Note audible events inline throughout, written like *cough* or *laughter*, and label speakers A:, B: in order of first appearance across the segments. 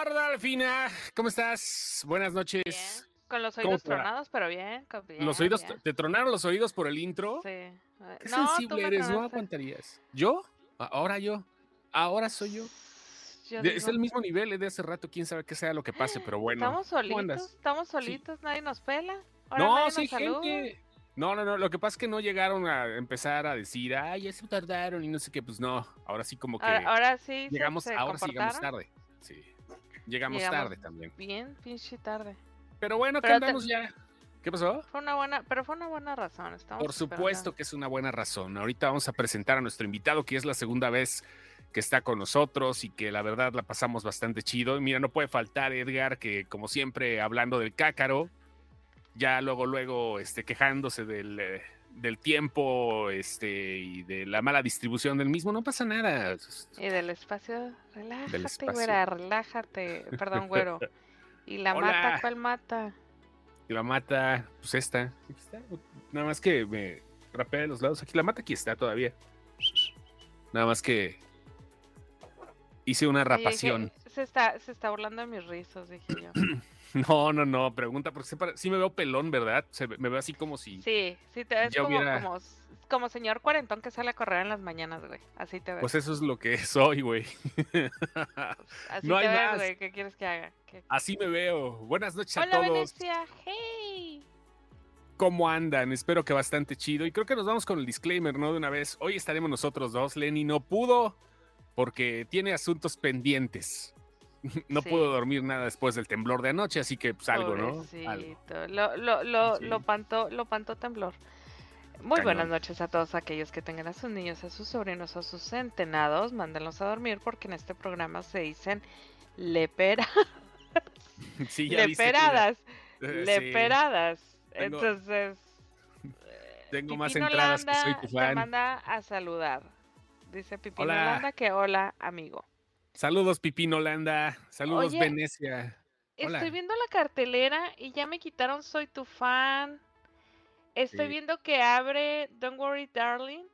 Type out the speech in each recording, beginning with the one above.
A: Alfina? ¿Cómo estás? Buenas noches.
B: Bien. Con los oídos
A: te va?
B: tronados, pero bien. con- bien,
A: ¿Los oídos
B: bien.
A: te tronaron los oídos por el intro?
B: Sí.
A: Qué
B: No, tú
A: sensible
B: me
A: eres, no
B: tronaste.
A: aguantarías. ¿Yo? A- Ahora yo. Ahora soy yo.
B: Yo
A: De-
B: digo,
A: es el mismo nivel eh, de hace rato, quién sabe qué sea lo que pase, pero bueno.
B: Estamos
A: ¿Cómo andas?
B: solitos, estamos solitos, nadie nos pela. Ahora
A: No,
B: nadie
A: sí,
B: nos saluda.
A: gente. No, no, no. Lo que pasa es que no llegaron a empezar a decir, ay, ya se tardaron y no sé qué. Pues no, ahora sí como que
B: Ahora, ahora sí. se-
A: llegamos,
B: se
A: ahora sí llegamos
B: comportaron
A: tarde. Sí, llegamos,
B: Llegamos.
A: tarde también.
B: Bien, pinche tarde.
A: Pero bueno, que
B: Pero te-
A: andamos ya. ¿Qué pasó?
B: Fue una buena, pero fue una buena razón. Estamos
A: Por
B: esperando.
A: supuesto que es una buena razón. Ahorita vamos a presentar a nuestro invitado, que es la segunda vez que está con nosotros y que la verdad la pasamos bastante chido. Y mira, no puede faltar Edgar, que como siempre hablando del cácaro, ya luego, luego, este, quejándose del, eh, del tiempo este, y de la mala distribución del mismo. No pasa nada.
B: Y del espacio, relájate,
A: espacio.
B: güera, relájate.
A: *laughs*
B: Perdón, güero. Y la
A: Hola.
B: mata, ¿cuál mata?
A: La mata, pues esta. Aquí está. Nada más que me rapea de los lados. Aquí la mata aquí está todavía. Nada más que hice una
B: Oye, dije,
A: rapación.
B: se, está, se está burlando de mis rizos, dije yo.
A: *laughs* No, no, no, pregunta, porque si me veo pelón, ¿verdad? Se ve- me veo así como si...
B: Sí, sí, te ves
A: Ya
B: como,
A: hubiera-
B: como, como señor cuarentón que sale a correr en las mañanas, güey. Así te ves.
A: Pues eso es lo que *laughs* soy, güey.
B: Así
A: no
B: te
A: hay
B: ves,
A: más.
B: güey. ¿Qué quieres que haga? ¿Qué-
A: Así me veo. Buenas noches a
B: Hola,
A: todos.
B: Venecia. ¡Hey!
A: ¿Cómo andan? Espero que bastante chido. Y creo que nos vamos con el disclaimer, ¿no? De una vez. Hoy estaremos nosotros dos. Lenny no pudo porque tiene asuntos pendientes. *laughs* No
B: Sí.
A: pudo dormir nada después del temblor de anoche, así que pues, algo, ¿no? Algo. *laughs*
B: Pobrecito. Lo, lo, lo,
A: Sí.
B: lo, pantó, lo pantó temblor. Muy buenas
A: Cañón.
B: noches a todos aquellos que tengan a sus niños, a sus sobrinos, a sus centenados. Mándenlos a dormir porque en este programa se dicen lepera,
A: Sí, ya viste que ya-
B: leperadas.
A: Eh, sí.
B: leperadas.
A: Tengo-
B: Entonces.
A: *laughs* tengo
B: eh,
A: más
B: Pipín
A: entradas que soy
B: Holanda
A: tu
B: Te
A: fan.
B: manda a saludar. Dice Pipín
A: Hola.
B: Holanda que hola, amigo.
A: Saludos, Pipín Holanda. Saludos,
B: Oye.
A: Venecia. Hola.
B: Estoy viendo la cartelera y ya me quitaron Soy tu fan. Estoy
A: Sí.
B: viendo que abre Don't Worry Darling.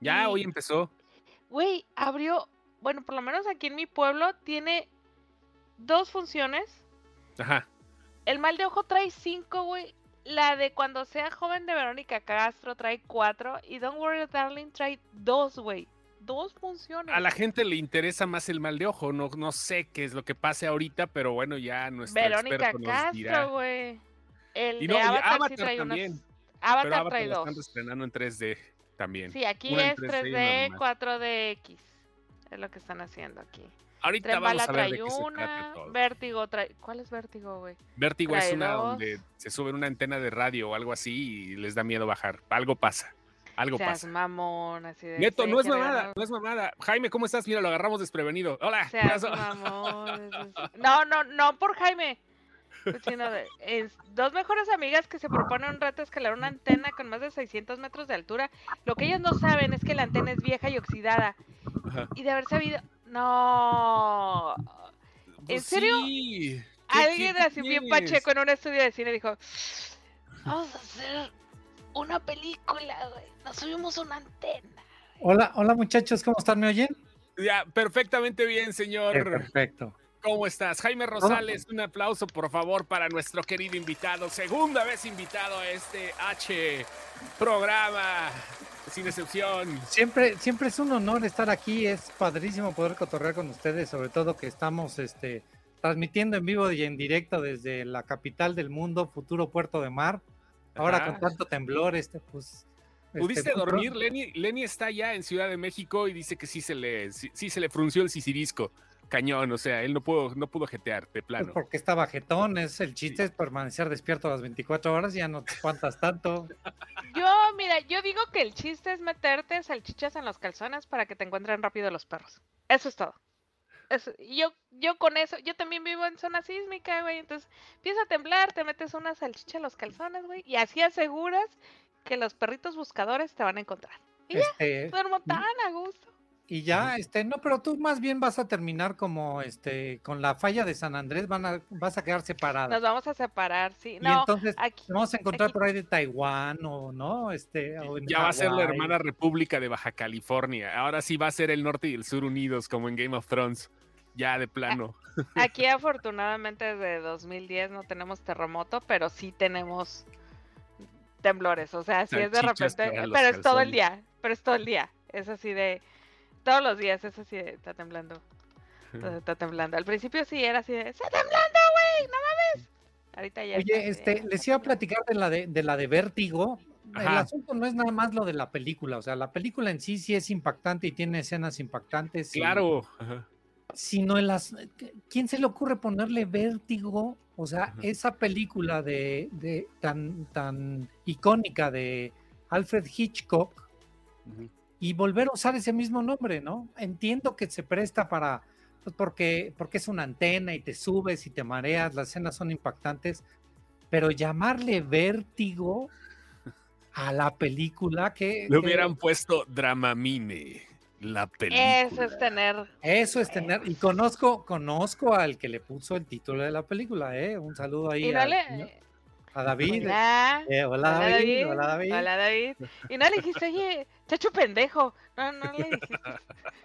A: Ya
B: Y-
A: hoy empezó.
B: Güey, abrió, bueno, por lo menos aquí en mi pueblo tiene dos funciones.
A: Ajá.
B: El mal de ojo trae cinco, güey. La de cuando sea joven de Verónica Castro trae cuatro. Y Don't Worry Darling trae dos, güey. Dos funciones.
A: A la gente le interesa más el mal de ojo. No, no sé qué es lo que pase ahorita, pero bueno, ya nuestro
B: Verónica
A: experto nos dirá.
B: Castro, güey. El
A: Y
B: de
A: no, y
B: Avatar, sí
A: Avatar
B: trae
A: también,
B: unos. Avatar,
A: pero Avatar
B: trae
A: la están
B: dos.
A: estrenando en 3D también.
B: Sí, aquí
A: una en
B: es
A: 3D y
B: 3D,
A: una normal.
B: 4DX. Es lo que están haciendo aquí.
A: Ahorita
B: Trembala
A: vamos a ver de
B: trae
A: qué se trata
B: una.
A: todo.
B: Vértigo trae. ¿Cuál es vértigo, güey?
A: Vértigo es
B: trae
A: una
B: dos.
A: donde se sube una antena de radio o algo así y les da miedo bajar. Algo pasa. Algo
B: Seas
A: pasa.
B: mamón, así de.
A: Neto,
B: "Sé
A: no es
B: que de verdad
A: mamada, no es mamada. Jaime, ¿cómo estás? Mira, lo agarramos desprevenido. Hola.
B: Seas
A: abrazo. *laughs*
B: mamón, eso es- No, no, no por Jaime. sino de- es- dos mejores amigas que se proponen un reto escalar una antena con más de 600 metros de altura. Lo que ellas no saben es que la antena es vieja y oxidada.
A: Ajá.
B: Y de haber sabido. No.
A: Pues
B: serio?
A: sí. ¿Qué- qué-
B: Alguien
A: qué
B: así bien
A: tienes?
B: pacheco en un estudio de cine dijo: Vamos a hacer una película, güey. Nos subimos a una antena.
C: Hola, hola muchachos, ¿cómo están? ¿Me oyen?
A: Ya, perfectamente bien,
C: Eh,
A: señor.
C: Perfecto.
A: ¿Cómo estás? Jaime Rosales, un aplauso por favor para nuestro querido invitado, segunda vez invitado a este H programa, sin excepción.
C: Siempre, siempre es un honor estar aquí, es padrísimo poder cotorrear con ustedes, sobre todo que estamos este, transmitiendo en vivo y en directo desde la capital del mundo, futuro puerto de mar. Ahora
A: Ajá.
C: con tanto temblor, este, pues. este,
A: ¿Pudiste
C: muy
A: dormir?
C: pro-
A: Lenny, Lenny está ya en Ciudad de México y dice que sí se le, sí, sí se le frunció el sisirisco. Cañón, o sea, él no pudo, no pudo jetear, de
C: pues,
A: plano.
C: porque estaba jetón, es el chiste, es permanecer despierto las 24 horas, ya no te espantas tanto.
B: Yo, mira, yo digo que el chiste es meterte salchichas en los calzones para que te encuentren rápido los perros. Eso es todo. Eso- y yo, yo con eso, yo también vivo en zona sísmica, güey. Entonces empieza a temblar, te metes una salchicha en los calzones, güey. Y así aseguras que los perritos buscadores te van a encontrar. Y ya.
C: Este,
B: Duermo tan a gusto.
C: Y ya, este, no, pero tú más bien vas a terminar como, este, con la falla de San Andrés, van a, vas a quedar
B: Nos
C: separadas.
B: vamos a separar, sí.
C: y
B: No,
C: entonces
B: aquí.
C: te vamos a encontrar
B: aquí-
C: por ahí de Taiwán o no, este, o en
A: Ya va a ser la
C: Hawái.
A: hermana república de Baja California. Ahora sí va a ser el norte y el sur unidos, como en Game of Thrones. ya de plano.
B: Aquí afortunadamente desde 2010 no tenemos terremoto, pero sí tenemos temblores. O sea, si es de
A: Salchichas
B: repente,
A: para los
B: pero es todo el
A: calzones.
B: día, pero es todo el día. Es así de, todos los días es así de, está temblando, está está temblando. Al principio sí era así de, está temblando, güey, no mames. Ahorita ya. está
C: Oye,
B: así de,
C: este, les iba a platicar de la de, de la de vértigo. El
A: Ajá.
C: asunto no es nada más lo de la película, o sea, la película en sí sí es impactante y tiene escenas impactantes. y-
A: Claro. Ajá.
C: Sino el as- ¿Quién se le ocurre ponerle vértigo? O sea,
A: Ajá.
C: esa película de, de- tan, tan icónica de Alfred Hitchcock
A: Ujú.
C: y volver a usar ese mismo nombre, ¿no? Entiendo que se presta para, pues porque, porque es una antena y te subes y te mareas, las escenas son impactantes, pero llamarle vértigo a la película
A: Le
C: que... que-
A: hubieran puesto Dramamine, la
C: este,
A: película.
B: Eso es tener
C: Eso es tener, y conozco, conozco al que le puso el título de la película, ¿eh? Un saludo ahí
B: y no
C: al
B: le-
C: señor- a David.
B: Hola.
C: Eh, hola, David, hola David.
B: Hola, David. Y no le dijiste, oye, chacho pendejo. No, no
A: *laughs*
B: le dijiste.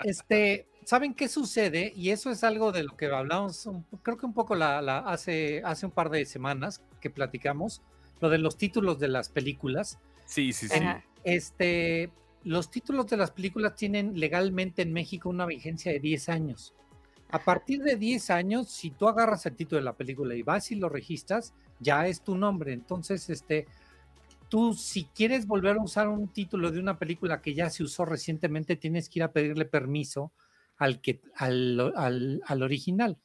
C: Este, ¿saben qué sucede? Y eso es algo de lo que hablamos, un- creo que un poco la, la- hace, hace un par de semanas que platicamos, lo de los títulos de las películas.
A: Sí, sí, sí.
B: Ajá.
C: Este, los títulos de las películas tienen legalmente en México una vigencia de 10 años. A partir de 10 años, si tú agarras el título de la película y vas y lo registras, ya es tu nombre. Entonces, este, tú si quieres volver a usar un título de una película que ya se usó recientemente, tienes que ir a pedirle permiso al que al, o- al- al original.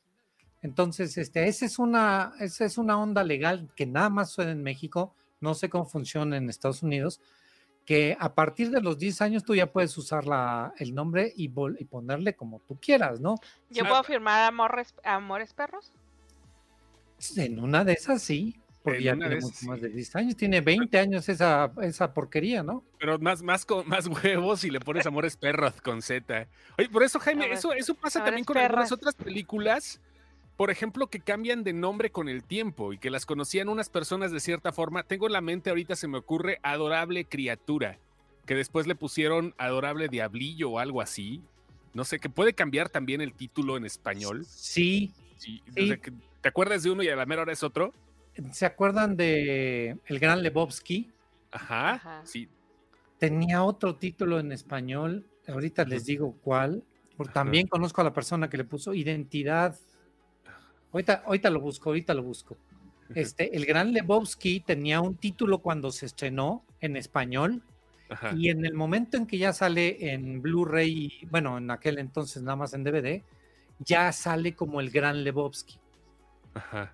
C: Entonces, este, esa es una esa es una onda legal que nada más suena en México, no sé cómo funciona en Estados Unidos, que a partir de los 10 años tú ya puedes usar la- el nombre y, vol- y ponerle como tú quieras, ¿no?
B: Yo
A: Sí.
B: puedo firmar amores, amores perros.
C: En una de esas sí, porque
A: En
C: ya
A: una
C: tiene
A: de
C: mucho
A: esas,
C: más
A: sí.
C: de 10 años, tiene 20 años esa, esa porquería, ¿no?
A: Pero más, más, con, más *laughs* huevos y le pones amores perros con Z. Oye, por eso, Jaime,
B: Amores-
A: eso, eso pasa
B: amores
A: también con algunas
B: perras.
A: otras películas, por ejemplo, que cambian de nombre con el tiempo y que las conocían unas personas de cierta forma. Tengo en la mente ahorita, se me ocurre, Adorable Criatura, que después le pusieron Adorable Diablillo o algo así. No sé, que puede cambiar también el título en español.
C: Sí,
A: Sí, o
C: Sí.
A: sea, que ¿Te acuerdas de uno y a la mera hora es otro?
C: ¿se acuerdan de El Gran Lebowski?
A: Ajá.
B: Ajá.
A: Sí.
C: Tenía otro título en español, ahorita les
A: Ujú.
C: digo cuál, porque
A: Ajá.
C: también conozco a la persona que le puso Identidad. Ahorita, ahorita lo busco, ahorita lo busco. Este, el Gran Lebowski tenía un título cuando se estrenó en español
A: Ajá.
C: Y en el momento en que ya sale en Blu-ray, bueno, en aquel entonces nada más en DVD, ya sale como el gran Lebowski,
A: Ajá.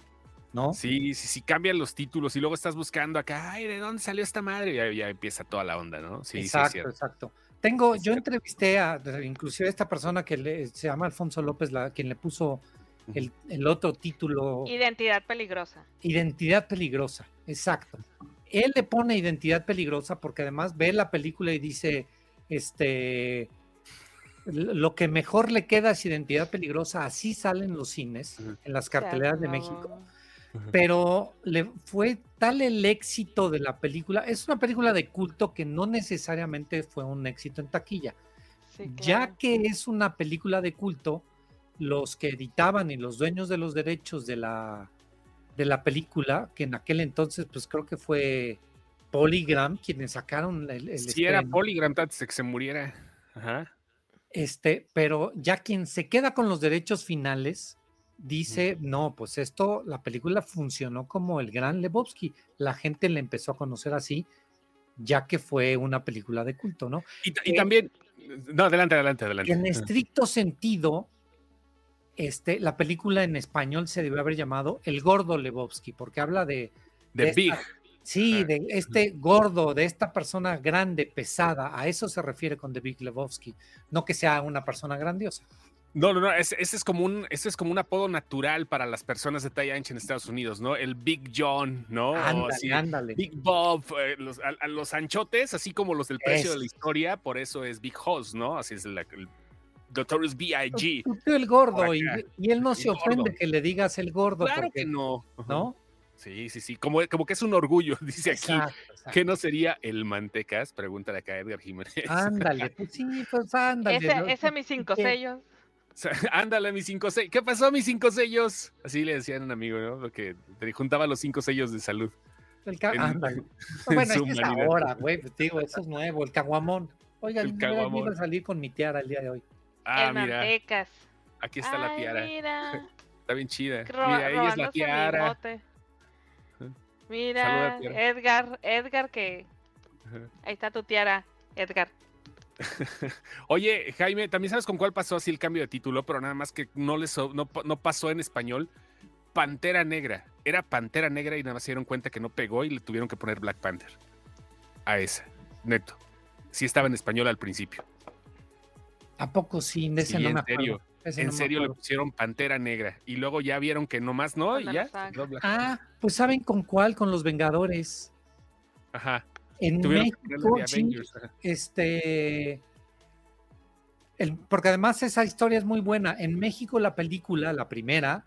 C: ¿no?
A: Sí, sí, sí, cambian los títulos y luego estás buscando acá, ay, ¿de dónde salió esta madre? Ya, ya empieza toda la onda, ¿no? Sí, sí,
C: exacto,
A: es cierto.
C: exacto. Tengo,
A: Es
C: yo
A: cierto.
C: entrevisté a, inclusive a esta persona que le- se llama Alfonso López, la, quien le puso el, el otro título,
B: Identidad peligrosa.
C: Identidad Peligrosa, exacto. Él le pone Identidad Peligrosa porque además ve la película y dice, este, lo que mejor le queda es Identidad Peligrosa, así salen los cines,
A: Ujú.
C: en las
B: Se
C: carteleras de México.
B: acabó.
C: pero le fue tal el éxito de la película. Es una película de culto que no necesariamente fue un éxito en taquilla.
B: Sí,
C: Ya
B: claro.
C: que es una película de culto, los que editaban y los dueños de los derechos de la, de la película, que en aquel entonces pues creo que fue Polygram quienes sacaron el, el
A: Sí, era
C: estreno,
A: Polygram antes de que se muriera. Ajá.
C: este, pero ya quien se queda con los derechos finales dice, no, pues esto, la película funcionó como el gran Lebowski, la gente la empezó a conocer así, ya que fue una película de culto, ¿no?
A: Y, ta- y
C: Eh,
A: también. No, adelante, adelante, adelante.
C: En
A: Ajá.
C: estricto sentido, este, la película en español se debe haber llamado El Gordo Lebowski, porque habla de,
A: The
C: de
A: Big.
C: esta- sí,
A: Ajá.
C: de este gordo, de esta persona grande, pesada, a eso se refiere con The Big Lebowski, no que sea una persona grandiosa.
A: No, no, no. Ese, ese es como un, ese es como un apodo natural para las personas de talla ancha en Estados Unidos, ¿no? El Big John, ¿no? O
C: ándale,
A: así,
C: ándale.
A: Big Bob, eh, los, a, a los anchotes, así como los del precio de la
C: Eso.
A: historia, por eso es Big Hoss, ¿no? Así es la, el Notorious B.I.G.
C: Tu tío el gordo y,
A: acá.
C: y él no
A: El
C: se ofende
A: gordo.
C: que le digas el gordo
A: Claro
C: porque
A: que no. Ajá.
C: no
A: Sí, sí, sí. Como, como que es un orgullo, *laughs* dice aquí.
C: Exacto, exacto.
A: ¿Qué no sería el mantecas? Pregúntale acá a Edgar Jiménez.
C: ándale pues sí pues ándale
B: Ese,
C: ¿no?
B: ese mis cinco
C: que-
B: sellos.
A: *laughs* Ándale, mis cinco sellos. ¿Qué pasó, mis cinco sellos? Así le decían a un amigo, ¿no? Porque te juntaba los cinco sellos de salud.
C: El ca-
A: En-
C: ándale.
A: en
C: bueno, es
A: su
C: que es
A: humanidad.
C: ahora, güey, pues, digo, eso es nuevo, el caguamón. Oiga,
A: El
C: el caguamón.
A: caguamón.
C: iba a salir con mi tiara el día de hoy.
A: Ah,
B: en
A: mira,
B: mantecas.
A: aquí está la
B: Ay,
A: tiara. *laughs*
B: Mira,
A: Está bien chida.
B: ro-
A: Mira, ella es la
B: robándose mi
A: tiara.
B: bote.
A: Ajá.
B: Mira,
A: Saluda, tiara.
B: Edgar, Edgar que
A: Ajá.
B: ahí está tu tiara, Edgar.
A: Oye, Jaime, también sabes con cuál pasó así el cambio de título, pero nada más que no, les, no, pa- no pasó en español. Pantera Negra. Era Pantera Negra y nada más se dieron cuenta que no pegó y le tuvieron que poner Black Panther. A esa, neto. Sí estaba en español al principio.
C: Tampoco sí, de ese
A: Sí,
C: no me
A: en
C: acuerdo.
A: serio.
C: Ese
A: En
C: no me
A: serio le
C: acuerdo.
A: pusieron Pantera Negra y luego ya vieron que nomás no y
B: Cuando
A: ya.
B: lo saca.
A: quedó Black-
C: Ah, pues ¿saben con cuál? Con los Vengadores.
A: Ajá.
C: En
A: Tuvieron que ponerle
C: México,
A: de
C: sí,
A: Avengers. ajá.
C: este... el- porque además esa historia es muy buena. En México la película, la primera,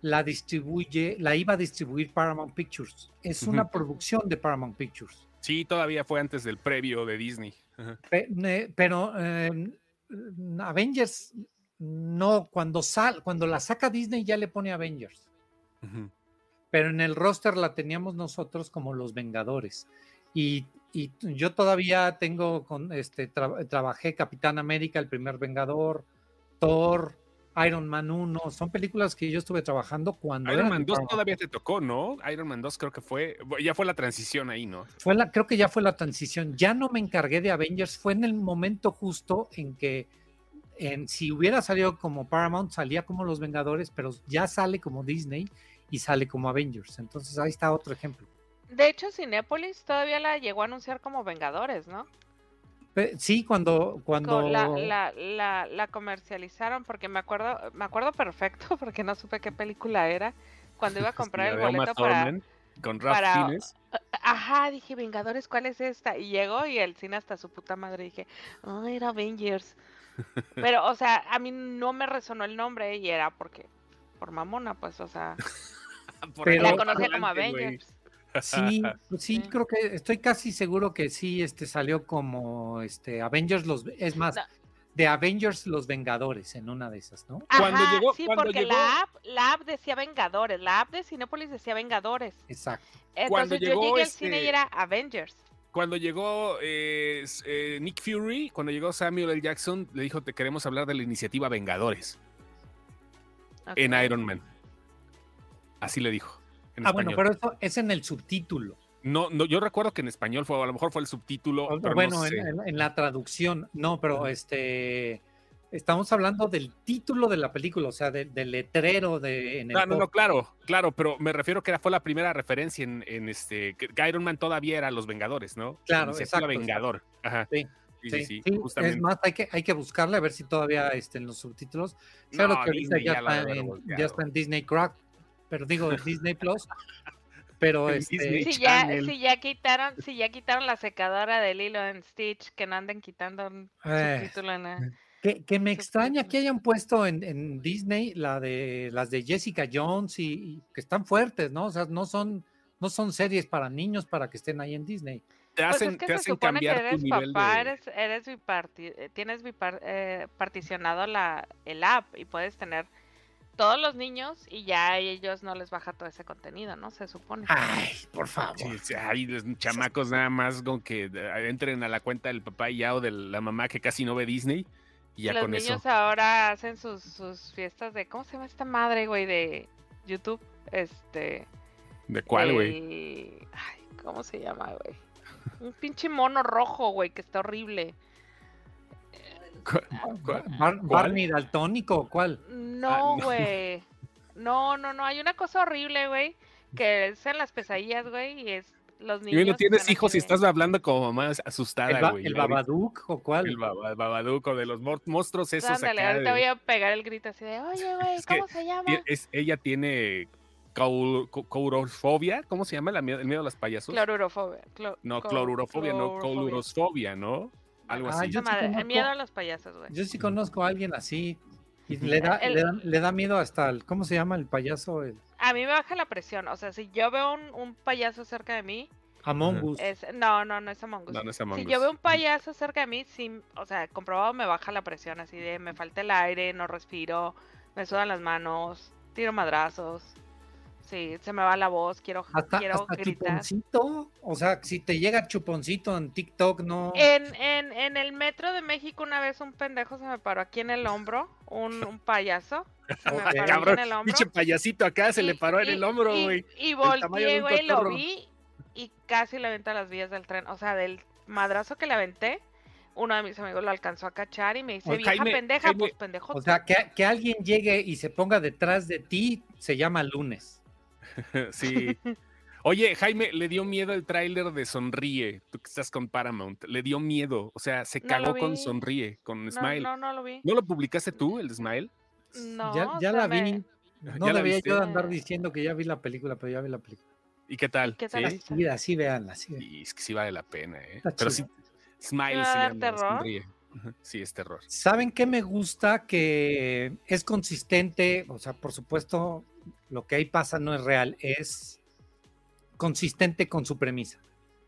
C: la distribuye, la iba a distribuir Paramount Pictures. Es
A: Ujú.
C: una producción de Paramount Pictures.
A: Sí, todavía fue antes del previo de Disney. Ajá.
C: Pe- ne- Pero eh, mm, Avengers, no, cuando sal, cuando la saca Disney ya le pone Avengers.
A: Ujú.
C: Pero en el roster la teníamos nosotros como los Vengadores. Y, y t- yo todavía tengo con este tra- trabajé Capitán América, el primer Vengador, Thor, Iron Man 1. Son películas que yo estuve trabajando cuando
A: Iron
C: eran
A: Man
C: de
A: 2
C: Paramount.
A: todavía te tocó, ¿no? Iron Man 2 creo que fue, ya fue la transición ahí, ¿no?
C: fue la, creo que ya fue la transición. Ya no me encargué de Avengers. Fue en el momento justo en que en, si hubiera salido como Paramount, salía como Los Vengadores, pero ya sale como Disney y sale como Avengers. Entonces ahí está otro ejemplo.
B: De hecho, Cinépolis todavía la llegó a anunciar como Vengadores, ¿no?
C: Pe- sí, cuando, cuando
B: Co- La, la, la, la comercializaron porque me acuerdo, me acuerdo perfecto *laughs* porque no supe qué película era. Cuando
A: *laughs*
B: iba a comprar
A: La
B: el
A: de Uma
B: boleto para...
A: Thurman Con Ralph
B: para-
A: Fiennes.
B: Ajá, dije, Vengadores, ¿cuál es esta? Y llegó y el cine hasta su puta madre. Dije, ah,
A: *laughs*
B: era Avengers. Pero, o sea, a mí no me resonó el nombre y era porque, por mamona, pues, o
A: *laughs*
B: sea,
A: Por
C: Pero-
B: la
A: ahí
B: conocía
A: adelante,
B: como
A: güey. *laughs*
B: Avengers.
C: sí, pues sí,
B: Sí.
C: creo que estoy casi seguro que sí, este salió como este Avengers los es más
B: No.
C: de Avengers los Vengadores en una de esas, ¿no?
A: Cuando
B: Ajá,
A: llegó-
B: sí,
A: cuando
B: porque
A: llegó-
B: la app, la app decía Vengadores, la app de Cinépolis decía Vengadores.
C: Exacto.
A: Cuando
B: Entonces
A: llegó
B: yo llegué al cine y
A: este-
B: era Avengers.
A: Cuando llegó eh, s- eh, Nick Fury, cuando llegó Samuel L. Jackson, le dijo, te queremos hablar de la iniciativa Vengadores
B: Ok.
A: en Iron Man. Así le dijo. En
C: Ah, bueno,
A: español.
C: pero eso es en el subtítulo.
A: no, no, yo recuerdo que en español fue, a lo mejor fue el subtítulo.
C: O- o
A: pero
C: bueno,
A: no
C: en-
A: sé.
C: en, en la traducción, no, pero
A: Ajá.
C: este estamos hablando del título de la película, o sea, de- del letrero de en el
A: Ah, No, no, no,
C: póster.
A: claro, claro, pero me refiero que era- fue la primera referencia en, en este. que Iron Man todavía era Los Vengadores, ¿no?
C: Claro,
A: Iniciativa
C: exacto,
A: Vengador. Ajá.
C: Sí,
A: sí,
C: Sí,
A: sí,
C: sí,
A: justamente.
C: Es más, hay que, hay que buscarle a ver si todavía este, en los subtítulos.
A: No,
C: Claro que ahorita
A: Disney
C: ya,
A: ya la
C: está
A: debe haber
C: en,
A: volteado.
C: ya está en Disney Crack, pero digo en
A: *laughs*
C: Disney Plus. Pero
A: En
C: este,
A: Disney.
B: Si ya,
A: Channel.
B: si ya quitaron, si ya quitaron la secadora del hilo en Stitch, que no anden quitando un
C: Eh.
B: subtítulo en la-
C: que, que me extraña
B: Subtítulos.
C: que hayan puesto en, en Disney la de las de Jessica Jones y, y que están fuertes, ¿no? O sea, no son, no son series para niños para que estén ahí en Disney.
A: Te
B: Pues
A: hacen,
B: es que
A: te
B: se
A: hacen
B: supone que
A: cambiar tu
B: eres
A: nivel
B: papá,
A: de.
B: eres, eres biparti- eh, tienes bipar- eh, particionado la, el app y puedes tener todos los niños y ya a ellos no les baja todo ese contenido, ¿no? Se supone.
C: Ay, por favor.
A: Sí, sí, ay, los chamacos nada más con que eh, entren a la cuenta del papá y ya o de la mamá que casi no ve Disney y ya
B: los
A: con
B: niños
A: eso.
B: ahora hacen sus, sus fiestas de, ¿cómo se llama esta madre, güey? De YouTube, este...
A: ¿De cuál, güey?
B: del- Eh, Ay, ¿cómo se llama, güey? Un pinche mono rojo, güey, que está horrible.
A: *laughs* ¿Cuál-
B: ah,
A: cuál?
C: Bar-
A: ¿Cuál?
C: Barney Daltónico, o ¿cuál?
B: No,
A: Ah, no.
B: güey. No, no, no. Hay una cosa horrible, güey, que es en las pesadillas, güey, y es los
A: Y güey,
B: niños.
A: no tienes
B: están
A: hijos
B: así
A: y
B: de-
A: estás hablando como mamá
C: ¿El,
A: asustada,
C: ba-
A: güey.
C: el
A: ahorita.
C: Babadook o cuál?
A: El baba- babaduco de los mor- monstruos esos
B: Ándale,
A: acá
B: ahorita
A: de-
B: voy a pegar el grito así de, oye, güey,
A: *laughs* Es que
B: ¿cómo se llama?
A: Tie- es- ella tiene cau- co- courofobia, ¿cómo se llama? La miedo- el miedo a las payasos.
B: Clorurofobia. clo-
A: no,
B: clo-
A: clorurofobia, no,
B: clorurofobia.
A: courofobia, ¿no? Algo
C: Ah,
A: así.
C: yo-
B: Esa madre,
C: conozco-
B: el miedo a los payasos, güey.
C: Yo sí conozco a alguien así. Y le da,
B: El-
C: le, da, le da miedo hasta el, ¿cómo se llama el payaso? El-
B: A mí me baja la presión. O sea, si yo veo un, un payaso cerca de mí,
C: Among
D: Ajá.
C: Us.
B: Es- no, no, no es Among Us.
A: No, no es Among
B: si
A: Us.
B: Pues yo veo un payaso cerca de mí, sí, o sea, comprobado me baja la presión así de me falta el aire, no respiro, me sudan las manos, tiro madrazos, sí, se me va la voz, quiero,
C: Hasta,
B: quiero
C: hasta
B: gritar.
C: chuponcito. O sea, si te llega chuponcito en TikTok, no.
B: En, en, en el metro de México una vez un pendejo se me paró aquí en el hombro, un, un payaso. Se me
C: Ok.
B: paró aquí
A: Cabrón,
B: en el hombro.
A: pinche payasito acá *laughs* se le
B: y-
A: paró en
B: y-
A: el hombro,
B: y-
A: güey.
B: Y,
A: tamaño de un
B: volteé, güey, lo
A: cotorro.
B: vi y casi le aventé a las vías del tren. O sea, del madrazo que le aventé, uno de mis amigos lo alcanzó a cachar y me dice,
A: Oye,
B: vieja
A: Jaime,
B: pendeja,
A: Jaime,
B: pues pendejo.
C: O
B: tú".
C: sea, que, que alguien llegue y se ponga detrás de ti se llama lunes.
A: *laughs* Sí. Oye, Jaime, le dio miedo el tráiler de Sonríe, tú que estás con Paramount. Le dio miedo, o sea, se
B: No lo
A: cagó con
B: vi.
A: Sonríe, con
B: no,
A: Smile.
B: no, no lo vi.
A: ¿No lo publicaste tú, el de Smile?
B: No,
C: ya
B: o
C: ya
B: sea,
C: la vi.
B: me-
C: No
A: ¿Ya la
C: debería yo
A: viste?
C: de andar diciendo que ya vi la película, pero ya vi la película.
A: ¿Y qué tal?
B: qué tal?
A: ¿Sí?
B: Sí.
C: Sí, así veanla. Así véanla.
A: Y es que sí vale la pena, ¿eh?
C: Está
A: Pero sí,
C: chida.
A: Smile
B: ¿Va a
A: se
B: dar
A: llama,
B: terror?
A: Sonríe. Ujú, Sí, es terror.
C: ¿Saben qué me gusta? Que es consistente, o sea, por supuesto, lo que ahí pasa no es real, es consistente con su premisa.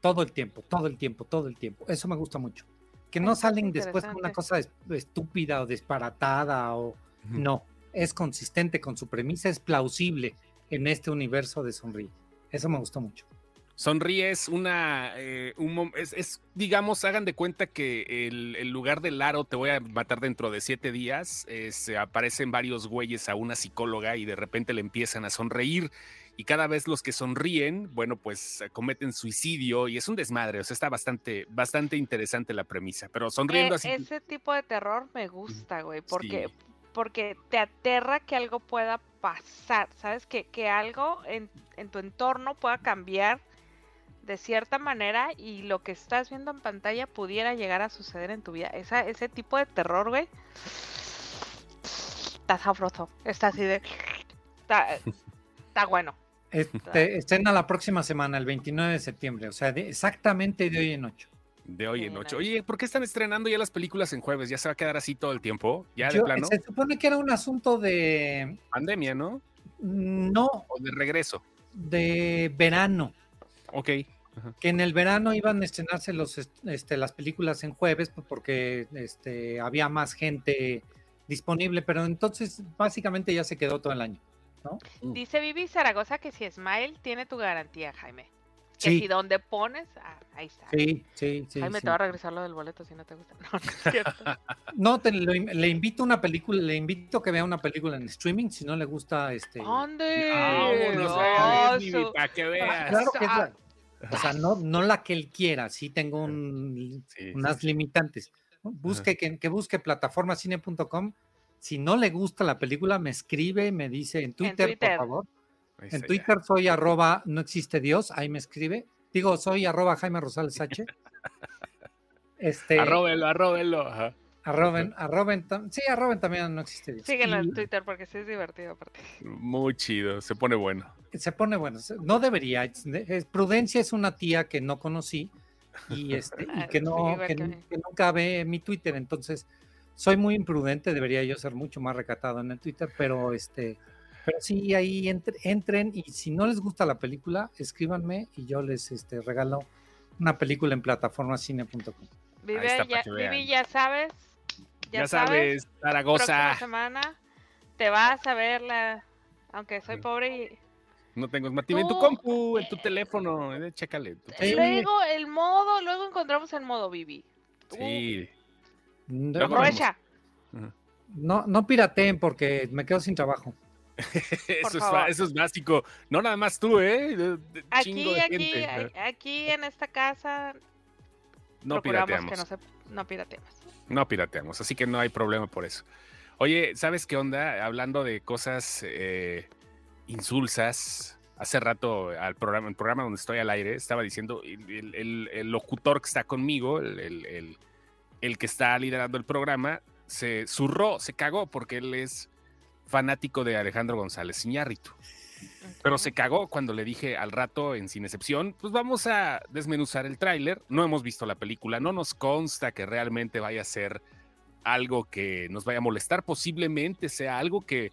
C: Todo el tiempo, todo el tiempo, todo el tiempo. Eso me gusta mucho. Que no
B: Eso es
C: salen después con una
B: interesante.
C: cosa es- estúpida o disparatada o...
A: Ujú.
C: No, es consistente con su premisa, es plausible en este universo de Sonríe. Eso me gustó mucho.
A: Sonríe es una, eh, un mom- es, es, digamos, hagan de cuenta que el, el lugar del aro te voy a matar dentro de siete días, eh, se aparecen varios güeyes a una psicóloga y de repente le empiezan a sonreír y cada vez los que sonríen, bueno, pues eh, cometen suicidio y es un desmadre, o sea, está bastante, bastante interesante la premisa, pero sonriendo
B: Eh,
A: así.
B: Ese tipo de terror me gusta, güey, porque,
A: Sí.
B: porque te aterra que algo pueda pasar, ¿sabes? Que, que algo en, en tu entorno pueda cambiar de cierta manera y lo que estás viendo en pantalla pudiera llegar a suceder en tu vida. Esa, ese tipo de terror, güey, está sabroso, está así de... Está, está bueno.
C: Este, estrena la próxima semana, el 29 de septiembre, o sea, de- exactamente de hoy en ocho.
A: De hoy en
B: Sí,
A: ocho.
B: no.
A: Oye, ¿por qué están estrenando ya las películas en jueves? ¿Ya se va a quedar así todo el tiempo? ¿Ya de
C: Yo-
A: plano?
C: Se supone que era un asunto de
A: Pandemia, ¿no?
C: no
A: O de regreso.
C: de verano,
A: Ok.
C: que en el verano iban a estrenarse los est- este, las películas en jueves pues, porque este, había más gente disponible, pero entonces básicamente ya se quedó todo el año.
B: Dice Vivi Zaragoza que si Smile tiene tu garantía, Jaime. Que
C: Sí.
B: si donde pones, ah, ahí está.
C: Sí, sí, sí.
B: Jaime,
C: sí.
B: te va a regresar lo del boleto si no te gusta. No, no es cierto.
C: No, te, lo in- le invito una película, le invito que vea una película en streaming si no le gusta este.
B: ¡Ande!
C: Ah,
A: Vámonos,
B: ¡Oh,
A: oigan, Disney,
B: su-
A: para que veas.
C: Claro que es la- o sea, no, no la que él quiera, sí tengo un
A: Sí,
C: unas limitantes. Busque que, que busque plataformacine.com. Si no le gusta la película, me escribe, me dice en Twitter,
B: Twitter.
C: por favor.
A: ahí está
C: En
A: ya.
C: Twitter soy arroba no existe Dios, ahí me escribe. Digo, soy arroba Jaime Rosales
A: *laughs*
C: H. Este,
A: Arróbelo, arróbelo. ajá.
C: arroben, arroben tam- sí, arroben también a no existe
B: *laughs*
C: Dios.
B: Síguelo
C: Y
B: en Twitter porque sí es divertido aparte.
A: Muy chido, se pone bueno.
C: Se pone bueno, se- no debería. es- es- Prudencia es una tía que no conocí y, este, y
B: *laughs* Ah,
C: que,
B: sí,
C: no,
B: igual
C: que,
B: que a
C: nu-
B: mí.
C: que nunca ve mi Twitter. Entonces, soy muy imprudente, debería yo ser mucho más recatado en el Twitter, pero este, pero sí, ahí entre- entren y si no les gusta la película, escríbanme y yo les este, regalo una película en plataformacine.com.
B: Vive,
A: está, para
B: ya,
A: que
B: Vivi,
A: vean.
B: ya sabes.
A: Ya, sabes,
B: Próxima
A: Zaragoza,
B: semana te vas a ver la... Aunque soy
A: Ajá.
B: pobre y...
A: no tengo Smart TV en tu
B: Tú,
A: compu, en tu
B: eh,
A: teléfono, eh, chécale. en tu
C: Sí.
A: teléfono.
B: Luego el modo, luego encontramos el modo, Vivi. Tú,
A: Sí, *laughs*
B: Pues
C: No,
A: Luego vemos.
B: Aprovecha.
C: no, no pirateen porque me quedo sin trabajo.
A: eso es,
B: favor.
A: fa- eso es básico. No nada más tú, ¿eh? De- de- Chingo
B: Aquí,
A: de
B: aquí,
A: gente.
B: a- aquí en esta casa
A: No
B: procuramos
A: pirateamos.
B: que no, se, no pirateemos.
A: No pirateamos, así que no hay problema por eso. Oye, ¿sabes qué onda? Hablando de cosas eh, insulsas, hace rato al programa, el programa donde estoy al aire, estaba diciendo el, el- el- el locutor que está conmigo, el, el- el- el que está liderando el programa, se zurró, se cagó porque él es fanático de Alejandro González Iñárritu. Pero
B: Ok.
A: se cagó cuando le dije al rato en Sin Excepción, pues vamos a desmenuzar el tráiler. No hemos visto la película, no nos consta que realmente vaya a ser algo que nos vaya a molestar. Posiblemente sea algo que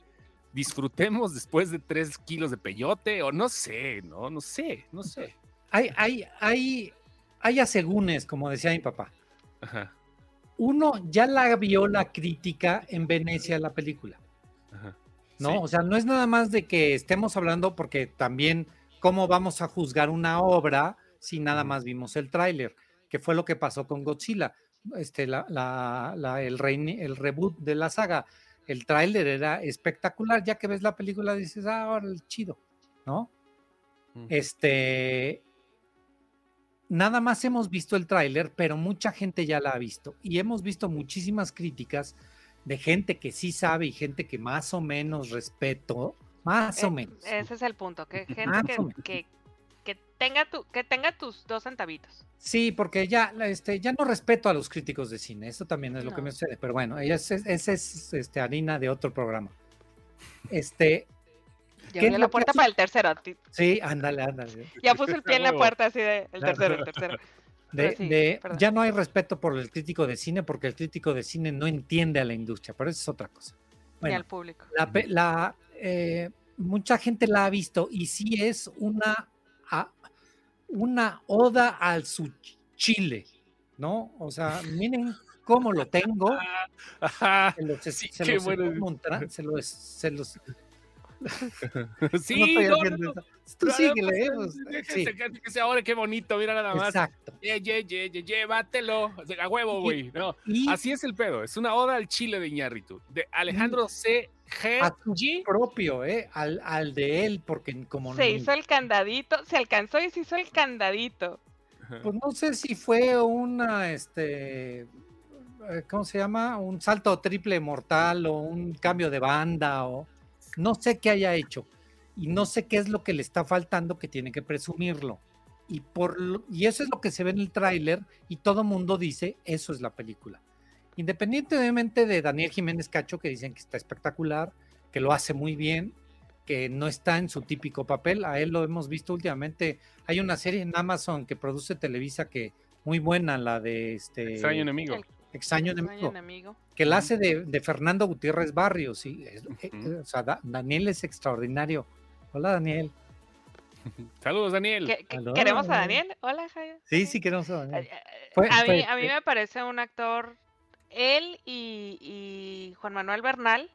A: disfrutemos después de tres kilos de peyote o no sé, no, no sé, no sé.
C: Hay, hay, hay, hay asegúnes, como decía mi papá.
A: Ajá,
C: Uno ya la vio la crítica en Venecia la película.
A: ajá.
C: ¿no?
A: Sí.
C: O sea, no es nada más de que estemos hablando porque también cómo vamos a juzgar una obra si nada
A: Ujú.
C: más vimos el tráiler, que fue lo que pasó con Godzilla, este, la, la- la- el, reini- el reboot de la saga. El tráiler era espectacular, ya que ves la película dices, ah, órale, chido, ¿no?
A: Mm.
C: Eh, Este, nada más hemos visto el tráiler, pero mucha gente ya la ha visto y hemos visto muchísimas críticas de gente que sí sabe y gente que más o menos respeto, más o
B: Eh,
C: menos.
B: Ese es el punto, que
C: Más
B: gente
C: o
B: que,
C: menos.
B: que, que tenga tu, que tenga tus dos centavitos.
C: Sí, porque ya, la- este, ya no respeto a los críticos de cine, eso también es lo que
B: No.
C: me sucede, pero bueno, ella es, es- esa es, este, harina de otro programa. Este,
B: Ya
C: ¿Qué es
B: abrió
C: lo
B: la
C: que
B: puerta
C: hace?
B: para el tercero. ti-
C: sí, ándale, ándale.
B: Ya puso el pie en la
A: Huevo.
B: puerta así de el
C: Claro.
B: tercero, el tercero.
C: De-
B: sí,
C: de-
B: perdón.
C: ya no hay respeto por el crítico de cine porque el crítico de cine no entiende a la industria, pero eso es otra cosa.
B: Y
C: Bueno,
B: al público.
C: la, pe- la, eh, mucha gente la ha visto y sí es una, a- una oda al su ch- chile, ¿no?
A: *laughs*
C: O sea, miren cómo lo tengo.
A: Ajá,
C: Se los, es-
A: Ah, Sí,
C: se
A: qué
C: los
A: bueno.
C: estoy montra- se los- se los-
A: Sí,
C: eh,
A: no, no,
C: no estoy haciendo
A: no.
C: eso. Tú
A: Nada
C: síguele,
A: más,
C: eh, pues,
A: déjense
C: sí,
A: que- que sea, Ahora qué bonito, mira nada más.
C: exacto.
A: Ye, ye, ye, ye, llévatelo. O sea, A huevo, güey. No,
C: Y
A: así es el pedo. Es una oda al chile de Iñárritu. De Alejandro C.
C: a
A: G.
C: su propio, eh, al, al de él, porque como
B: Se
C: ni-
B: hizo el candadito, se alcanzó y se hizo el candadito.
C: Pues no sé si fue una, este, eh, ¿cómo se llama? Un salto triple mortal o un cambio de banda o no sé qué haya hecho y no sé qué es lo que le está faltando que tiene que presumirlo. Y, por lo- y eso es lo que se ve en el tráiler y todo mundo dice, eso es la película. Independientemente de Daniel Jiménez Cacho, que dicen que está espectacular, que lo hace muy bien, que no está en su típico papel, a él lo hemos visto últimamente hay una serie en Amazon que produce Televisa que muy buena, la de este
A: Extraño enemigo.
B: El- Extraño
C: Extraño Enemigo,
B: enemigo.
C: que la hace de, de Fernando Gutiérrez Barrios. Y es- eh,
A: Ujú.
C: o sea, Da- Daniel es extraordinario. Hola Daniel.
A: Saludos, Daniel.
B: Que- que-
C: Aló.
B: ¿Queremos a Daniel? Hola, Jairo.
C: Sí, sí, queremos a
B: A,
C: Daniel. Fue-
B: eh, a- a mí,
C: fue-
B: a mí
C: fue-
B: me parece un actor, él y, y Juan Manuel Bernal,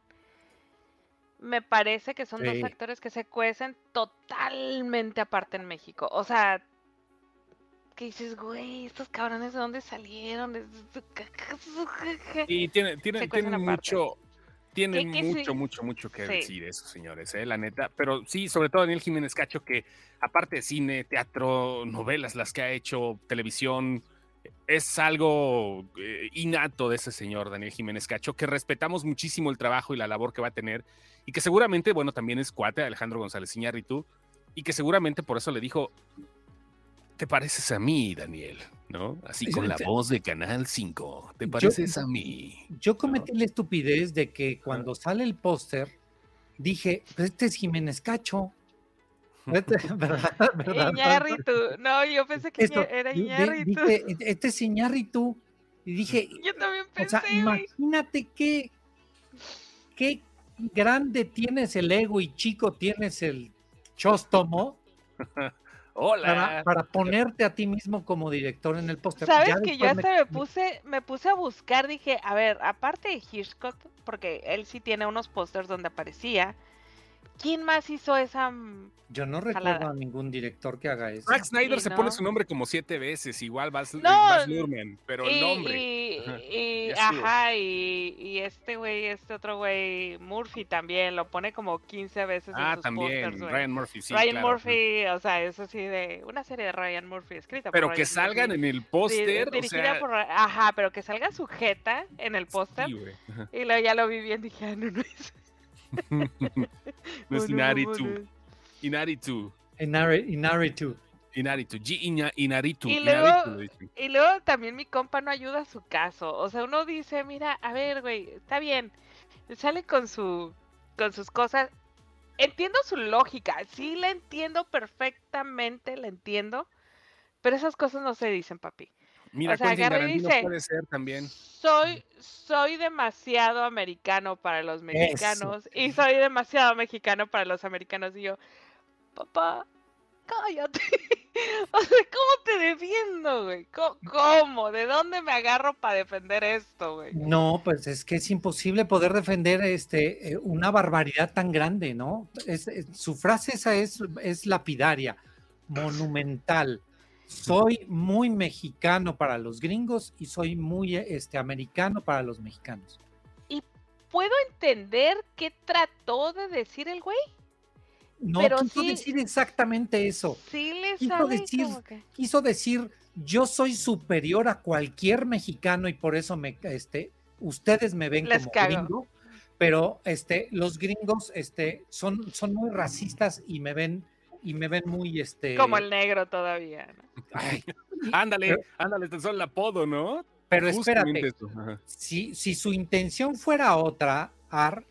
B: me parece que son
C: Sí.
B: dos actores que se cuecen totalmente aparte en México. O sea, que dices, güey, estos cabrones de dónde salieron.
A: Y tiene, tiene,
B: Se cuecen
A: tienen
B: aparte.
A: mucho, tienen
B: que sí.
A: mucho, mucho, mucho que
B: Sí.
A: decir esos señores, eh, la neta. Pero sí, sobre todo Daniel Jiménez Cacho, que aparte de cine, teatro, novelas, las que ha hecho, televisión, es algo eh, innato de ese señor Daniel Jiménez Cacho, que respetamos muchísimo el trabajo y la labor que va a tener, y que seguramente, bueno, también es cuate de Alejandro González Iñárritu, y que seguramente por eso le dijo, te pareces a mí, Daniel, ¿no? Así con la
C: Exacto.
A: voz de Canal 5, te
C: Yo-
A: pareces a mí.
C: Yo cometí la estupidez de que cuando sale el póster dije, "Pues este es Jiménez Cacho. Este- *laughs* ¿Verdad? ¿Verdad?
B: Eh, Iñárritu. No, yo pensé que
C: Esto,
B: Iña- era
C: di- di-
B: Iñárritu.
C: dije, este es Iñárritu. Y dije,
B: *laughs* Yo también
C: O sea,
B: pensé, güey.
C: imagínate qué, qué grande tienes el ego y chico tienes el chóstomo para,
A: Hola.
C: para ponerte a ti mismo como director en el póster.
B: Sabes
C: Ya
B: que yo
C: después
B: hasta me
C: me-
B: puse, me puse a buscar, dije, a ver, aparte de Hitchcock, porque él sí tiene unos pósters donde aparecía, ¿quién más hizo esa? mm,
C: Yo no recuerdo
B: jalada.
C: a ningún director que haga eso.
A: Zack Snyder
B: Sí,
A: se pone
B: ¿no?
A: su nombre como siete veces, igual Baz,
B: No,
A: Baz Luhrmann, pero el
B: y,
A: nombre.
B: y-
A: Ajá,
B: y-
A: ya estuvo.
B: ajá, y, y este güey, este otro güey, Murphy también, lo pone como 15 veces en
A: Ah,
B: sus pósters,
A: también,
B: güey.
A: Ryan Murphy, sí,
B: Ryan
A: claro.
B: Murphy, o sea, eso sí de una serie de Ryan Murphy escrita. por
A: Pero
B: Ryan
A: que salgan
B: Murphy,
A: en el
B: di-
A: póster, o
B: dirigida
A: sea,
B: por Ra- ajá, pero que salga sujeta en el póster.
A: sí, güey, ajá.
B: Y luego ya lo vi bien, dije, ah, no, no es.
A: no es
B: no,
A: Inaritu,
B: no.
A: Inaritu,
C: Inari- Inaritu.
A: Inaritu, G. Iña- Inaritu,
B: Y
A: Inaritu,
B: luego-
A: le dicen.
B: Y luego también mi compa no ayuda a su caso. O sea, uno dice, mira, a ver, güey, está bien. Sale con su con sus cosas. Entiendo su lógica, sí la entiendo perfectamente, la entiendo. Pero esas cosas no se dicen, papi.
A: Mira,
B: o sea,
A: Quentin
B: agarra y
A: Tarantino
B: dice-
A: puede ser también.
B: Soy soy demasiado americano para los
C: eh.
B: mexicanos y soy demasiado mexicano para los americanos y yo, papá, cállate. *laughs* O sea, ¿cómo te defiendo, güey? ¿Cómo- ¿Cómo? ¿De dónde me agarro para defender esto, güey?
C: No, pues es que es imposible poder defender este, eh, una barbaridad tan grande, ¿no? Es- es- su frase esa es, es lapidaria, monumental. Soy muy mexicano para los gringos y soy muy eh, este, americano para los mexicanos.
B: Puedo entender qué trató de decir el güey.
C: No
B: Pero
C: quiso
B: sí-
C: decir exactamente eso.
B: Sí le
C: Quiso
B: sabe
C: decir-
B: como que-
C: Quiso decir, yo soy superior a cualquier mexicano y por eso me, este, ustedes me ven
B: Les
C: como
B: cago.
C: gringo, pero este, los gringos este, son, son muy racistas y me ven y me ven muy este
B: como el negro todavía. ¿no?
A: *laughs*
C: ay,
A: Ándale,
C: Pero-
A: ándale, tan solo el apodo, ¿no?
C: pero
A: Justamente
C: espérate
A: eso, ajá.
C: si, si su intención fuera otra Ar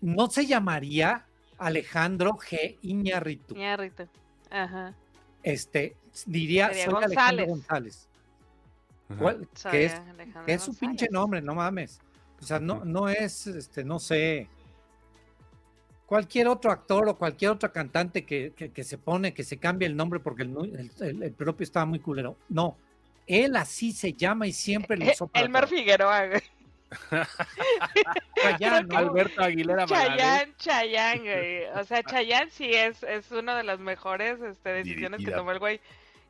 C: no se llamaría Alejandro G Iñárritu
B: Iñárritu. Ajá.
C: este diría
B: Sería
C: soy Alejandro
B: González.
C: González
A: Ajá.
C: ¿Cuál-
B: Soy
C: que es
B: Alejandro
C: Que es su pinche
B: González.
C: nombre, no mames. O sea, no,
A: Ujú.
C: no es, este, no sé, cualquier otro actor o cualquier otro cantante que, que- que se pone, que se cambie el nombre porque el, nu- el- el- el propio estaba muy culero. No, él así se llama y siempre lo
B: *laughs* Eh,
C: usó para
B: Elmer
C: todo.
B: Figueroa, güey.
C: Chayanne,
B: creo que-
C: Albert-
A: Alberto Aguilera Valadez.
B: Chayán, Chayán,
A: *laughs*
B: güey. O sea, Chayán sí es, es una de las mejores este, decisiones que
A: Dirigida.
B: tomó el güey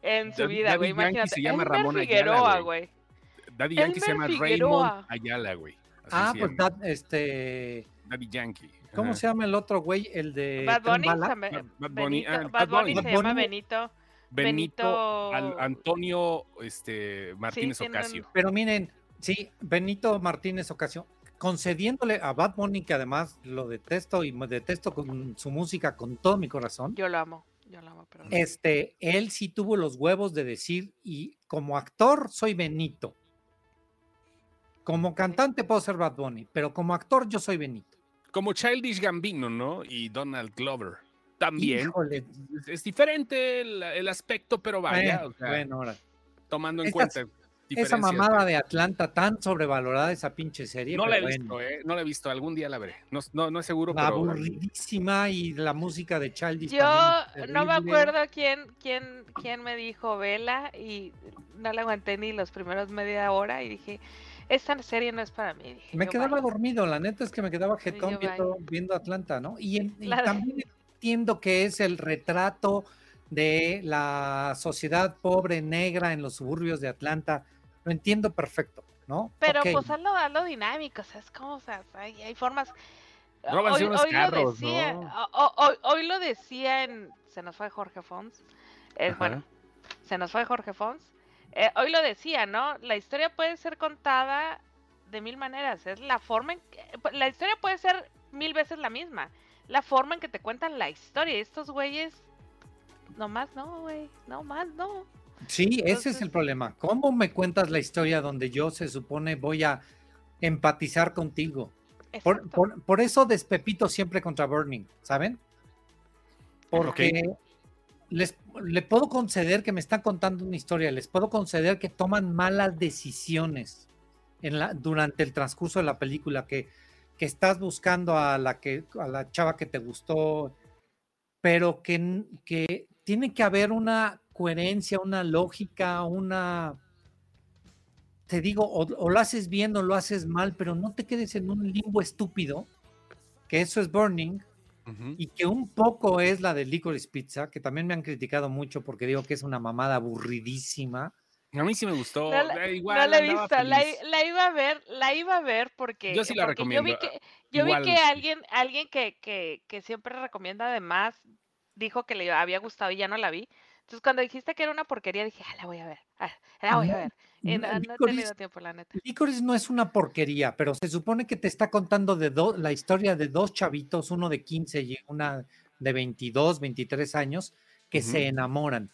B: en su
A: Dad-
B: vida, güey.
A: Daddy Yankee
B: Imagínate.
A: se llama
B: Elmer
A: Ramón Ayala,
B: Figueroa,
A: güey.
B: güey.
A: Daddy Yankee se llama
B: Elmer Figueroa.
A: Raymond Ayala, güey. Así
C: Ah,
A: se
C: pues,
A: llama.
C: da- este,
A: Daddy Yankee.
C: ¿cómo
A: ajá.
C: se llama el otro güey? El
A: Eh,
C: de
B: Bad Bunny,
C: Tren Bala.
B: se llama-
A: Bad- Bad Bunny,
B: Benito-
A: ah,
B: Bad
A: Bad
B: Bunny
A: Bunny.
B: se llama
C: Bad Bunny.
B: Benito.
A: Benito, Al-
B: Benito-
A: Antonio este, Martínez
B: tiene un-
A: Ocasio.
C: Pero miren, sí, Benito Martínez Ocasio, concediéndole a Bad Bunny, que además lo detesto y me detesto con su música con todo mi corazón,
B: Yo lo amo, yo lo amo, pero...
C: este, él sí tuvo los huevos de decir, y como actor soy Benito. Como cantante puedo ser Bad Bunny, pero como actor yo soy Benito.
A: Como Childish Gambino, ¿no? Y Donald Glover. También.
C: Híjole,
A: Es- Es diferente el, el aspecto, pero vaya,
C: bueno,
A: o sea,
C: bueno, ahora.
A: tomando en
C: Esas-
A: cuenta.
C: Esa
A: diferencias.
C: mamada de Atlanta tan sobrevalorada, esa pinche serie.
A: No la
C: pero
A: he
C: bueno.
A: visto, ¿eh? No la he visto. Algún día la veré. No, no, no es seguro, pero.
C: aburridísima y la música de Childish
B: Yo
C: también es
B: no me
C: terrible.
B: acuerdo quién, quién, quién me dijo vela y no la aguanté ni los primeros media hora y dije, esta serie no es para mí. dije,
C: Me
B: yo,
C: quedaba
B: "Bye".
C: dormido, la neta es que me quedaba
B: Sí,
C: jetón
B: yo
C: viendo, viendo Atlanta, ¿no? Y, en- y
B: Claro.
C: también entiendo que es el retrato de la sociedad pobre negra en los suburbios de Atlanta. Lo entiendo perfecto, ¿no?
B: Pero
C: Ok,
B: pues hazlo, hazlo dinámico, o sea, es como, o sea, hay, hay formas...
A: Róbanse unos
B: lo
A: carros,
B: decía,
A: ¿no?
B: ho- ho- hoy, hoy lo decía en... Se nos fue Jorge Fons. eh,
A: Ajá.
B: bueno, se nos fue Jorge Fons. Eh, hoy lo decía, ¿no? La historia puede ser contada de mil maneras. Es la forma en que, eh, la historia puede ser mil veces la misma. La forma en que te cuentan la historia. Estos güeyes, nomás no, güey. Nomás no.
C: Sí, ese es
B: entonces-
C: el problema. ¿Cómo me cuentas la historia donde yo se supone voy a empatizar contigo? Por,
B: Exacto.
C: por- por eso despepito siempre contra Burning, ¿saben? Porque les, le puedo conceder que me están contando una historia, les puedo conceder que toman malas decisiones en la, durante el transcurso de la película, que, que estás buscando a la, que, a la chava que te gustó, pero que, n- que tiene que haber una coherencia, una lógica, una... Te digo, o, o lo haces bien o lo haces mal, pero no te quedes en un limbo estúpido, que eso es Burning,
A: Ujú.
C: y que un poco es la de Licorice Pizza, que también me han criticado mucho porque digo que es una mamada aburridísima.
A: A mí sí me gustó.
B: No la-
A: eh, igual,
B: No la he
A: andaba
B: visto, la,
A: feliz.
B: la iba a ver, la iba a ver porque
A: Yo sí la
B: porque Yo vi
A: recomiendo,
B: que, yo
A: igual.
B: vi que alguien, alguien que, que, que siempre recomienda además dijo que le había gustado y ya no la vi. Entonces cuando dijiste que era una porquería dije, ah, la voy a ver, ah, la voy a
C: No,
B: ver. Y Eh, no, no he tenido
C: Licorice,
B: tiempo, la neta.
C: Licorice no es una porquería, pero se supone que te está contando de do- la historia de dos chavitos, uno de 15 y una de 22, 23 años, que se
A: Ujú.
C: enamoran.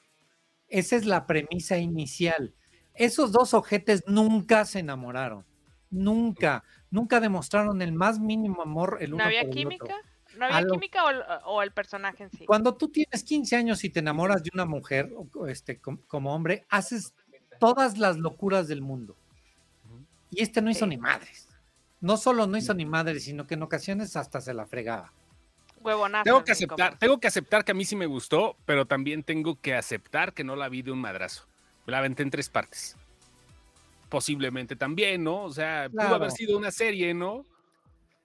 C: Esa es la premisa inicial. Esos dos ojetes nunca se enamoraron. Nunca, nunca demostraron el más mínimo amor el uno
B: ¿No había
C: por el otro.
B: química? ¿No
C: A
B: había
C: lo-
B: química o, l- o el personaje en sí?
C: Cuando tú tienes 15 años y te enamoras de una mujer, o- o este, com- como hombre, haces todas las locuras del mundo.
A: Ujú.
C: Y este no hizo
B: Sí.
C: ni madres. No solo no hizo ni madres, sino que en ocasiones hasta se la fregaba.
B: Huevonazo.
A: Tengo que
B: mi
A: aceptar,
B: compa.
A: tengo que aceptar que a mí sí me gustó, pero también tengo que aceptar que no la vi de un madrazo. Me la aventé en tres partes. Posiblemente también, ¿no? O sea, pudo
C: Claro.
A: haber sido una serie, ¿no?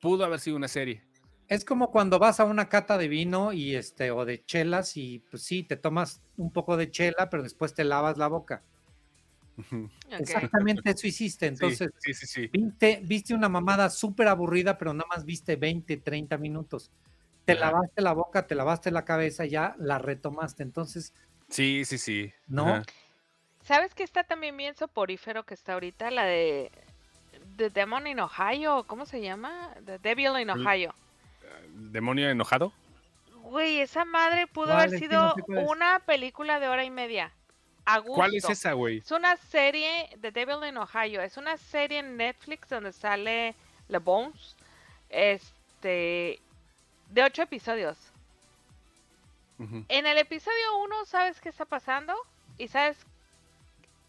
A: Pudo haber sido una serie.
C: Es como cuando vas a una cata de vino y este o de chelas y pues sí, te tomas un poco de chela, pero después te lavas la boca.
B: Ok.
C: Exactamente eso hiciste. Entonces,
A: sí, sí, sí. sí.
C: viste, viste una mamada súper aburrida, pero nada más viste 20, 30 minutos. Te
A: Ajá.
C: lavaste la boca, te lavaste la cabeza, ya la retomaste. Entonces,
A: Sí, sí, sí.
C: No.
A: Ajá.
B: ¿Sabes que está también bien soporífero que está ahorita? La de The Demon in Ohio, ¿cómo se llama? The Devil in
A: L-
B: Ohio.
A: ¿Demonio enojado?
B: Güey, esa madre pudo
C: ¿Cuál
B: haber
C: es? Sí,
B: sido
C: no sé cuál es.
B: una película de hora y media. A gusto.
A: ¿Cuál es esa, güey?
B: Es una serie de Devil in Ohio. Es una serie en Netflix donde sale Le Bones. Este. De ocho episodios.
A: Ujú.
B: En el episodio 1 sabes qué está pasando y sabes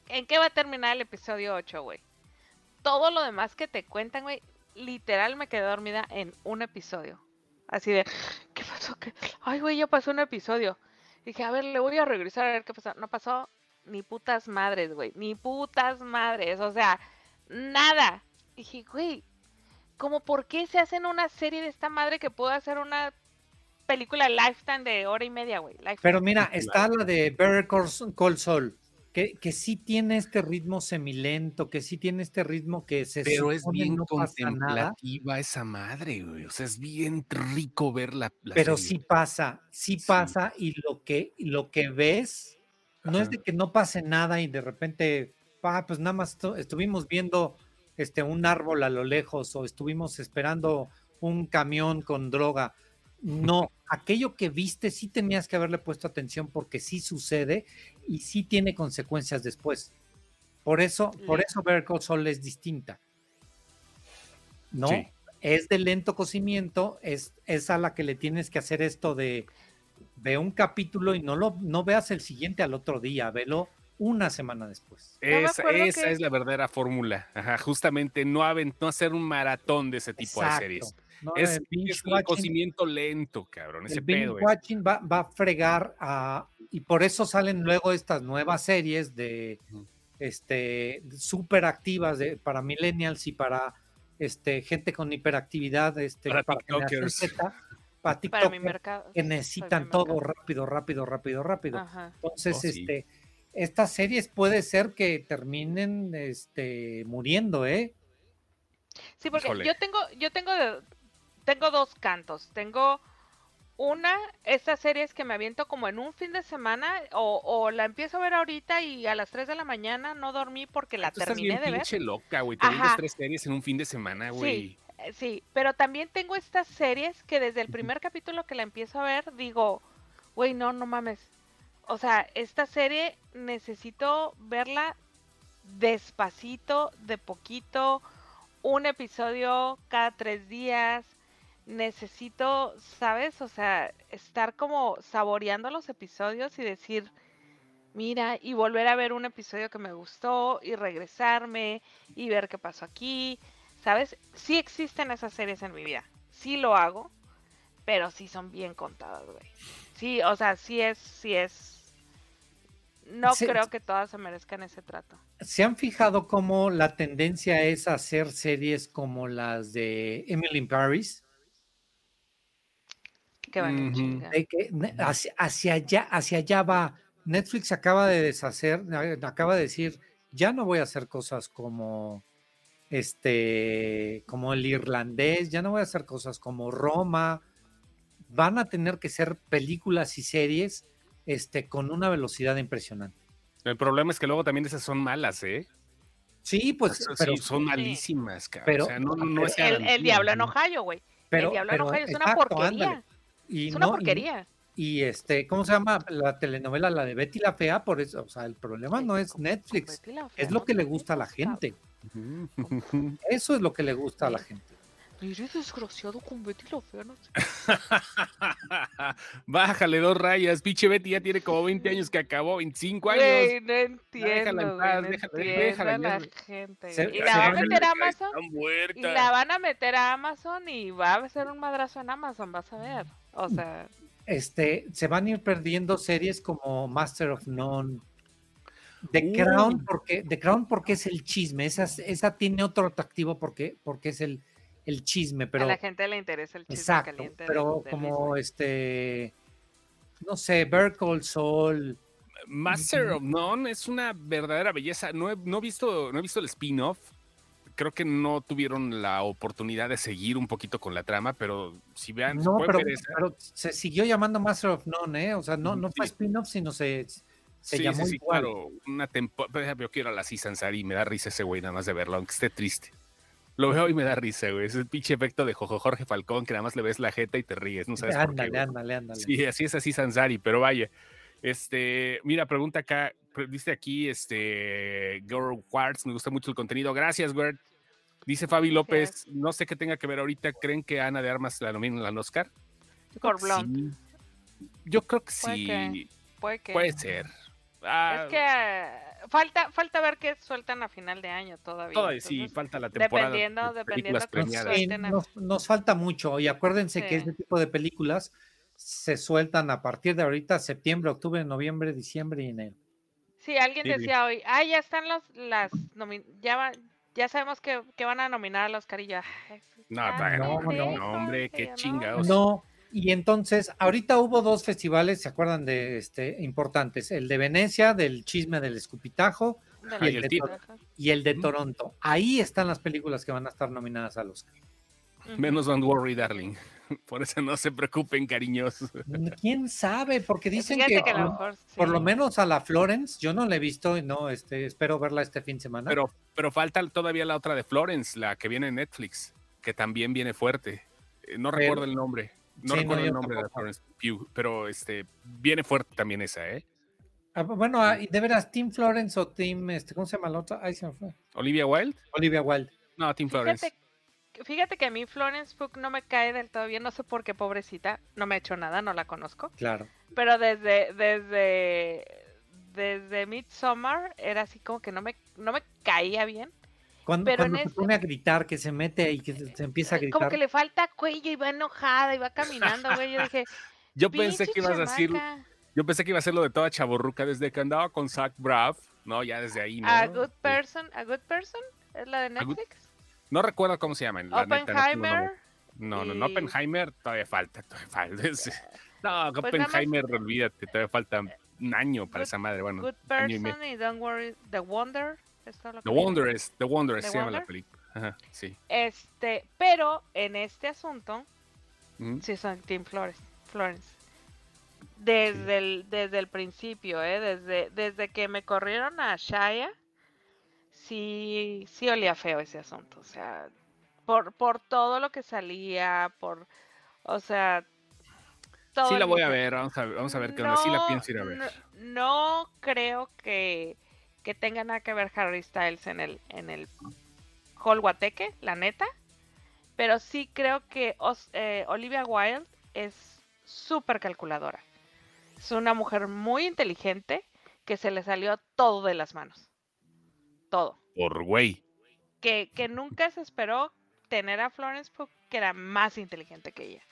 B: en qué va a terminar el episodio 8, güey. Todo lo demás que te cuentan, güey, literal me quedé dormida en un episodio. Así de, ¿qué pasó? ¿Qué? Ay, güey, ya pasó un episodio. Dije, a ver, le voy a regresar a ver qué pasó. No pasó ni putas madres, güey, ni putas madres, o sea, nada. Dije, güey, ¿cómo por qué se hacen una serie de esta madre que pudo hacer una película lifetime de hora y media, güey? Lifetime.
C: pero mira, está la de Better Call S- Call Saul, que, que sí tiene este ritmo semilento, que sí tiene este ritmo que se
A: Pero es
C: supone
A: bien
C: no pasa nada,
A: contemplativa esa madre, güey. O sea, es bien rico ver la, la
C: pero
A: serie.
C: sí pasa, sí
A: Sí.
C: pasa y lo que, y lo que ves no es
A: Ajá.
C: de que no pase nada y de repente, ah, pues nada más estu- estuvimos viendo este, un árbol a lo lejos o estuvimos esperando un camión con droga.
A: *laughs*
C: No, aquello que viste sí tenías que haberle puesto atención porque sí sucede y sí tiene consecuencias después. Por eso, por
B: Le-
C: eso Better Call Saul es distinta. ¿No?
A: Sí.
C: Es de lento cocimiento, es, es a la que le tienes que hacer esto de ve un capítulo y no lo no veas el siguiente al otro día, velo una semana después.
B: No me
A: Esa,
B: acuerdo
A: esa
B: que-
A: es la verdadera fórmula. Ajá, justamente no, aven- no hacer un maratón de ese Este tipo de
C: Exacto,
A: series.
C: ¿no?
A: Es,
C: el binge
A: es un
C: watching,
A: cocimiento lento, cabrón.
C: el
A: Ese
C: binge
A: pedo. eh.
C: watching va, va a fregar a, y por eso salen luego estas nuevas series de
A: Ujú.
C: este súper activas de, para millennials y para este gente con hiperactividad, este
A: Para
C: generación
A: tiktokers.
C: Z, para
B: Para mi
C: tiktokers,
B: mercado.
C: que
B: soy mi
C: necesitan
B: mercado.
C: todo rápido, rápido, rápido, rápido.
B: Ajá.
C: Entonces,
A: Oh, sí.
C: este, estas series puede ser que terminen este, muriendo, ¿eh?
B: Sí, porque
A: Híjole.
B: yo tengo, yo tengo, de- tengo dos cantos. Tengo una, estas series que me aviento como en un fin de semana, o, o la empiezo a ver ahorita y a las 3 de la mañana no dormí porque la
A: Ah, Tú estás
B: terminé
A: bien
B: de ver.
A: pinche loca, güey. Te
B: Ajá.
A: vienes tres series en un fin de semana, güey.
B: Eh, Sí, pero también tengo estas series que desde el primer capítulo que la empiezo a ver digo, güey, no, no mames. O sea, esta serie necesito verla despacito, de poquito, un episodio cada tres días. Necesito, ¿sabes? O sea, estar como saboreando los episodios y decir, mira, y volver a ver un episodio que me gustó y regresarme y ver qué pasó aquí. ¿Sabes? Sí existen esas series en mi vida. Sí lo hago, pero sí son bien contadas, güey. Sí, o sea, sí es, sí es. No
C: Sí.
B: creo que todas se merezcan ese trato.
C: ¿Se han fijado cómo la tendencia es hacer series como las de Emily in Paris?
B: Que van en
A: Ujú.
B: chinga.
C: de que ne- hacia, hacia allá, hacia allá va. Netflix acaba de deshacer, eh, acaba de decir, ya no voy a hacer cosas como este, como el irlandés, ya no voy a hacer cosas como Roma. Van a tener que ser películas y series este, con una velocidad impresionante.
A: El problema es que luego también esas son malas, ¿eh?
C: Sí, pues,
A: Esas
C: pero,
A: sí, son malísimas, cabrón.
C: Pero-
A: o sea, no, no, no
C: pero-
A: es
B: el, el
A: garantía,
B: Diablo en
A: ¿no?
B: Ohio, güey.
C: pero,
B: el Diablo en
C: pero,
B: Ohio es una
C: exacto,
B: porquería.
C: ándale. Y
B: Es una
C: no- y-
B: porquería.
C: Y este, ¿cómo se llama? La telenovela, la de Betty la Fea, por eso, o sea, el problema no es Netflix, es lo que le gusta a la gente.
A: Ujú.
C: Eso es lo que le gusta a la gente.
B: Eres desgraciado con Betty la Fea. no sé.
A: *laughs* Bájale dos rayas. Pinche Betty ya tiene como 20 años que acabó, 25 años.
B: Güey, no entiendo.
A: en
B: güey,
A: paz,
B: no
A: déjala-
B: entiendo
A: déjala
B: a la
A: ya.
B: gente.
C: Se-
B: güey. y
C: se
B: la van
C: van
B: a
C: a
B: meter a
A: Ay,
B: Amazon.
A: está
B: Y
A: muerta.
B: la van a meter a Amazon y va a ser un madrazo en Amazon, vas a ver. O
C: Mm,
B: sea,
C: este, se van a ir perdiendo series como Master of None, The Crown, porque, The Crown porque es el chisme, esa, es- esa tiene otro atractivo porque, porque es el, el chisme, pero
B: a la gente le interesa el chisme
C: exacto,
B: caliente. de-
C: pero
B: de
C: como
B: Disney.
C: este, no sé, Better Call Saul,
A: Master of None es una verdadera belleza. No he, no he visto, no he visto el spin-off. Creo que no tuvieron la oportunidad de seguir un poquito con la trama, pero si vean,
C: no,
A: pueden
C: pero,
A: ver Ah, esa.
C: pero se siguió llamando Master of None, ¿eh? o sea, no, no fue
A: Sí.
C: spin-off, sino se, se
A: Sí, sí,
C: llamó
A: sí,
C: igual.
A: claro. Una temporada. Yo quiero a la Sansari y me da risa ese güey nada más de verlo, aunque esté triste. Lo veo y me da risa, güey. Es el pinche efecto de Jojo Jorge Falcón, que nada más le ves la jeta y te ríes. No sabes por qué.
C: ándale,
A: güey.
C: ándale, ándale.
A: Sí, así es así Sansari, pero vaya. Este, mira, pregunta acá, pre- dice aquí, este, Girl Quartz, me gusta mucho el contenido. Gracias, Gert. Dice Fabi López,
B: Gracias.
A: no sé qué tenga que ver ahorita, ¿creen que Ana de Armas la nominan al Oscar? Yo creo
B: Por
A: que
B: Blonde.
A: sí. Yo creo que
B: Puede
A: sí,
B: que, Puede que.
A: puede ser. Pues, Ah,
B: Es que eh, falta, falta ver qué sueltan a final de año todavía.
A: todavía sí,
B: entonces,
A: falta la temporada. de
B: pues, dependiendo- dependiendo
A: películas
B: cómo
C: Nos-
A: premiadas.
C: sí,
B: Suelten a-
C: nos, nos falta mucho y acuérdense que
B: Sí.
C: este tipo de películas se sueltan a partir de ahorita, septiembre, octubre, noviembre, diciembre y enero.
B: Sí, alguien
A: Sí, sí.
B: decía hoy, ah, ya están los, las, nomi- ya, va- ya sabemos que, que van a nominar al Oscar y yo, "Ay,
A: No,
B: ya
A: todavía
C: no,
B: me
C: no,
B: dijo",
A: no, hombre,
B: dije
A: qué
B: yo, "No".
A: chingados.
C: No, y entonces ahorita hubo dos festivales, ¿se acuerdan de este importantes? El de Venecia, del chisme del escupitajo
B: De
A: Ay,
B: la-
A: el tiro.
B: Ajá.
C: y el de
A: Ujú.
C: Toronto. Ahí están las películas que van a estar nominadas al Oscar.
B: Ujú.
A: Menos Don't Worry, Darling. *laughs* Por eso no se preocupen, cariñosos. *laughs*
C: ¿Quién sabe? Porque
B: Eh,
C: dicen
B: fíjate
C: que,
B: que a lo
C: por-
B: mejor
C: por lo
B: sí.
C: menos a la Florence, yo no la he visto, y no, este, espero verla este fin de semana.
A: Pero, pero falta todavía la otra de Florence, la que viene en Netflix, que también viene fuerte. Eh, No
C: Pero-
A: recuerdo el nombre. No
C: Sí, no,
A: recuerdo
C: yo
A: el nombre
C: tampoco.
A: de la Florence Pugh, pero este, viene fuerte también esa, ¿eh?
C: Ah, Bueno, ah, y de veras, Team Florence o Team, este, ¿cómo se llama la otra? Ahí se me fue.
A: ¿Olivia Wilde?
C: Olivia Wilde.
A: No, Tim Florence.
B: Fíjate, fíjate que a mí Florence Pugh no me cae del todo bien, no sé por qué, pobrecita, no me ha hecho nada, no la conozco.
C: Claro.
B: Pero desde, desde, desde Midsommar era así como que no me, no me caía bien.
C: Cuando,
B: Pero
C: cuando
B: en
C: se
B: ese-
C: pone a gritar, que se mete y que se se empieza a
B: Ay, Como
C: gritar.
B: que le falta cuello y va enojada y va caminando, güey. Yo dije,
A: *laughs* Yo pensé que ibas a decir,
B: "Pinche
A: yo pensé que iba a ser lo de toda chaborruca desde que andaba con Zach Braff, ¿no? Ya desde ahí, ¿no?
B: chamaca". A Good
A: Sí.
B: Person, A Good Person, es la de
A: A Good-
B: Netflix.
A: No recuerdo cómo se llaman. la neta, no tengo nombre.
B: Oppenheimer.
A: No, no, no,
B: y-
A: Oppenheimer todavía falta, todavía falta. *laughs* ese. No,
B: Pues nada más-
A: Oppenheimer, olvídate, todavía falta un año para
B: Good-
A: esa madre. Bueno,
B: Good
A: año y medio.
B: Person y Don't Worry, The Wonder. es todo lo
A: The
B: que vi.
A: Wanderers, The Wanderers
B: The
A: se llama la
B: Wander?
A: película. Ajá, sí.
B: Este, pero en este asunto,
A: Ujú.
B: sí son Team Flores, Florence. Desde, el, desde el principio, ¿eh? desde, desde que me corrieron a Shaya, sí, sí olía feo ese asunto. O sea, por, por todo lo que salía, por, o sea, todo.
A: Sí la
B: el
A: voy a
B: video.
A: ver, vamos a ver, vamos a ver qué onda. Sí la
B: No,
A: pienso ir a ver.
B: No, no creo que, que tenga nada que ver Harry Styles en el, en el Hall Guateque, la neta. Pero sí creo que Os- eh, Olivia Wilde es súper calculadora. Es una mujer muy inteligente que se le salió todo de las manos. Todo.
A: Por güey.
B: Que, que nunca se esperó tener a Florence Pugh, que era más inteligente que ella.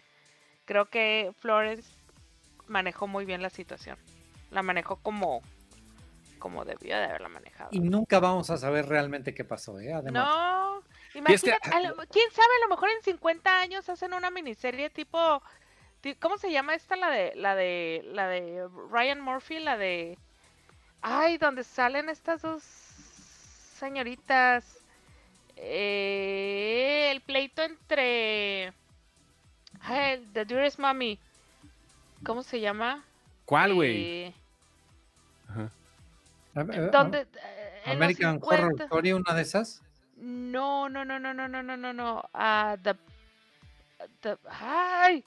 B: Creo que Florence manejó muy bien la situación. La manejó como, como debió de haberla manejado.
C: Y nunca vamos a saber realmente qué pasó, ¿eh? Además.
B: No,
A: Y es que- ah,
B: imagínate, a lo- quién sabe, a lo mejor en 50 años hacen una miniserie tipo, ti- ¿cómo se llama esta? La de, la de, la de Ryan Murphy, la de, ay, donde salen estas dos señoritas, eh, el pleito entre, ay, el The Dearest Mommy, ¿cómo se llama?
A: ¿Cuál, güey?
B: Eh,
A: Ajá.
C: Eh,
B: donde,
C: eh,
B: eh, en los
C: American Horror
B: 50.
C: Story, una de esas.
B: No, no, no, no, no, no, no, no, no. Ah, the, the- ay,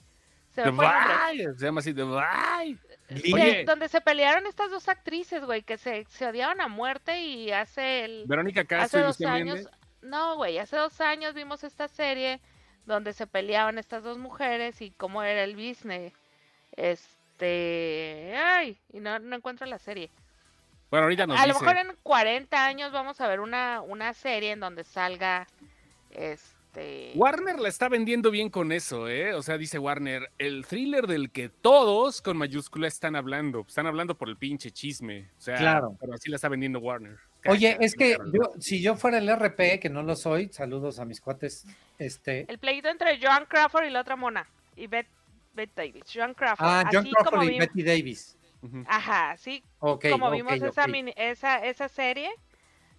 B: se
A: The
B: me fue el nombre.
A: Vile, se llama así The Vile.
C: Glee.
B: Oye,
A: Oye.
B: donde se pelearon estas dos actrices, güey, que se, se odiaban a muerte y hace el,
A: Verónica Castro
B: hace
A: y
B: dos
A: Lucía
B: años,
A: Méndez.
B: no, güey, hace dos años vimos esta serie donde se peleaban estas dos mujeres y cómo era el business, este, ay, y no, no encuentro la serie.
A: Bueno, ahorita nos
B: a lo
A: dice.
B: mejor en 40 años vamos a ver una, una serie en donde salga este este...
A: Warner la está vendiendo bien con eso, ¿eh? O sea, dice Warner, el thriller del que todos con mayúscula están hablando. Están hablando por el pinche chisme. O sea,
C: Claro.
A: pero así la está vendiendo Warner.
C: Oye, es que yo, si yo fuera el RP, que no lo soy, saludos a mis cuates, este,
B: El pleito entre Joan Crawford y la otra mona. Y Beth, Beth Davis. Joan Crawford.
C: ah, John
B: así
C: Crawford
B: como
C: y
B: vi-
C: Betty Davis.
A: Ujú.
B: Ajá, así
C: Ok,
B: como
C: ok,
B: vimos esa,
C: ok.
B: mini- esa, esa serie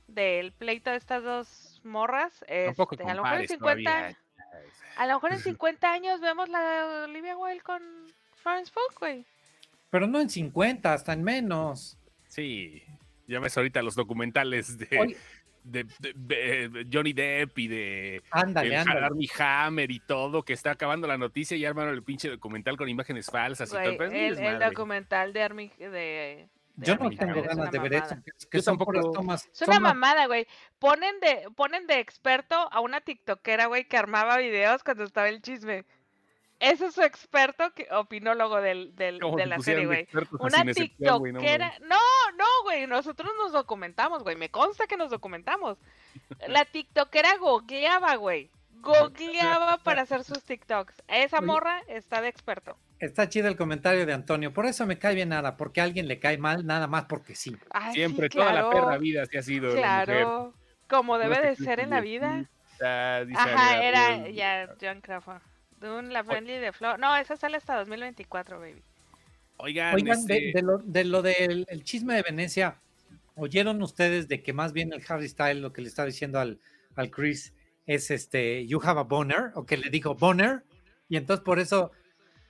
B: del pleito de estas dos morras.
A: Tampoco
B: este, a lo mejor en
A: compares
B: 50...
A: todavía.
B: A lo mejor en 50 años vemos la de Olivia Wilde con Florence Pugh, güey.
C: Pero no en 50, hasta en menos.
A: Sí. Ya ves ahorita los documentales de,
C: Oye,
A: de- de- de- de Johnny Depp y de
C: ándale,
A: el
C: ándale.
A: Armie Hammer y todo, que está acabando la noticia y armaron el pinche documental con imágenes falsas
B: Güey,
A: y todo. pero es un
B: el, el
A: desmadre.
B: documental de Armie. De, de
C: Yo no
B: Armie Hammer
C: tengo
B: es una
C: ganas de ver eso.
B: mamada.
C: que- Que
A: Yo
C: son puras
A: tampoco.
C: tomas.
B: Es una
C: son las-
B: mamada, güey. Ponen de, ponen de experto a una tiktokera, güey, que armaba videos cuando estaba el chisme. Ese es su experto, que, opinólogo del, del-
A: Como
B: de
A: si
B: la
A: pusieran
B: serie, güey.
A: expertos
B: Una
A: sin excepción, güey, no
B: tiktokera.
A: mames.
B: No, no, güey. Nosotros nos documentamos, güey. Me consta que
A: *laughs*
B: nos documentamos. La tiktokera googleaba, güey. Googleaba para hacer sus TikToks. Esa
C: Oye.
B: morra está de experto.
C: Está chido el comentario de Antonio. Por eso me cae bien nada, porque a alguien le cae mal, nada más porque sí.
B: Ay, sí,
A: Siempre, toda la
B: claro,
A: perra vida se ha sido. la mujer.
B: Claro. Como debe
A: Una
B: de ser en la vida.
A: feminista, dice
B: Ajá,
A: Ariel
B: era
A: Ariel.
B: ya John Crawford. Dune, la friendly de Flo. No, esa sale hasta 2024, baby.
A: Oigan,
C: Oigan,
A: este,
C: de, de lo, de lo del el chisme de Venecia, ¿oyeron ustedes de que más bien el Harry Styles lo que le está diciendo al, al Chris es este, you have a boner, o que le dijo boner, y entonces por eso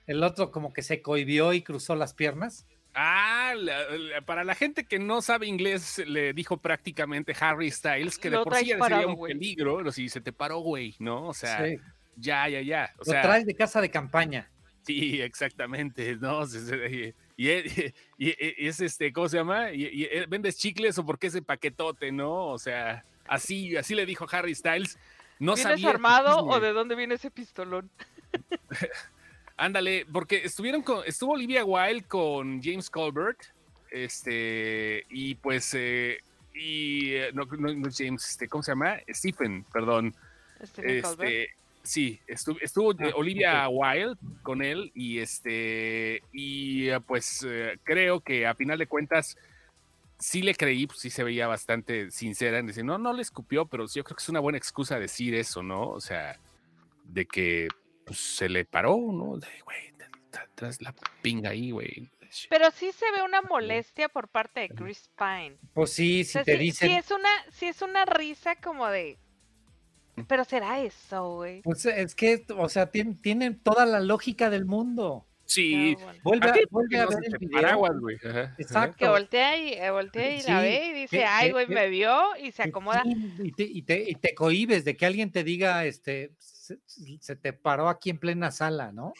C: el otro como que se cohibió y cruzó las piernas?
A: Ah, la- la- para la gente que no sabe inglés, le dijo prácticamente Harry Styles que de
B: Lo
A: por sí
B: traes
A: ya
B: parado,
A: sería un
B: güey.
A: peligro, pero si se te paró, güey, ¿no? O sea,
C: Sí,
A: ya, ya, ya. O
C: lo
A: sea,
C: traes de casa de campaña.
A: Sí, exactamente, ¿no? Se- se- Y, y- e, *laughs* y- y- y es este, ¿cómo se llama? Y, y- eh, ¿Vendes chicles o por qué ese paquetote, no? O sea, así, así le dijo Harry Styles. No
B: ¿Vienes
A: sabía.
B: armado
A: chisme.
B: o de dónde viene ese pistolón?
A: Ándale, porque estuvieron con, estuvo Olivia Wilde con James Colbert, este, y pues, eh, y eh, no, no- no James, este, ¿cómo se llama? Stephen, perdón.
B: Stephen Colbert.
A: Este, sí, estuvo, estuvo eh,
C: Ah,
A: Olivia Wilde con él y este y eh, pues eh, creo que a final de cuentas sí le creí, pues sí se veía bastante sincera en decir, no, no le escupió, pero sí, yo creo que es una buena excusa decir eso, ¿no? O sea, de que pues, se le paró, ¿no? De, güey, te- te- traes la pinga ahí, güey.
B: Pero sí se ve una molestia por parte de Chris Pine.
C: Pues sí,
B: O
C: si
B: sea,
C: te
B: sí, sí
C: dicen,
B: es una, sí es una risa como de. Pero será eso, güey.
C: pues es que, o sea, tien- tienen toda la lógica del mundo.
A: Sí,
B: Ah, bueno.
C: Vuelve a,
A: Aparte,
C: vuelve
A: que
C: a
A: no
C: ver
A: se
C: el
A: te
C: video.
A: paraguas, güey. ajá, ajá.
C: Exacto.
B: ¿eh? Que voltea y, eh, voltea y la
C: Sí,
B: ve y dice,
C: que-
B: ay,
C: que-
B: güey,
C: que-
B: me vio y se
C: Sí,
B: acomoda.
C: Y te, y, te, y te cohibes de que alguien te diga, este, se, se te paró aquí en plena sala, ¿no?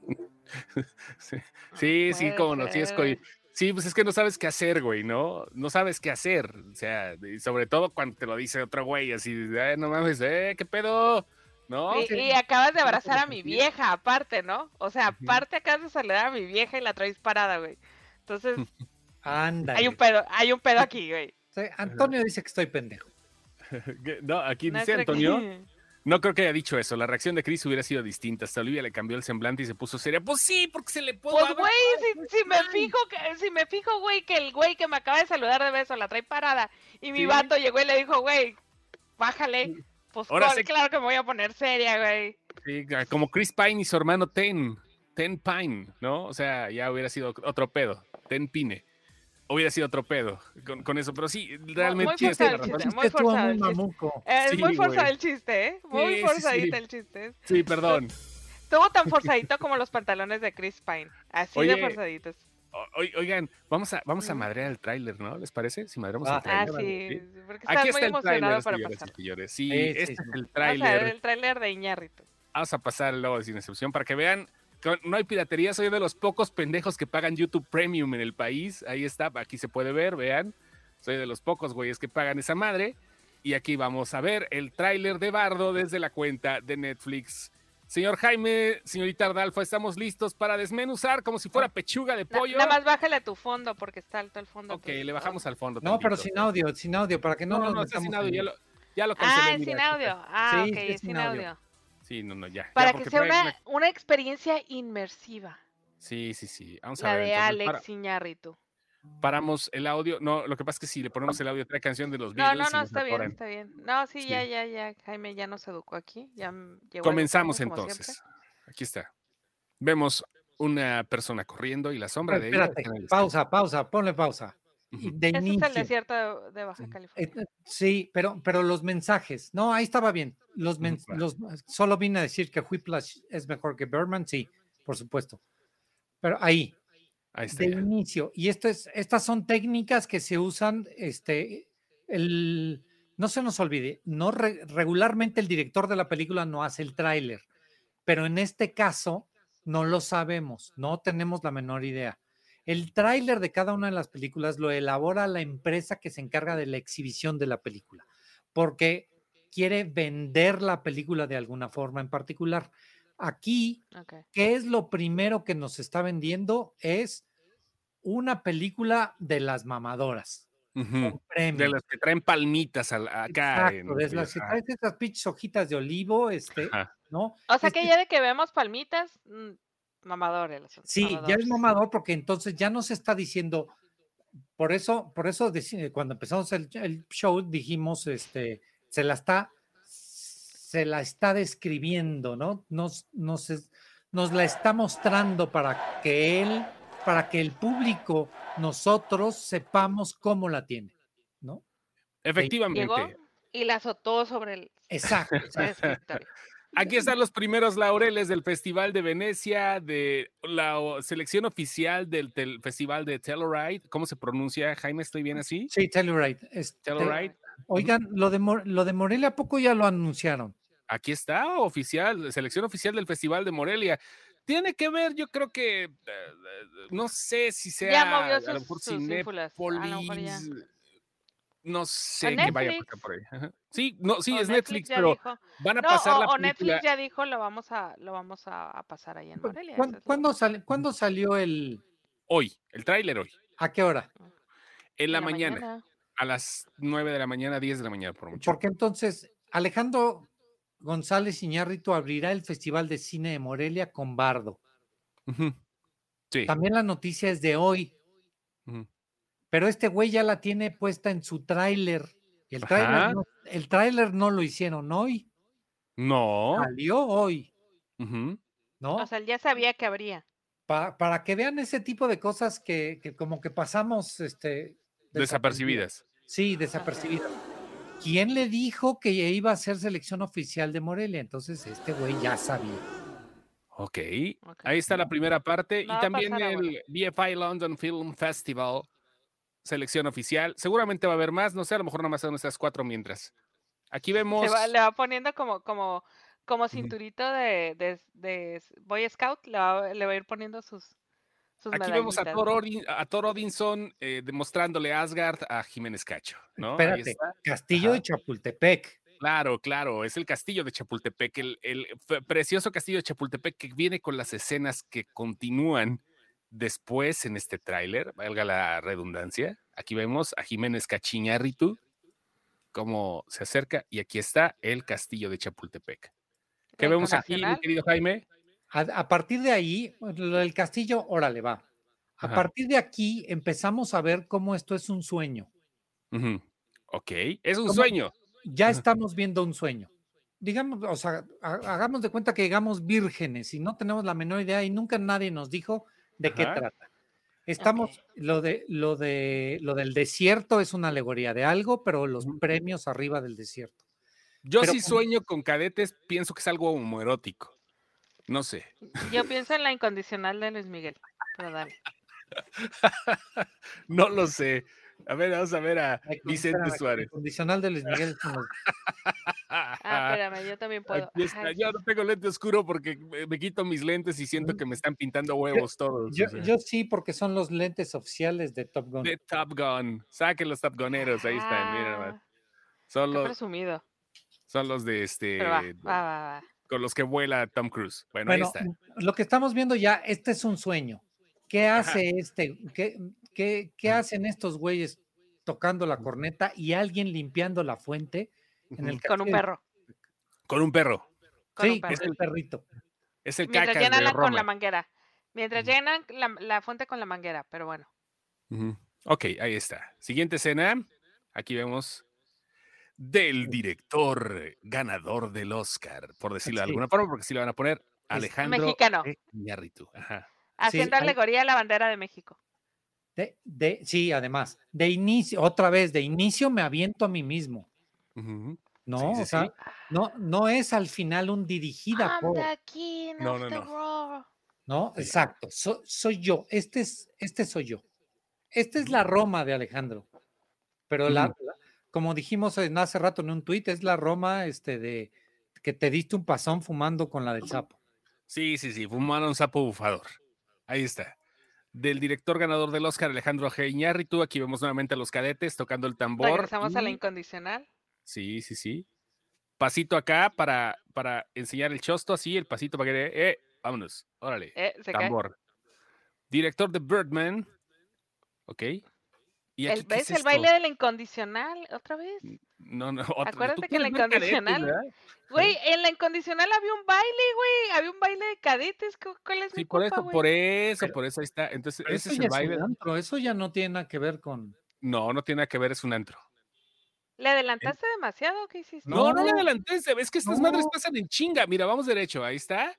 A: Sí,
B: *laughs*
A: sí, sí,
B: Puede
A: como no, sí es
B: ser,
A: coi-
B: güey.
A: Sí, pues es que no sabes qué hacer, güey, ¿no? No sabes qué hacer. O sea, y sobre todo cuando te lo dice otro güey, así, de, "Ay, no mames, ¿eh? ¿Qué pedo? ¿No?
B: Y,
C: sí.
B: y acabas de
C: Yo no
B: abrazar
C: lo
B: a mi
C: sentía.
B: vieja, aparte, ¿no? O sea,
A: Ujú.
B: aparte acabas de saludar a mi vieja y la traes parada, güey.
A: *laughs*
B: Entonces,
C: Anda.
B: hay un pedo, hay un pedo aquí, güey.
C: Antonio dice que estoy pendejo.
A: *laughs* Que- No, aquí
B: No
A: dice
B: creo que- *laughs*
A: Antonio. No creo que haya dicho eso. La reacción de Chris hubiera sido distinta. Hasta Olivia le cambió el semblante y se puso seria. Pues sí, porque se le pudo.
B: Pues
A: haber-
B: güey, si, si me fijo, que, si me fijo, güey, que el güey que me acaba de saludar de beso la trae parada y mi
A: Sí.
B: vato llegó y le dijo, güey, bájale. Pues
A: Ahora
B: col-
A: sí.
B: claro que me voy a poner seria, güey.
A: Sí, como Chris Pine y su hermano Ten. Ten Pine, ¿no? O sea, ya hubiera sido otro pedo. Ten Pine. Hubiera sido otro pedo con, con eso. Pero sí, realmente
B: muy
A: sí,
B: forzado
A: tiene
B: el
A: razón.
B: chiste, muy
C: que estuvo
B: forzado
C: muy
B: el chiste.
C: mamuco.
B: Eh, Es
A: Sí,
B: muy forzado
A: güey.
B: el chiste, ¿eh?
A: Sí,
B: Muy
A: sí, sí.
B: forzadito el chiste.
A: Sí, perdón.
B: Estuvo
A: *laughs*
B: tan forzadito como los pantalones de Chris Pine. Así
A: Oye,
B: de forzaditos.
A: O- oi- oigan, vamos a, vamos a
B: Mm.
A: madrear el tráiler, ¿no? ¿Les parece? Si madreamos
C: Ah,
A: el
B: Ah,
A: tráiler.
B: sí,
A: ¿sí?
B: sí, porque estás
A: Aquí
B: muy
A: está el
B: emocionado
A: tráiler,
B: para
A: señores
B: pasar.
A: y señores. Sí,
C: Sí, sí,
A: este
C: sí.
A: es el
B: Vamos a ver
A: tráiler.
B: el tráiler de Iñarrito.
A: Vamos a pasar luego de Sin Excepción para que vean. que No hay piratería, soy de los pocos pendejos que pagan YouTube Premium en el país. Ahí está, aquí se puede ver, vean. Soy de los pocos güeyes que pagan esa madre. Y aquí vamos a ver el tráiler de Bardo desde la cuenta de Netflix. Señor Jaime, señorita Ardalfa, estamos listos para desmenuzar como si fuera
B: Ah.
A: pechuga de
B: Na-
A: pollo.
B: nada más bájale a tu fondo porque está alto el fondo.
A: ok, le bajamos al fondo.
C: No, pero
A: tantito.
C: sin audio, sin audio, para que no,
A: No, no,
C: nos
A: no, está
C: metamos
A: sin audio,
C: en-
A: ya lo- Ya lo cancelé.
B: Ah, es
A: mira,
B: sin
A: chicas.
B: audio. Ah,
C: Sí,
B: ok,
C: sí, es
B: es sin
C: sin audio.
B: audio.
A: Sí, no, no, ya. ya,
B: Para que
A: porque
B: sea
A: por ahí
B: una,
A: me-
B: una experiencia inmersiva.
A: Sí, sí, sí. Vamos a
B: La
A: ver.
B: de
A: entonces,
B: Alex
A: para-
B: Iñárritu.
A: paramos el audio. No, lo que pasa es que si le ponemos el audio trae canción de los
B: No,
A: Beatles.
B: no,
A: y
B: no,
A: nos
B: está bien,
A: atoran.
B: está bien. No, sí,
A: Sí.
B: ya, ya, ya. Jaime ya nos educó aquí. Ya m- llegó a
A: Comenzamos
B: educarnos, como
A: entonces. Aquí está. Vemos una persona corriendo y la sombra
C: Pero
A: de ella.
C: espérate,
A: está en el
C: pausa, pausa, ponle pausa.
A: Ujú.
B: siempre. Ese
C: De
B: es el
C: inicio.
B: desierto de- de Baja
A: Sí.
B: California.
C: Eh, eh, Sí, pero, pero los mensajes. No, ahí estaba bien. Los, men-
A: Ujú, va.
C: los solo vine a decir que Whiplash es mejor que Birdman, sí, por supuesto. Pero ahí,
A: Ahí está.
C: de
A: ya.
C: inicio. Y esto es, estas son técnicas que se usan, este, el, no se nos olvide, no re- regularmente el director de la película no hace el tráiler, pero en este caso no lo sabemos, no tenemos la menor idea. El tráiler de cada una de las películas lo elabora la empresa que se encarga de la exhibición de la película, porque quiere vender la película de alguna forma en particular. Aquí
A: eh,
B: Ok.
C: ¿qué es lo primero que nos está vendiendo? Es una película de las mamadoras.
A: Ujú.
C: con premio.
A: Mm, De las que traen palmitas al- acá.
C: Exacto,
A: en-
C: de las que
A: ajá,
C: traes esas pinches hojitas de olivo, este,
A: ajá.
C: ¿no?
B: O sea
C: Es
B: que
C: que-
B: ya de que vemos palmitas, mm, mamador el asunto,
C: Sí, ya
B: mamadores.
C: es mamador porque entonces ya nos está diciendo, por eso, por eso deci- cuando empezamos el, el show dijimos, este, se la está, se la está describiendo, ¿no? Nos, nos, es- nos la está mostrando para que él, para que el público, nosotros sepamos cómo la tiene, ¿no?
A: Efectivamente.
B: Llegó y la azotó
A: *laughs*
B: sobre el
C: Exacto. o sea,
B: escritorio.
A: Aquí están los primeros laureles del Festival de Venecia, de la o- selección oficial del tel- Festival de Telluride. ¿Cómo se pronuncia, Jaime? ¿Estoy bien así?
C: Sí, Telluride. este,
A: Telluride.
C: oigan, lo de, Mor- lo de Morelia, ¿a poco ya lo anunciaron?
A: Aquí está, oficial, selección oficial del Festival de Morelia. Tiene que ver, yo creo que, eh, eh, no sé si sea,
B: ya movió
A: a lo
B: sus,
A: mejor
B: sus ínfulas. A lo mejor ya.
A: Cinépolis, no sé
B: A
A: que vaya por acá
B: Netflix.
A: por ahí. Ajá. Sí, no, sí,
B: O
A: es Netflix,
B: ya
A: pero
B: dijo-
A: van a
B: No,
A: pasar
B: o,
A: la
B: o
A: película.
B: Netflix ya dijo lo vamos a lo vamos a, a pasar ahí en
C: ¿Cu-
B: Morelia.
C: cuán-
B: esa es la-
C: ¿Cuándo, sal- ¿Cuándo salió el,
A: Hoy, el tráiler hoy,
C: a qué hora?
A: en la, mañana, a las 9 de la mañana, 10 de la mañana por mucho.
C: Porque entonces Alejandro González Iñárritu abrirá el Festival de Cine de Morelia con Bardo.
A: Ujú. Sí.
C: También la noticia es de hoy,
A: ujú.
C: pero este güey ya la tiene puesta en su tráiler. El tráiler
A: Ajá.
C: no, el tráiler no lo hicieron hoy,
A: No.
C: salió hoy,
A: ujú.
C: ¿no?
A: Oh.
B: O sea, él ya sabía que habría.
C: Pa- para que vean ese tipo de cosas que, que como que pasamos este,
A: Desapercibidas.
C: Sí, desapercibida. ¿Quién le dijo que iba a ser selección oficial de Morelia? Entonces este güey ya sabía.
A: Ok.
B: Ok.
A: Ahí está la primera parte.
B: No va
A: y
B: a
A: también
B: pasar ahora.
A: el BFI London Film Festival, selección oficial. Seguramente va a haber más. No sé, a lo mejor nomás son estas cuatro mientras. Aquí
B: Se
A: vemos.
B: va- le va poniendo como como como cinturito de, de, de Boy Scout, le va, le va a ir poniendo sus sus
A: Aquí vemos a
B: medallitas,
A: Thor,
B: ¿no?
A: Odin- a Thor Odinson eh, demostrándole a Asgard a Jiménez Cacho, ¿no? Ahí
C: Espérate,
A: está.
C: Castillo de
A: Ajá.
C: Chapultepec.
A: Claro, claro, es el castillo de Chapultepec, el, el fe- precioso castillo de Chapultepec que viene con las escenas que continúan después en este tráiler, valga la redundancia. Aquí vemos a Jiménez Cachiñarritu, cómo se acerca, y aquí está el castillo de Chapultepec. ¿Qué
B: El
A: vemos aquí, mi
B: Nacional.
A: querido Jaime?
C: A, a partir de ahí, pues, lo del castillo, órale, va. A
A: Ajá.
C: partir de aquí empezamos a ver cómo esto es un sueño.
A: Ujú. Ok, es un
C: ¿Cómo?
A: sueño.
C: Ya
A: Ajá.
C: estamos viendo un sueño. Digamos, o sea, ha- hagamos de cuenta que llegamos vírgenes y no tenemos la menor idea y nunca nadie nos dijo de qué
A: Ajá.
C: trata. Estamos, lo de, lo de, lo del desierto es una alegoría de algo, pero los
A: Ujú.
C: premios arriba del desierto.
A: Yo
C: Pero
A: sí
C: como-
A: sueño con cadetes, pienso que es algo homoerótico. No sé. *laughs*
B: Yo pienso en la incondicional de Luis Miguel. Pero dale.
A: No lo sé. A ver, vamos a ver a
C: Ay, con-
A: Vicente
C: espérame,
A: Suárez. *laughs*
C: Incondicional de Luis Miguel. es como-
B: Ah, espérame, yo también puedo.
A: Aquí está.
B: Ay,
A: Yo no tengo lente oscuro porque me, me quito mis lentes y siento
C: Ujú.
A: que me están pintando huevos todos. o
C: Yo,
A: sea.
C: yo sí, porque son los lentes oficiales de Top Gun.
A: De Top Gun. Saquen los Top Guneros. Ahí están. Miren nada más.
B: ah,
A: Son
B: qué
A: los,
B: presumido.
A: son los de este.
B: Pero va, va, va,
A: *laughs*
B: va.
A: Con los que vuela Tom Cruise. Bueno, ahí
C: Bueno,
A: está.
C: lo que estamos viendo ya, este es un sueño. ¿Qué
A: Ajá.
C: hace este? ¿Qué, qué, qué hacen estos güeyes tocando la corneta y alguien limpiando la fuente? en el
B: Con un
C: castillo.
B: perro.
A: Con un perro.
B: Con
C: sí,
B: un perro.
C: es el perrito.
A: Es el
B: Mientras
A: caca de
B: llenan la- con la
A: Roma.
B: manguera. Mientras
A: Ujú.
B: llenan la, la fuente con la manguera, pero bueno.
A: Ujú. Ok, ahí está. Siguiente escena. Aquí vemos del director ganador del Oscar, por decirlo de
C: Sí.
A: alguna forma, porque sí lo van a poner Alejandro
B: mexicano.
A: E. Iñárritu. Ajá.
B: Haciendo
C: ahí-
B: alegoría a la bandera de México.
C: De, de- sí, además, de inicio, otra vez, de inicio me aviento a mí mismo.
A: Ujú.
C: No,
A: Sí, sí,
C: o sea,
A: sí.
C: no, no es al final un dirigida
B: I'm
C: por,
B: the king
A: No,
B: of
A: no,
B: the
A: no.
B: world.
C: ¿no? Exacto, so- soy yo, este es, este soy yo. Esta es la Roma de Alejandro. Pero la,
A: Ujú.
C: la- como dijimos en- hace rato en un tuit, es la Roma este de que te diste un pasón fumando con la del sapo.
A: Sí, sí, sí, fumaron sapo bufador. Ahí está. Del director ganador del Oscar, Alejandro G. Iñárritu. Aquí vemos nuevamente a los cadetes tocando el tambor.
B: Regresamos a la
A: y-
B: incondicional.
A: Sí, sí, sí. Pasito acá para, para enseñar el chosto, así, el pasito para que... Eh, vámonos, órale.
B: Eh, se cae.
A: tambor. Director de Birdman. Ok. ¿Y aquí
B: El,
A: qué es
B: ¿Ves el
A: esto? Mm,
B: baile de la incondicional? ¿Otra vez?
A: No, no, otra-
B: Acuérdate
A: tú
B: que en la
A: quieres ver cadetes,
B: incondicional-
A: ¿verdad?
B: Güey,
A: ¿eh?
B: en la incondicional había un baile, güey. Había un baile de cadetes. ¿cu- ¿Cuál es
A: Sí,
B: mi
A: por
B: culpa,
A: eso,
B: güey?
A: por eso,
C: Pero-
A: por eso ahí está. Entonces,
C: Pero
A: ese
C: eso
A: es
C: ya
A: el
C: es un
A: baile.
C: antro, eso ya no tiene nada que ver con.
A: No, no tiene nada que ver, es un antro.
B: ¿Le adelantaste demasiado? o ¿Qué hiciste?
A: No, no le
C: No,
A: adelanté, se- es que estas madres
C: no.
A: pasan en chinga. Mira, vamos derecho, ahí está.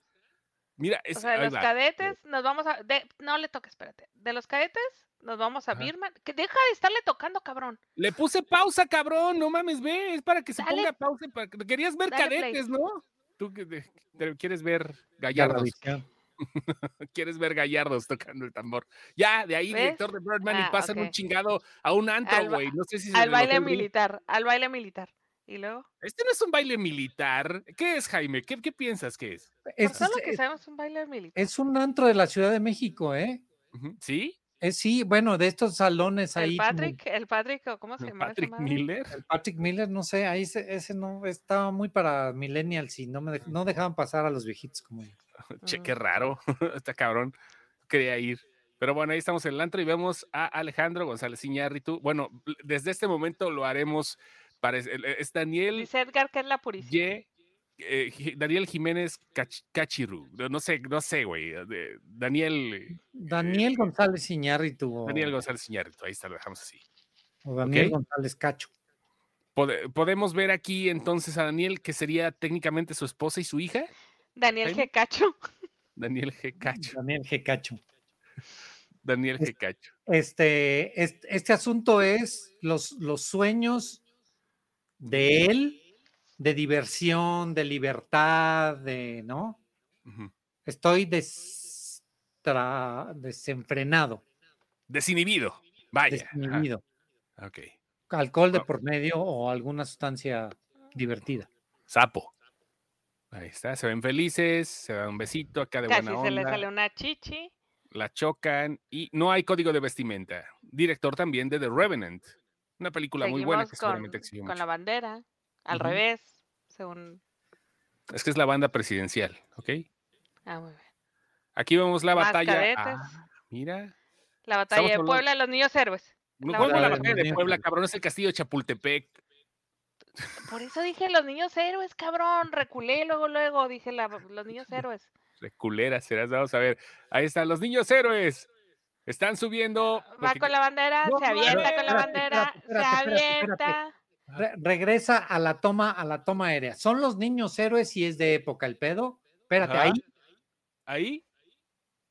A: Mira, es,
B: O sea, de
A: ahí
B: los
A: va. eh.
B: cadetes nos vamos a... de- no le toques, espérate. De los cadetes nos vamos a
A: Ajá.
B: Birman. Que deja de estarle tocando, cabrón.
A: Le puse pausa, cabrón, no mames, ve, es para que se
B: Dale-
A: ponga pausa. para que- Querías ver
B: dale play.
A: cadetes, ¿no? Tú que te- te- quieres ver
C: Ya la
A: gallardos. *laughs*
C: visión.
A: quieres ver gallardos tocando el tambor. Ya, de ahí,
B: ¿Ves?
A: director de Birdman,
B: Ah,
A: y pasan
B: ok.
A: un chingado a un antro,
B: Al ba-
A: güey. No sé si se
B: Al
A: les
B: baile
A: bajó el ring.
B: militar, al baile militar. Y luego,
A: Este no es un baile militar. ¿Qué es, Jaime? ¿Qué, qué piensas que es?
B: por
C: Es,
B: todo lo que
C: es-
B: sabemos, un baile militar.
C: es un antro de la Ciudad de México, ¿eh?
A: Ujú, ¿Sí?
C: Es sí, bueno, de estos salones ahí.
B: El
C: como
B: Patrick, el Patrick, o ¿cómo se llama? esa
A: *laughs* Patrick
B: madre?
A: Miller.
C: el Patrick Miller, no sé, ahí se- ese no estaba muy para millennials y no me dej- no dejaban pasar a los viejitos como yo.
B: Mm,
A: Che, qué raro. *laughs* Está cabrón. Quería ir. Pero bueno, ahí estamos en el antro y vemos a Alejandro González Iñárritu. Bueno, desde este momento lo haremos. para- Es Daniel
B: Dice Edgar que es la purísima.
A: Ye- eh, Ji- Daniel Jiménez Cach- Cachiru. No no sé, no sé, güey. de- Daniel,
C: Daniel González Iñárritu o
A: Eh, Daniel González Iñárritu. Ahí está, lo dejamos así.
C: o Daniel
A: ok.
C: González Cacho.
A: Pode- podemos ver aquí entonces a Daniel, que sería técnicamente su esposa y su hija.
B: Daniel
A: Jaime.
B: que *laughs* cacho.
A: Daniel G. Cacho.
C: Daniel G. Cacho.
A: Daniel G. Cacho.
C: Este, este, este asunto es los, los sueños de él, de diversión, de libertad, de, ¿no?
A: Ujú.
C: Estoy des- tra- desenfrenado,
A: Desinhibido. Vaya. ajá,
C: desinhibido.
A: Ok.
C: alcohol de
A: Ah.
C: por medio o alguna sustancia divertida.
A: Sapo. Ahí está. Se ven felices. Se dan un besito acá de
B: Casi
A: buena
B: se le
A: onda.
B: sale una chichi.
A: la chocan y no hay código de vestimenta. Director también de The Revenant, una película muy buena que
B: Seguimos con,
A: seguramente exigió
B: con
A: mucho.
B: la bandera. Al
A: Ujú.
B: revés, según...
A: Es que es la banda presidencial, ¿ok?
B: Ah, muy bien.
A: Aquí vemos la
B: Más
A: batalla.
B: cadetes.
A: Ah, mira.
B: La batalla de
A: hablando-
B: Puebla de los niños héroes.
A: No,
B: La
A: ¿cómo
B: batalla
A: la
B: de
A: batalla de
C: Revenant.
A: Puebla, cabrón? Es el castillo de Chapultepec.
B: Por eso dije los niños héroes, cabrón. Reculé luego, luego. Dije la- los niños héroes.
A: De culera, serás. Vamos a ver. Ahí están los niños héroes. Están subiendo. lo
B: Va
A: que-
B: con la bandera,
A: No,
B: se
A: no,
B: avienta
A: espérate,
B: con la
A: espérate,
B: bandera,
C: espérate, espérate,
B: se
C: espérate.
B: avienta.
A: Ah.
C: Re- regresa a la toma, a la toma aérea. ¿Son los niños héroes y es de época el pedo? Espérate,
A: Ajá.
C: ahí,
A: Ahí. *laughs*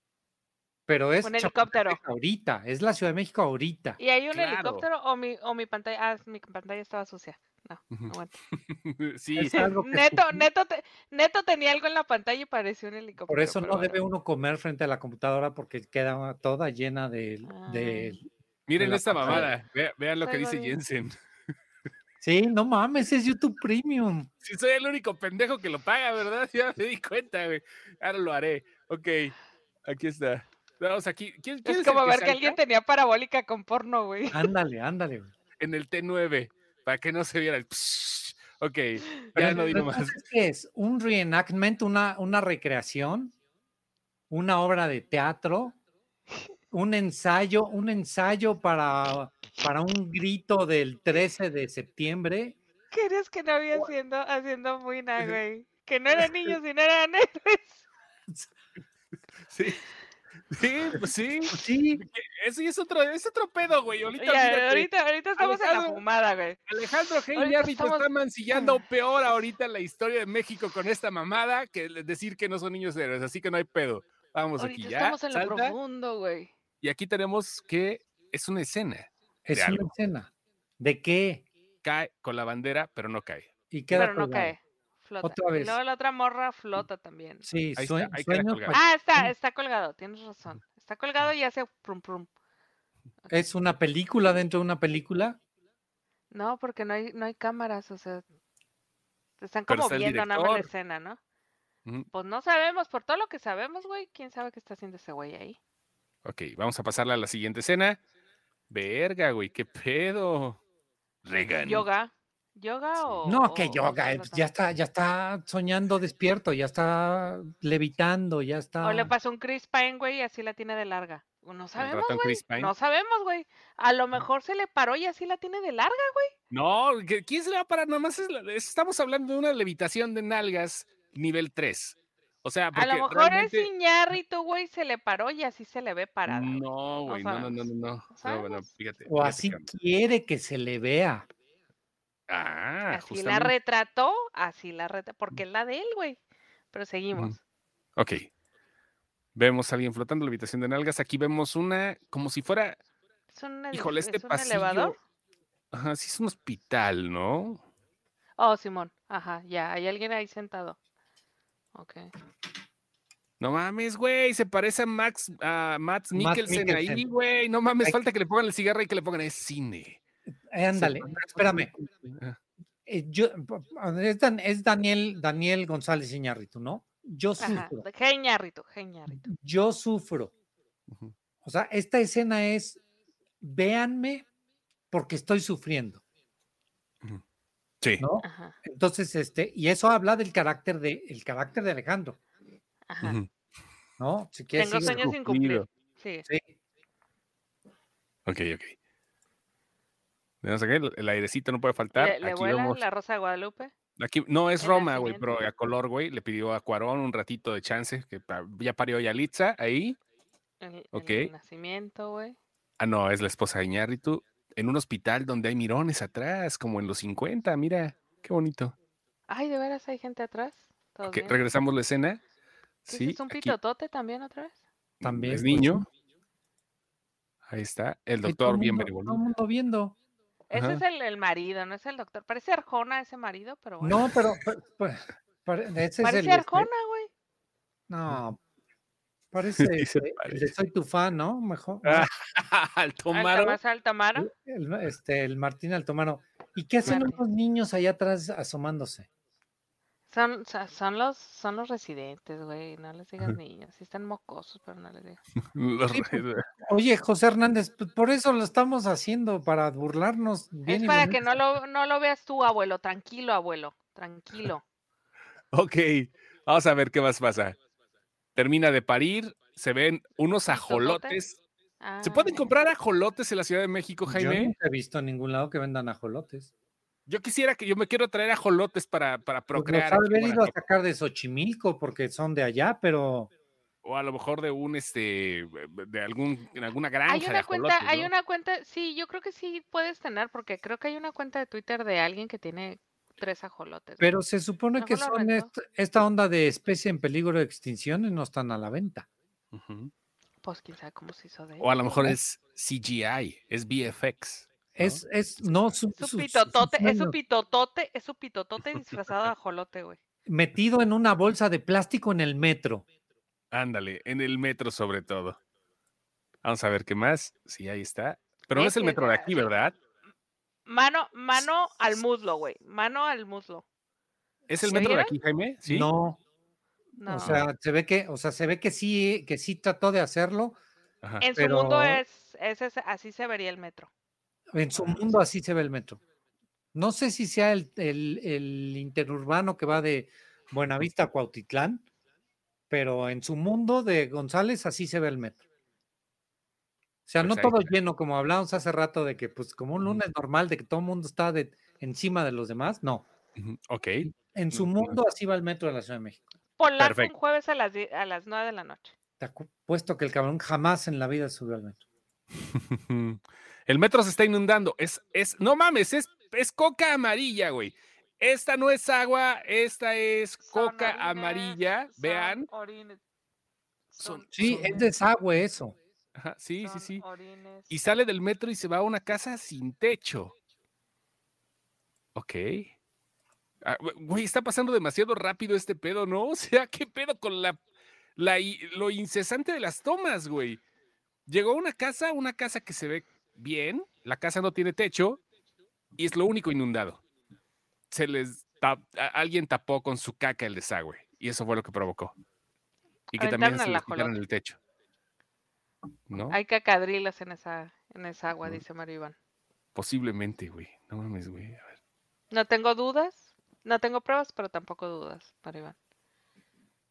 C: pero es
B: Un helicóptero.
C: Chapultepec ahorita, es la Ciudad de México ahorita.
B: Y hay un
A: Claro.
B: helicóptero o mi, o mi pantalla, ah, mi pantalla estaba sucia.
A: Ujú.
B: aguanta.
A: sí,
C: Es
B: *laughs*
C: algo que
B: Neto,
C: supo-
B: neto, te- neto tenía algo en la pantalla y parecía un helicóptero.
C: Por eso
B: pero
C: no
B: bueno.
C: debe uno comer frente a la computadora porque queda toda llena de, de-
A: miren
C: la
A: esta
C: pantalla.
A: mamada. Ve- vean lo que
B: Soy
A: dice
B: Godín.
A: Jensen. *laughs*
C: Sí, no mames, es YouTube Premium.
A: Si soy el único pendejo que lo paga, ¿verdad? *laughs* Ya me di cuenta, güey. Ahora lo haré. Ok, aquí está. Vamos aquí. ¿Quién, quién
B: Es
A: el
B: como ver que
A: salta
B: alguien tenía parabólica con porno, güey. *laughs*
C: Ándale, ándale. güey.
A: En el T9, para que no se viera el... psh.
B: *laughs*
A: Ok, ya
C: Pero
A: no digo más.
C: entonces, ¿qué es? ¿Un reenactment, una, una recreación? ¿Una obra de teatro? ¿Un ensayo? ¿Un ensayo para, para un grito del 13 de septiembre?
B: Que eres que no había haciendo, haciendo muy nada, güey. Que no
C: *laughs*
B: eran niños, sino eran héroes.
A: *laughs*
B: *laughs*
A: Sí. Sí, pues sí.
C: Sí,
A: Ese es otro, es otro pedo, güey. Ahorita,
B: Ya,
A: fíjate,
B: ahorita, ahorita estamos en la
A: Alejandro.
B: fumada, güey.
A: Alejandro Hey
B: Ahorita
A: Yardi te
B: estamos-
A: está
B: *laughs*
A: mancillando peor ahorita la historia de México con esta mamada que decir que no son niños héroes, así que no hay pedo. Vamos
B: Ahorita
A: aquí pues, ya.
B: estamos en lo
A: salta,
B: profundo, güey.
A: y aquí tenemos que es una escena.
C: es
A: de
C: una
A: algo.
C: escena. ¿De qué?
A: Cae con la bandera, pero no cae.
C: Y queda
B: Pero no
C: colgado.
B: cae. Flota.
C: Otra
B: Y
C: vez. Mm.
B: luego la otra morra flota también.
C: Sí, pues, mm.
A: Ahí está,
C: sue-
A: ahí queda
C: sueños
A: colgado.
C: pa-
B: Ah, está, está colgado, tienes razón. Está
C: Mm.
B: colgado y hace prum prum.
C: es una película dentro de una película.
B: No, porque no hay, no hay cámaras, o sea, te están
A: Pero
B: como
A: está el
B: viendo nada más la
A: director.
B: escena, ¿no?
A: Ujú.
B: Pues no sabemos, por todo lo que sabemos, güey, quién sabe qué está haciendo ese güey ahí.
A: Ok, vamos a pasarla a la siguiente escena. Verga, güey, qué pedo. Regan.
B: ¿Yoga? ¿Yoga o.?
C: No,
B: o-
C: que
B: o
C: yoga,
B: qué
C: eh,
B: onda?
C: ya está, ya está soñando despierto, ya está levitando, ya está.
B: O le pasó un Chris Pine, güey, y así la tiene de larga. No
A: El
B: sabemos,
A: ratón Chris Pine.
B: no sabemos, güey. A lo mejor se le paró y así la tiene de larga.
A: No, ¿qué- ¿quién se le va a parar? Nada más es la- es- estamos hablando de una levitación de nalgas nivel 3. O sea,
B: A
A: porque
B: lo mejor es
A: realmente-
B: Iñárritu, güey, se le paró y así se le ve parada. güey.
A: No, güey, no, no, no, no, no. No, bueno,
B: sabemos.
A: fíjate.
C: O
A: fíjate
C: así
A: que-
C: quiere que se le vea.
A: Ah,
B: así la
A: justamente.
B: retrató, así la retrató, porque es la de él, güey. Pero seguimos.
A: Ok. Vemos a alguien flotando la habitación de nalgas. Aquí vemos una, como si fuera,
B: Es un, ele-
A: híjole, este
B: es un
A: pasillo.
B: elevador.
A: Ajá, sí es un hospital, ¿no?
B: Oh, Simón. Ajá, ya. Hay alguien ahí sentado. Ok.
A: No mames, güey, se parece a Max, a Matt
C: Matt
A: Mikkelsen, ahí,
C: Mikkelsen.
A: güey. No mames,
C: Ay.
A: falta que le pongan el cigarro y que le pongan es cine.
C: Eh, ándale, espérame.
A: Ah,
C: eh, yo- es, Dan- es Daniel, Daniel González Iñárritu, ¿no? Yo
B: Ajá.
A: *laughs*
C: sufro,
B: Geniarrito, geniarrito.
C: yo sufro.
A: ujú.
C: O sea, esta escena es, véanme porque estoy sufriendo,
A: Sí.
C: ¿no?
B: Ajá,
C: Entonces, este, y eso habla del carácter de, el carácter de Alejandro,
B: ajá.
A: ujú.
C: ¿no? Si quieres,
B: Tengo
C: sigue.
B: sueños sin
A: Sufrido.
B: cumplir. Sí.
C: Sí.
A: Ok, ok. Vemos acá, el- el airecito no puede faltar.
B: Le, le
A: aquí
B: vuela
A: vemos.
B: la Rosa de Guadalupe.
A: Aquí, no, es
B: el
A: Roma, güey,
B: nacimiento.
A: pero a color, güey. Le pidió a Cuarón un ratito de chance, que pa- ya parió Yalitza ahí.
B: El, el
A: Ok.
B: nacimiento, güey.
A: Ah, no, es la esposa de Iñárritu. En un hospital donde hay mirones atrás, como en los 50, mira, qué bonito.
B: Ay, de veras hay gente atrás. ¿Todo
A: Ok,
B: bien?
A: regresamos la escena.
B: ¿Qué
A: Sí,
B: Pues es un
A: aquí-
B: pitotote también otra vez?
C: También,
A: Es
C: pues, sí.
A: niño. Ahí está. El
C: Ahí todo
A: doctor
C: el
A: bien
C: mundo- Todo el
A: benevolente.
C: mundo viendo.
B: Ese
A: Ajá.
B: es el, el marido, no es el doctor. Parece Arjona ese marido, pero bueno.
C: No, pero, pero- pero- pare- ese es el.
B: Parece
C: este,
B: Arjona, güey.
A: *laughs*
C: No. Parece
A: Sí se
C: este, el de
A: parece.
C: Soy tu fan, ¿no? Mejor.
A: Ah, *laughs* Al
B: Alta
A: *laughs* tomar.
B: más alta mano.
C: El, este, el Martín Altomano. ¿Y qué hacen
B: Martín.
C: unos niños allá atrás asomándose?
B: Son, so- son los, son los residentes, güey. No les digas niños. Sí están mocosos, pero no les digas.
C: Oye, José Hernández, p- por eso lo estamos haciendo, para burlarnos bien.
B: es
C: y
B: para
C: bonito.
B: que no lo, no lo veas tú, abuelo. Tranquilo, abuelo. Tranquilo.
A: *laughs* Ok, vamos a ver qué más pasa. Termina de parir, se ven unos ajolotes. ¿Se pueden
B: Ah,
A: comprar ajolotes en la Ciudad de México,
C: Yo
A: Jaime?
C: nunca he visto en ningún lado que vendan ajolotes.
A: Yo quisiera que yo me quiero traer ajolotes para, para
C: Pues
A: procrear.
C: los
A: aquí,
C: haber
A: bueno,
C: ido a sacar de Xochimilco porque son de allá, pero
A: o a lo mejor de un este de algún en alguna granja
B: Hay
A: de
B: una
A: ajolotes.
B: cuenta, hay
A: ¿no?
B: una cuenta, sí, yo creo que sí puedes tener, porque creo que hay una cuenta de Twitter de alguien que tiene tres ajolotes. güey.
C: Pero se supone que
B: Mejor lo
C: son
B: rento.
C: est- esta onda de especie en peligro de extinción y no están a la venta.
A: Ujú.
B: Pues quién sabe cómo se hizo de
A: O a lo mejor
C: ¿no?
A: es CGI, es VFX. ¿no?
C: Es, es, no, su,
B: Es
C: su- su-
B: un
C: su
B: pitotote, es un
C: sueño,
B: pitotote, es un pitotote disfrazado de ajolote, güey.
C: metido en una bolsa de plástico en el metro.
A: Ándale, en el metro sobre todo. Vamos a ver qué más. Sí, ahí está. Pero no es el
B: Ese
A: metro de
B: da-
A: aquí, ¿verdad?
B: Mano, mano al muslo, güey. Mano al muslo.
A: ¿Es el
B: ¿Sí
A: metro de
B: era?
A: aquí, Jaime? Sí.
C: No,
B: No.
C: o sea, se ve que, o sea, se ve que sí, que sí trató de hacerlo.
A: Ajá.
B: en su mundo
C: pero-
B: es, es ese- así se vería el metro.
C: En su mundo así se ve el metro. No sé si sea el, el- el interurbano que va de Buenavista a Cuautitlán, pero en su mundo de González así se ve el metro. sea, no
A: Pues ahí
C: todo
A: está.
C: lleno, como hablábamos hace rato, de que pues como un lunes normal, de que todo el mundo está de, encima de los demás, no.
A: Ujú, Ok.
C: En su
A: Ujú.
C: mundo así va el metro de la Ciudad de México.
B: Polaco
A: Perfecto.
B: un jueves a las, die- a las 9 de la noche.
C: Te apuesto que el cabrón jamás en la vida subió al metro.
A: *laughs* El metro se está inundando. Es, es, no mames, es, es coca amarilla, güey. Esta no es agua, esta es
B: Son
A: coca
B: orines,
A: amarilla.
B: son
A: Vean.
B: orines,
A: Son-
C: Sí,
A: son-
C: es desagüe eso.
A: Ajá, sí, sí,
B: son
A: sí.
B: orines.
A: Y sale del metro y se va a una casa sin techo. Ok. Ah, güe- Güey, está pasando demasiado rápido este pedo, ¿no? *laughs* O sea, ¿qué pedo con la, la i- lo incesante de las tomas, güey? Llegó a una casa, una casa que se ve bien, la casa no tiene techo y es lo único inundado. Se les tap- a- alguien tapó con su caca el desagüe y eso fue lo que provocó. Y que también
B: Aventaron
A: se
B: al
A: les quitaron
B: ajolote.
A: el techo. ¿No?
B: Hay cacadrilas en esa, en esa agua,
A: Ujú.
B: dice Mario Iván.
A: Posiblemente, güey. No mames, güey. A ver.
B: No tengo dudas, no tengo pruebas, pero tampoco dudas, Mario Iván.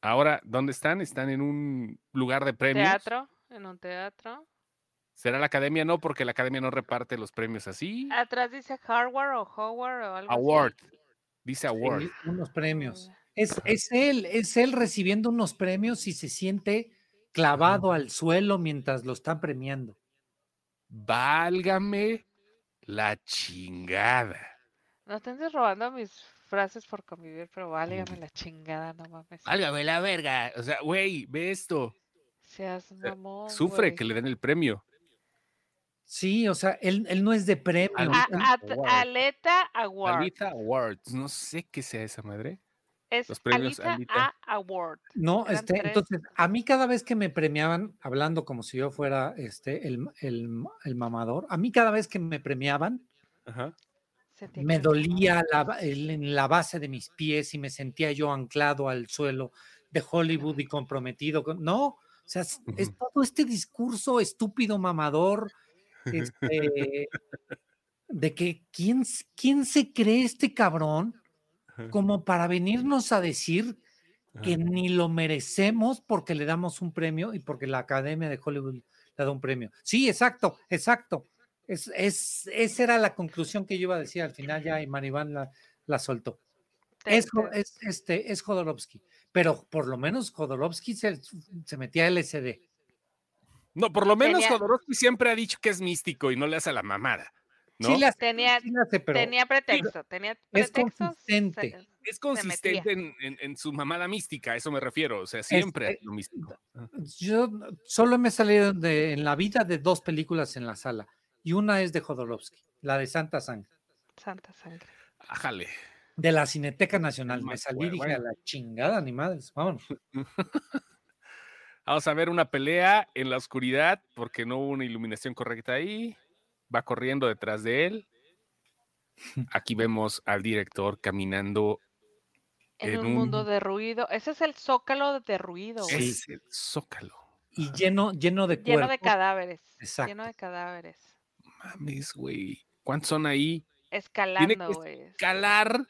A: Ahora, ¿dónde están? Están en un lugar de premios.
B: Teatro, en un teatro.
A: ¿Será la academia? No, porque la academia no reparte los premios así.
B: Atrás dice Hardware o Howard o Ah, algo así. Eh,
A: Award. Dice award.
C: Sí, unos premios.
B: Hola.
C: Es, es él, es él recibiendo unos premios y se siente clavado al suelo mientras lo están premiando.
A: Válgame la chingada.
B: No te andes robando mis frases por convivir, pero válgame la chingada, no mames.
A: Mm. Válgame la verga. O sea, güey, ve esto.
B: Seas mamón,
A: Sufre
B: güey.
A: que le den el premio.
C: Sí, o sea, él, él no es de premios.
B: A-
A: Alita
B: a-
A: Award.
B: Aleta Award.
A: Alita Awards. No sé qué sea esa madre.
B: es
A: los premios
B: Alita,
A: Alita.
B: A Award.
C: No,
B: Eran
C: este,
B: tres.
C: entonces, a mí cada vez que me premiaban, hablando como si yo fuera este, el, ma- el ma- el mamador, a mí cada vez que me premiaban,
A: Ajá.
B: Sentía
C: me
B: que los mamaba.
C: dolía la ba- el- en la base de mis pies y me sentía yo anclado al suelo de Hollywood y comprometido con... No, o sea, es, es todo este discurso estúpido mamador este, de que ¿quién, s- quién se cree este cabrón
A: Ajá.
C: como para venirnos a decir que
A: Ajá.
C: ni lo merecemos porque le damos un premio y porque la Academia de Hollywood le da un premio. Sí, exacto, exacto. Es, es, esa era la conclusión que yo iba a decir al final ya y Maribán la, la soltó.
B: Te-
C: Es, Jo-
B: te-
C: es, este, es Jodorowsky, pero por lo menos Jodorowsky se, se metía a LSD.
A: No, por lo menos
B: Tenía-
A: Jodorowsky siempre ha dicho que es místico y no le hace a la mamada. ¿no?
C: Sí, le hace-
B: Tenía-
C: sí le hace, pero
B: tenía pretexto, tenía
C: es
B: pretexto.
C: consistente.
B: se-
A: es
B: metía.
A: consistente en, en- en su mamada mística, a eso me refiero. O sea, siempre ha
C: Este,
A: sido místico. Ah,
C: yo no- solo me he salido de- en la vida de dos películas en la sala y una es de Jodorowsky, la de Santa Sangre.
B: Santa sangre.
A: Ájale.
C: De la Cineteca Nacional.
A: No me
C: Me salí y
A: acuerdo,
C: dije a
A: bueno.
C: la chingada, ni madres. Vámonos.
A: Vamos a ver una pelea en la oscuridad porque no hubo una iluminación correcta ahí. Va corriendo detrás de él. Aquí vemos al director caminando.
B: En,
A: En
B: un, mundo
A: un-
B: derruido. Ese es el zócalo derruido,
A: Ese
B: güey,
C: Sí.
A: es el zócalo. *laughs*
C: Y lleno, lleno de
B: lleno
C: cuerpos.
B: de cadáveres.
C: Exacto.
B: Lleno de cadáveres.
A: Mames, güey. ¿Cuántos son ahí?
B: Escalando, güey. es-
A: Calar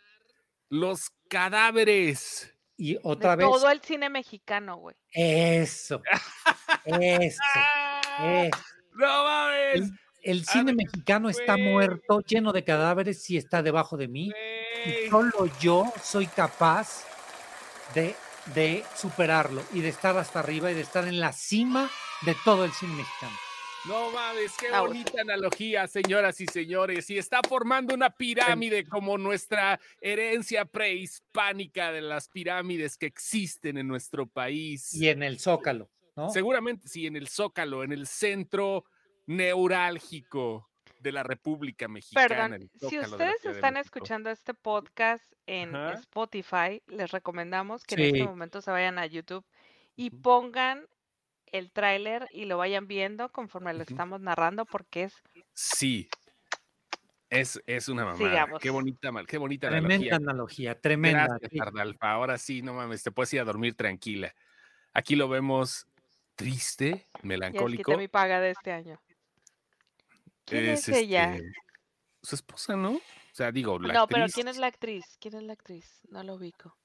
A: los cadáveres.
C: Y
B: de
C: otra vez.
B: Todo el cine mexicano, güey.
C: Eso.
A: *laughs*
C: Eso.
A: ¡Ah!
C: eso.
A: ¡No mames!
C: El, el cine
A: ver,
C: mexicano está
A: Ah, pues, güey.
C: muerto, lleno de cadáveres y está debajo de mí.
A: güey.
C: Y solo yo soy capaz de, de superarlo y de estar hasta arriba y de estar en la cima de todo el cine mexicano.
A: No mames, qué
B: Ahora.
A: bonita analogía, señoras y señores. Y está formando una pirámide
B: Em.
A: como nuestra herencia prehispánica de las pirámides que existen en nuestro país.
C: Y en el zócalo, ¿no?
A: Seguramente sí, en el Zócalo, en el centro neurálgico de la República Mexicana.
B: Perdón,
A: el
B: si
A: Zócalo de la
B: ustedes
A: Ciudad de
B: están
A: México.
B: escuchando este podcast en
A: Ajá.
B: Spotify, les recomendamos que en
C: Sí.
B: este momento se vayan a YouTube y
A: Ujú.
B: pongan el tráiler y lo vayan viendo conforme lo
A: Ujú.
B: estamos narrando porque es
A: Sí. Es, es una mamada.
B: Sigamos.
A: Qué bonita, mal- qué bonita analogía.
C: Tremenda analogía, tremenda.
A: Gracias,
C: sí.
A: Ardalfa. Ahora sí, no mames, te puedes ir a dormir tranquila. Aquí lo vemos triste,
B: ya les
A: melancólico.
B: quité mi paga de este año. ¿Quién es, ella?
A: este, Su esposa, ¿no? O sea, digo, la
B: No, pero
A: actriz.
B: ¿quién es la actriz? ¿Quién es la actriz? No lo ubico.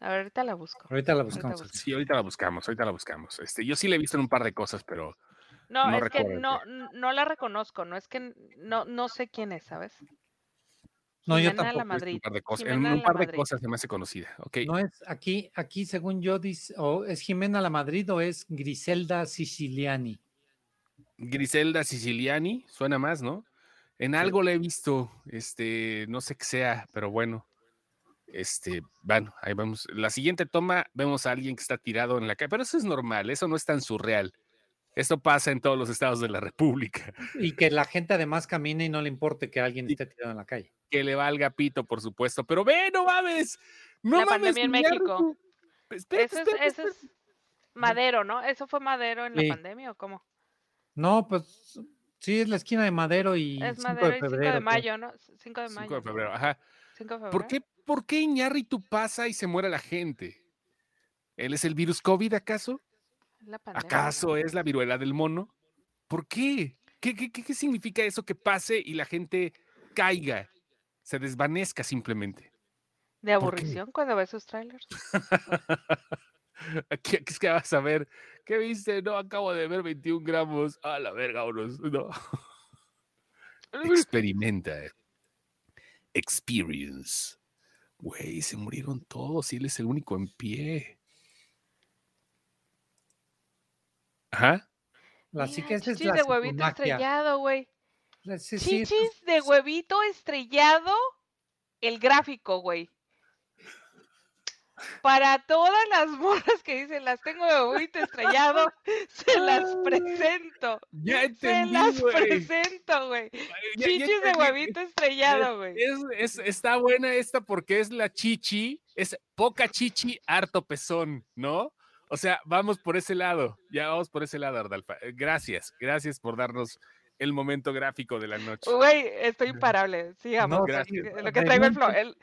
B: A ver, ahorita la busco.
C: Ahorita la
B: Ahorita
C: buscamos.
B: busco.
A: Sí, ahorita la buscamos, ahorita la buscamos. Este, yo sí la he visto en un par de cosas, pero
B: No,
A: No
B: es que
A: recuerdo.
B: no, no la reconozco, no es que no, no sé quién es, ¿sabes?
C: No, yo
B: Jimena la
A: He
C: tampoco.
A: visto
B: Madrid.
A: Un par de cosas, en
B: Jimena
A: un
B: la
A: par de
B: Madrid.
A: cosas se me hace conocida. Ok.
C: No es aquí, aquí según yo, dice, o es Jimena la Madrid o es Griselda Siciliani.
A: Griselda Siciliani, suena más, ¿no? En algo la he visto, este, no sé qué sea, pero bueno. Este, bueno, ahí vamos. La siguiente toma, vemos a alguien que está tirado en la calle, pero eso es normal, eso no es tan surreal. Esto pasa en todos los estados de la República. *laughs*
C: Y que la gente además camine y no le importe que alguien esté tirado en la calle.
A: Que le valga pito, por supuesto, pero ve, no mames. No
B: La
A: mames,
B: pandemia en
A: Guillermo.
B: México.
A: Espérate,
C: pues,
B: Eso es,
A: espérate,
B: eso es Madero, ¿no? ¿Eso fue Madero en la
C: Sí.
B: pandemia o cómo?
C: No, pues sí, es la esquina de Madero y
B: Es
C: 5
B: Madero
C: de
B: y 5
C: febrero. pues.
B: de
C: creo.
B: mayo, ¿no? 5 de mayo.
A: 5 de
B: ¿no?
A: febrero, ajá.
B: 5 de febrero.
A: ¿Por qué, ¿Por qué Iñárritu pasa y se muere la gente? ¿Él es el virus COVID acaso?
B: Es la pandemia.
A: ¿Acaso es la viruela del mono? ¿Por qué? ¿Qué, qué, qué- qué significa eso que pase y la gente caiga? Se desvanezca simplemente. *laughs*
B: De
A: ¿Por qué?
B: aburrición cuando ves sus trailers.
A: ¿Qué, qué es que vas a ver? ¿Qué viste? No, acabo de ver 21 gramos. A la verga, unos. *laughs* No. Experimenta. Experience. Güey, se murieron todos y él es el único en pie. Ajá.
C: La
B: Mira,
C: psique- esa es
B: chichis
C: la
B: de huevito
C: psicomagia.
B: estrellado, güey.
C: La- sí, sí, eso es-
B: Chichis de huevito estrellado, el gráfico, güey. Para todas las *laughs* morras que dicen, las tengo de huevito estrellado, se
C: Ah.
B: las presento.
A: Ya
B: Se
A: entendí,
B: las *laughs*
A: güey.
B: presento, güey.
A: Ya- ya
B: Chichis de
A: entendí.
B: huevito estrellado, güey.
A: Es- es- está buena esta porque es la chichi, es poca chichi, harto pezón, ¿no? O sea, vamos por ese lado, ya vamos por ese lado, Ardalfa. Eh, Gracias, gracias por darnos el momento gráfico de la noche.
B: Güey, estoy imparable. Sigamos.
C: No,
B: así
C: gracias.
B: que- en lo que traigo el flow.
A: pues
B: el-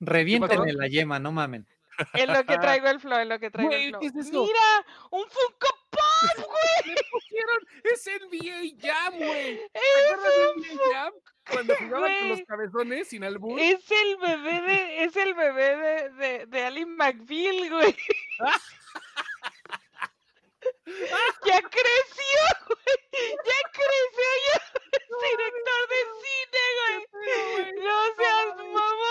C: Reviéntenle la yema, no mamen.
B: En lo que traigo el flow, en lo que traigo
A: Güey,
B: el flow.
A: ¿qué es eso?
B: Mira, un Funko Pop, güey.
A: pusieron? Es NBA Jam, güey. ¿Te
B: Es
A: acuerdas de
B: un
A: NBA Jam? Cuando jugaban con los
B: güey.
A: cabezones sin albur.
B: Es el bebé de, es el bebé de, de, de Ali McBeal,
A: *laughs*
B: güey. ya creció, güey. Ya creció,
A: *laughs*
B: ya *laughs* es director de cine, güey. No seas
A: mames.
B: mamón.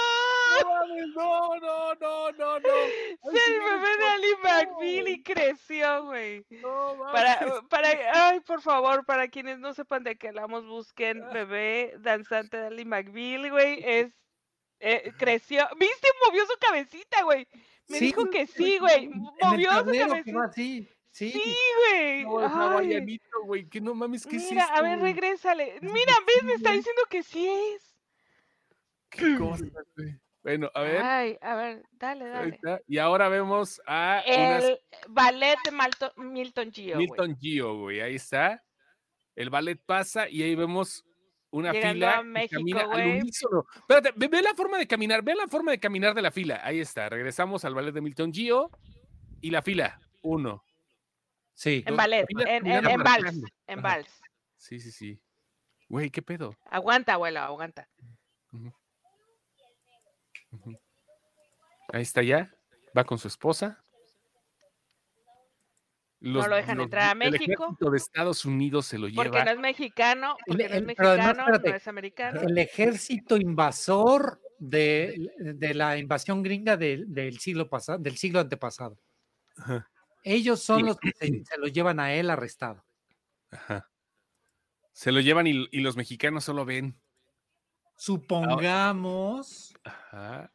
A: No, mames, no, no, no, no, no. Ay,
B: Es
A: sí
B: el
A: eres
B: bebé de Ali
A: loco,
B: McBeal y creció, güey.
A: no mames.
B: Para, uh, para, ay, por favor, para quienes no sepan de qué hablamos, busquen
A: Ah.
B: bebé danzante de Ali McBeal, güey. Es, eh, creció. ¿Viste? Movió su cabecita, güey. Me
C: Sí,
B: dijo que sí,
C: en-
B: güey.
C: en el
B: Movió su
C: tablero que va
B: cabecita.
C: así, Sí,
B: Sí, güey.
A: No, el
B: Ay,
A: hawaianito, güey. Que no mames, ¿qué es
B: Mira, a ver,
A: esto?
B: regrésale.
A: que
B: Mira, ves, me está
A: sí.
B: diciendo que sí es.
A: Qué cosas, güey. Bueno, a ver.
B: Ay, a ver, dale,
A: ahí
B: dale.
A: está. Y ahora vemos a unas
B: El ballet de Malto- Milton Gio, güey.
A: Milton Gio, güey. Ahí está. El ballet pasa y ahí vemos una
B: Llegando
A: fila
B: a
A: que
B: México,
A: camina
B: güey.
A: al unísono. Espérate, ve, ve la forma de caminar, ve la forma de caminar de la fila. Ahí está. Regresamos al ballet de Milton Gio y la fila. Uno.
C: sí.
B: En
A: Dos,
B: ballet,
A: caminan-
B: en, en,
A: caminan
B: en vals,
A: marchando.
B: en
A: Ajá.
B: vals.
A: Sí, sí, sí. Güey, ¿qué pedo?
B: Aguanta, abuelo, aguanta.
A: Ujú. Ahí está ya. Va con su esposa. Los-
B: lo dejan entrar a México.
A: El ejército de Estados Unidos se lo
B: Porque
A: lleva.
B: no es mexicano, porque no es
C: el-
A: eh,
C: pero además,
B: mexicano, no
C: espérate,
B: es americano.
C: El ejército invasor de, de la invasión gringa del- del siglo pasado, del siglo antepasado.
A: Ajá,
C: Ellos
A: Sí. Ah,
C: son los que se, se lo llevan a él arrestado.
A: ajá. Se lo llevan y, y los mexicanos solo ven.
C: Supongamos
A: Ajá.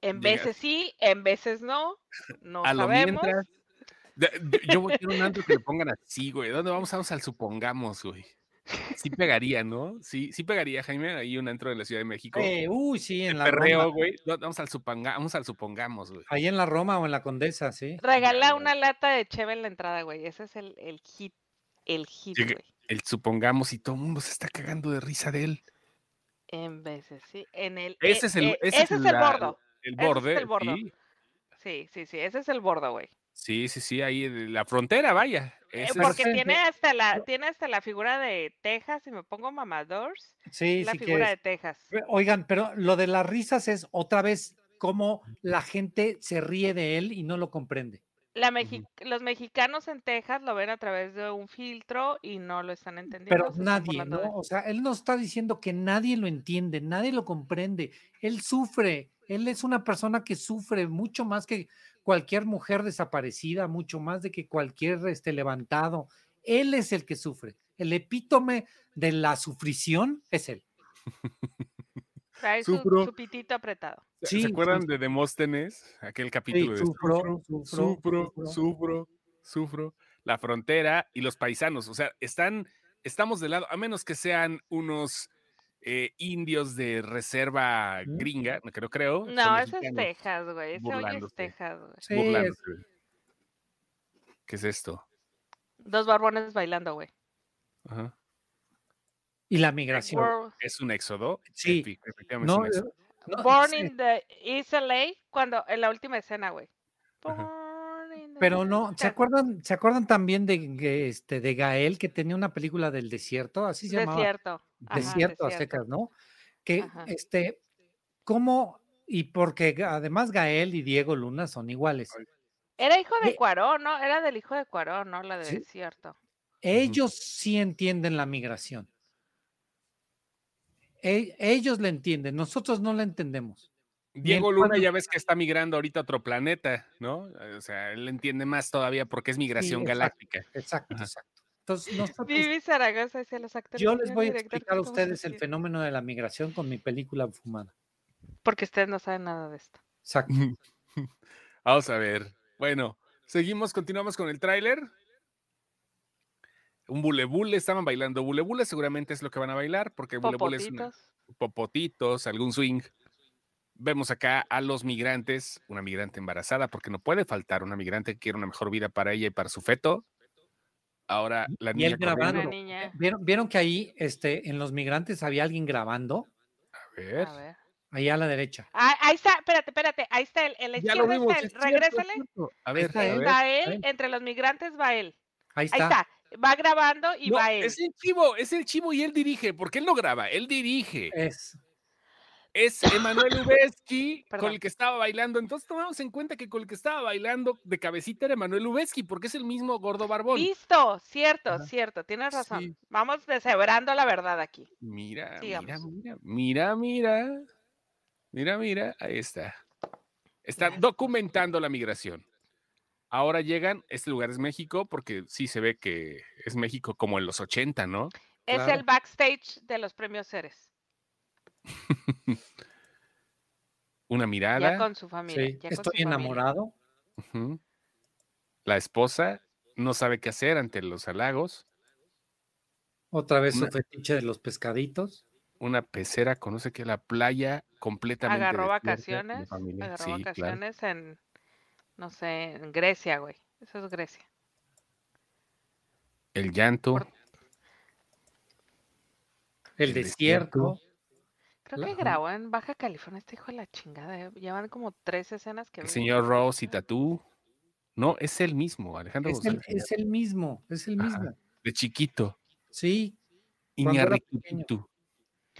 B: En
A: llega-
B: veces sí, en veces no. No
A: a lo
B: sabemos.
A: mientras. de- de- Yo voy a hacer un antro que le pongan así, güey. ¿Dónde vamos? Vamos al supongamos, güey. Sí pegaría, ¿no? Sí, sí pegaría, Jaime, ahí un antro de la Ciudad de México.
C: eh, uy, sí, en la
A: Perreo,
C: Roma,
A: güey. No, Vamos al, supanga- vamos al supongamos, güey.
C: ahí en la Roma o en la Condesa, sí.
B: Regala
A: Ya,
B: una lata de cheve en la entrada, güey. Ese es el, el hit. El hit,
A: Llega-
B: güey.
A: el supongamos y todo el mundo se está cagando de risa de él.
B: En veces sí. En el,
A: Ese
B: eh,
A: es el-
B: eh,
A: ese es
B: ese es
A: el-
B: el
A: la-
B: bordo.
A: El
B: Ese es
A: borde.
B: el bordo.
A: Sí,
B: Sí, sí, sí. Ese es el bordo, güey.
A: sí, sí, sí, ahí de la frontera, vaya.
B: Eh,
A: Ese es-
B: porque
C: es-
B: tiene hasta la tiene hasta la figura de Texas. Si me pongo mamadors,
C: Sí,
B: la
C: sí que
B: figura de
C: es.
B: Texas.
C: Pe- Oigan, pero lo de las risas es otra vez cómo la gente se ríe de él y no lo comprende.
B: La Mexi- Los mexicanos en Texas lo ven a través de un filtro y no lo están entendiendo.
C: Pero
B: se están
C: nadie,
B: burlando de
C: ¿no?
B: él.
C: O sea, él nos está diciendo que nadie lo entiende, nadie lo comprende. Él sufre, él es una persona que sufre mucho más que cualquier mujer desaparecida, mucho más de que cualquier este, levantado. Él es el que sufre. El epítome de la sufrición es él.
B: Trae su,
A: Supro.
B: su pitito apretado.
A: ¿Se-
C: Sí,
A: ¿Se acuerdan
C: sí.
A: de Demóstenes? Aquel
C: Sí,
A: capítulo de
C: sufro, sufro,
A: Supro,
C: sufro.
A: Supro, Sufro, la frontera y los paisanos. O sea, están, estamos de lado, a menos que sean unos eh, indios de reserva
C: ¿Mm?
A: gringa, que no creo. son
B: No, ese es
A: mexicanos
B: Texas, güey. Ese hoyo es
A: burlándose.
B: Texas, güey.
C: Sí,
A: burlándose. ¿Qué es esto?
B: Dos barbones bailando, güey.
A: Ajá.
C: Y la migración.
B: World-
A: ¿Es un éxodo?
C: Sí.
A: Efi- efectivamente es
C: No,
A: un éxodo.
C: no,
B: Born
C: sí,
B: in the East LA, cuando en la última escena, güey.
A: Ajá.
B: Born in the
C: Pero no, ¿se
B: Texas.
C: acuerdan, ¿se acuerdan también de, que, este, de Gael que tenía una película del desierto? Así se llamaba.
B: Desierto. Ajá,
C: desierto a secas, ¿no? Que
B: Ajá.
C: este, ¿cómo? Y porque ga- además Gael y Diego Luna son iguales.
B: Era hijo de
C: Eh,
B: Cuarón, ¿no? Era del hijo de Cuarón, ¿no? La de
C: Sí.
B: desierto.
C: Ellos sí entienden la migración. E- ellos la entienden, nosotros no la entendemos.
A: Diego
C: Bien,
A: Luna
C: cuando-
A: ya ves que está migrando ahorita a otro planeta, ¿no? O sea, él entiende más todavía porque es migración
C: exacto.
A: galáctica.
C: Exacto,
A: Ajá.
C: exacto. Entonces, nosotros,
B: Vivi Zaragoza decía los actores.
C: pues yo les
B: tenían
C: voy a
B: director que
C: explicar a
B: estamos
C: ustedes el
B: aquí".
C: fenómeno de la migración con mi película fumada.
B: Porque ustedes no saben nada de esto.
C: Exacto.
A: *laughs* Vamos a ver. Bueno, seguimos, continuamos con el tráiler. Un bulebule, estaban bailando bulebule, seguramente es lo que van a bailar, porque bulebule es una-
B: Popotitos.
A: popotitos, algún swing. Vemos acá a los migrantes, una migrante embarazada, porque no puede faltar una migrante que quiere una mejor vida para ella y para su feto. Ahora la
C: Y
A: niña
C: él grabando.
B: Una
A: corriendo.
B: niña.
C: ¿Vieron, vieron que ahí este, en Los Migrantes había alguien grabando?
A: A
B: A
A: ver.
B: ver.
C: Ahí a la derecha.
B: Ah, ahí está, espérate, espérate. Ahí está él. En la
A: Ya lo
B: izquierda
A: vimos.
B: está él.
A: es cierto, es
B: Regrésale.
A: cierto. A ver,
C: está
A: a
C: él.
A: ver.
B: Va él,
C: él.
B: entre los migrantes va él.
C: Ahí
B: Ahí
C: está.
B: está. Va grabando y
A: No,
B: va él.
A: es el chivo, es el chivo y él dirige, porque él no graba, él dirige.
C: Es,
A: Es Emanuel Uveski con
B: Perdón.
A: el que estaba bailando. Entonces tomamos en cuenta que con el que estaba bailando de cabecita era Emanuel Uveski, porque es el mismo gordo barbón.
B: Listo, cierto,
A: Ajá.
B: cierto, tienes razón.
A: Sí.
B: Vamos deshebrando la verdad aquí.
A: Mira, mira,
B: Sigamos.
A: mira, mira, mira. Mira, mira, ahí está. Están
B: Mira.
A: documentando la migración. Ahora llegan, este lugar es México, porque sí se ve que es México como en los 80, ¿no?
B: Es
C: Claro.
B: el backstage de los premios Ceres.
A: Una mirada.
B: Ya con su familia.
C: sí,
B: ya con
C: estoy
B: su familia.
C: enamorado.
A: Ujú. La esposa no sabe qué hacer ante los halagos.
C: Otra vez su
A: Una-
C: fetiche de los pescaditos.
A: Una pecera conoce que la playa completamente.
B: Agarró
A: desierta, la
B: vacaciones,
A: familia-
B: agarró
A: sí, claro.
B: vacaciones en, no sé, en Grecia, güey. Eso es Grecia.
A: El llanto.
B: Por-
C: El,
A: El desierto.
C: desierto.
B: Creo que
C: Ajá.
B: grabó en Baja California, este hijo de la chingada. eh, Ya van como tres escenas que
A: El
B: vi.
A: señor Ross y Tatú. No, es el mismo, Alejandro
C: Es el,
A: González
C: es el mismo, es el
A: Ajá.
C: mismo.
A: de chiquito.
C: Sí, Cuando era pequeño.
A: Iñarritu.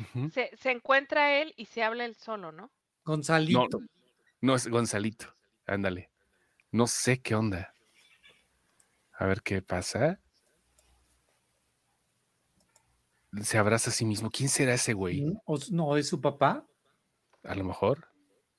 A: Ujú.
B: Se, se encuentra él y se habla él solo, ¿no?
C: Gonzalito.
A: No es Gonzalito. Ándale. No sé qué onda. A ver qué pasa. Se abraza a sí mismo. ¿Quién será ese güey?
C: Mm, o s- No, es su papá.
A: A lo mejor.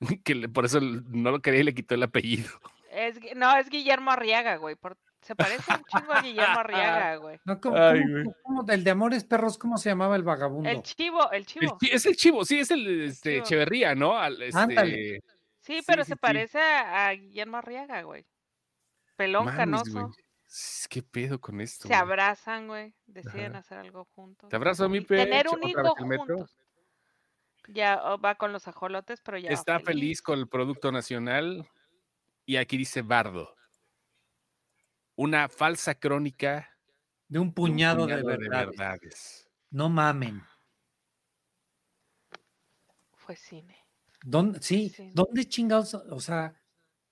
A: *laughs* Que le- por eso l- no lo quería y le quitó el apellido.
B: Es, Gui- no, es Guillermo Arriaga, güey. por- se parece un chingo
A: *laughs*
B: a Guillermo Arriaga, güey.
C: No, ¿cómo-
A: Ay,
C: cómo-
A: güey.
C: cómo- el de Amores Perros, ¿cómo se llamaba el vagabundo?
B: El chivo, el
A: El
B: chivo.
A: chi- es el chivo, sí, es el este,
B: Chivo.
A: Echeverría, ¿no? Al, este,
C: Ándale.
B: Sí,
A: Sí,
B: pero
A: sí,
B: se
A: sí.
B: parece a a Guillermo Arriaga, güey. Pelón
A: mames, güey.
B: canoso.
A: S- ¿Qué pedo con esto?
B: Se
A: güey?
B: abrazan, güey. Deciden hacer algo juntos.
A: Te abrazo a mi
B: y Tener
A: pecho,
B: un
A: otra
B: hijo
A: vez el metro.
B: juntos. Ya oh, va con los ajolotes, pero ya. va
A: Está feliz con el Producto Nacional. Y aquí dice Bardo. Una falsa crónica
C: de un
A: de un
C: puñado, de,
A: puñado
C: verdades.
A: verdades.
C: No mamen.
B: Fue cine.
C: ¿Dónde, sí,
B: Sí.
C: ¿dónde chingados? O sea,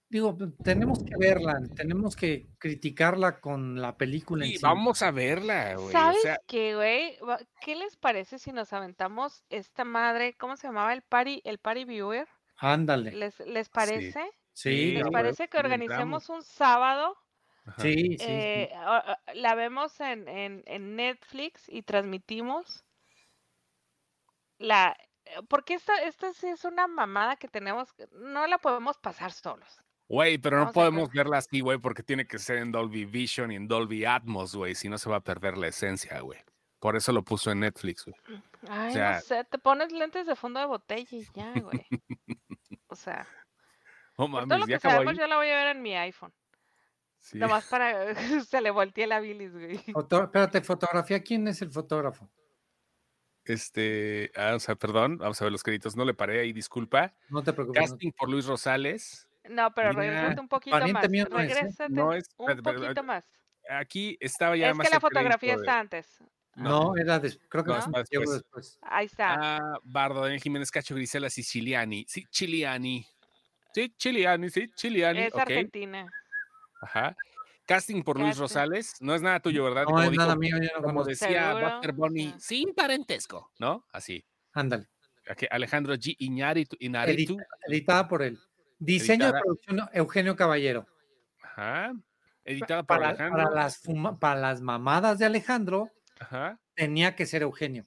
C: digo, p- tenemos que verla, tenemos que criticarla con la película. en
A: Y
C: sí.
A: vamos a verla, güey. O
B: ¿Sabes
A: sea,
B: qué, güey? Va- ¿Qué les parece si nos aventamos esta madre? ¿Cómo se llamaba el party, el party viewer?
A: Eh,
C: Ándale.
B: ¿Les, les parece?
C: Sí,
B: ¿Les
A: Ah,
B: parece
A: bueno,
B: que
A: le
B: organicemos un sábado?
A: Ajá.
C: sí, sí.
B: eh, a- a- la vemos en, en- en Netflix y transmitimos la... eh, Porque esta, esta sí es una mamada que tenemos, que no la podemos pasar solos.
A: Güey, pero no
B: Vamos a
A: podemos
B: ver.
A: verla así, güey, porque tiene que ser en Dolby Vision y en Dolby Atmos, güey, si no se va a perder la esencia, güey. Por eso lo puso en Netflix, güey.
B: Ay,
A: sea-
B: no sé, te pones lentes de fondo de botella y ya,
A: *laughs*
B: güey. O sea,
A: No
B: por Pues, todo
A: mames,
B: lo
A: ya
B: que
A: acabó
B: sabemos
A: ahí.
B: yo la voy a ver en mi iPhone.
A: Sí.
B: Nomás para *laughs* se le voltee la bilis, güey.
C: Foto- espérate, fotografía, ¿quién es el fotógrafo?
A: Este, ah, o sea, perdón, vamos a ver los créditos, no le paré ahí, disculpa.
C: No te preocupes. no te-
A: Casting por Luis Rosales.
B: No, pero
A: Mira,
B: regrésate un poquito más.
C: pariente mío no es, ¿eh?
B: Regrésate
A: No es-
B: un
A: espérate, pero-
B: poquito más.
A: Aquí estaba ya
B: Es
A: más
B: que la
A: el crédito
B: fotografía
A: de-
B: está antes.
A: No. Ah,
C: No, era des- creo que
B: No,
C: fue
A: está
C: Santiago
A: después.
C: después.
B: Ahí está.
A: Ah, Bardo, Daniel Jiménez Cacho, Grisela Siciliani. Sí, Chiliani. Sí, Chiliani, sí, Chiliani.
B: es
A: ok,
B: Argentina.
A: Ajá. Casting por Luis
B: Casting.
A: Rosales. No es nada tuyo, ¿verdad?
C: No, es
A: Ah, dijo-
C: nada mío, yo no
A: como
C: conozco.
A: decía
B: Seguro,
A: Buster
B: o
A: Bunny,
B: sea.
A: sin parentesco, ¿no? Así.
C: Ándale.
A: Aquí Alejandro G. Iñárritu. Iñárritu.
C: Edita- editada por él. Diseño
A: Editada.
C: de producción Eugenio Caballero.
A: Ajá. Editada por
C: Para,
A: Alejandro.
C: para las fuma- para las mamadas de Alejandro
A: Ajá.
C: tenía que ser Eugenio.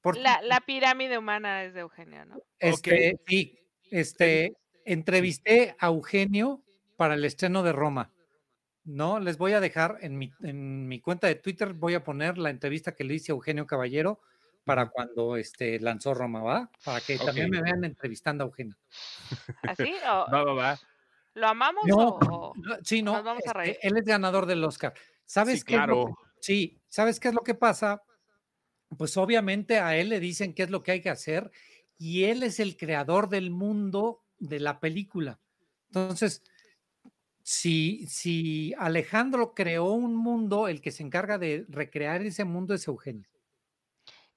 C: Porque
B: La, la pirámide humana es de Eugenio, ¿no?
C: este, sí, este, entrevisté a Eugenio para el estreno de Roma. No, les voy a dejar en mi, en mi cuenta de Twitter, voy a poner la entrevista que le hice a Eugenio Caballero para cuando este, lanzó Roma, ¿va? Para que también
A: Ok.
C: me vean entrevistando a Eugenio.
B: ¿Así? ¿O
A: Va, va, va.
B: ¿Lo amamos
C: No,
B: o- o,
C: No, sí, no.
B: nos vamos a
C: este,
B: reír.
C: él es ganador del Oscar. ¿Sabes
A: Sí,
C: qué es lo
A: claro.
C: Sí, ¿sabes qué es lo que pasa? Pues obviamente a él le dicen qué es lo que hay que hacer y él es el creador del mundo de la película. Entonces, si, si Alejandro creó un mundo, el que se encarga de recrear ese mundo es Eugenio.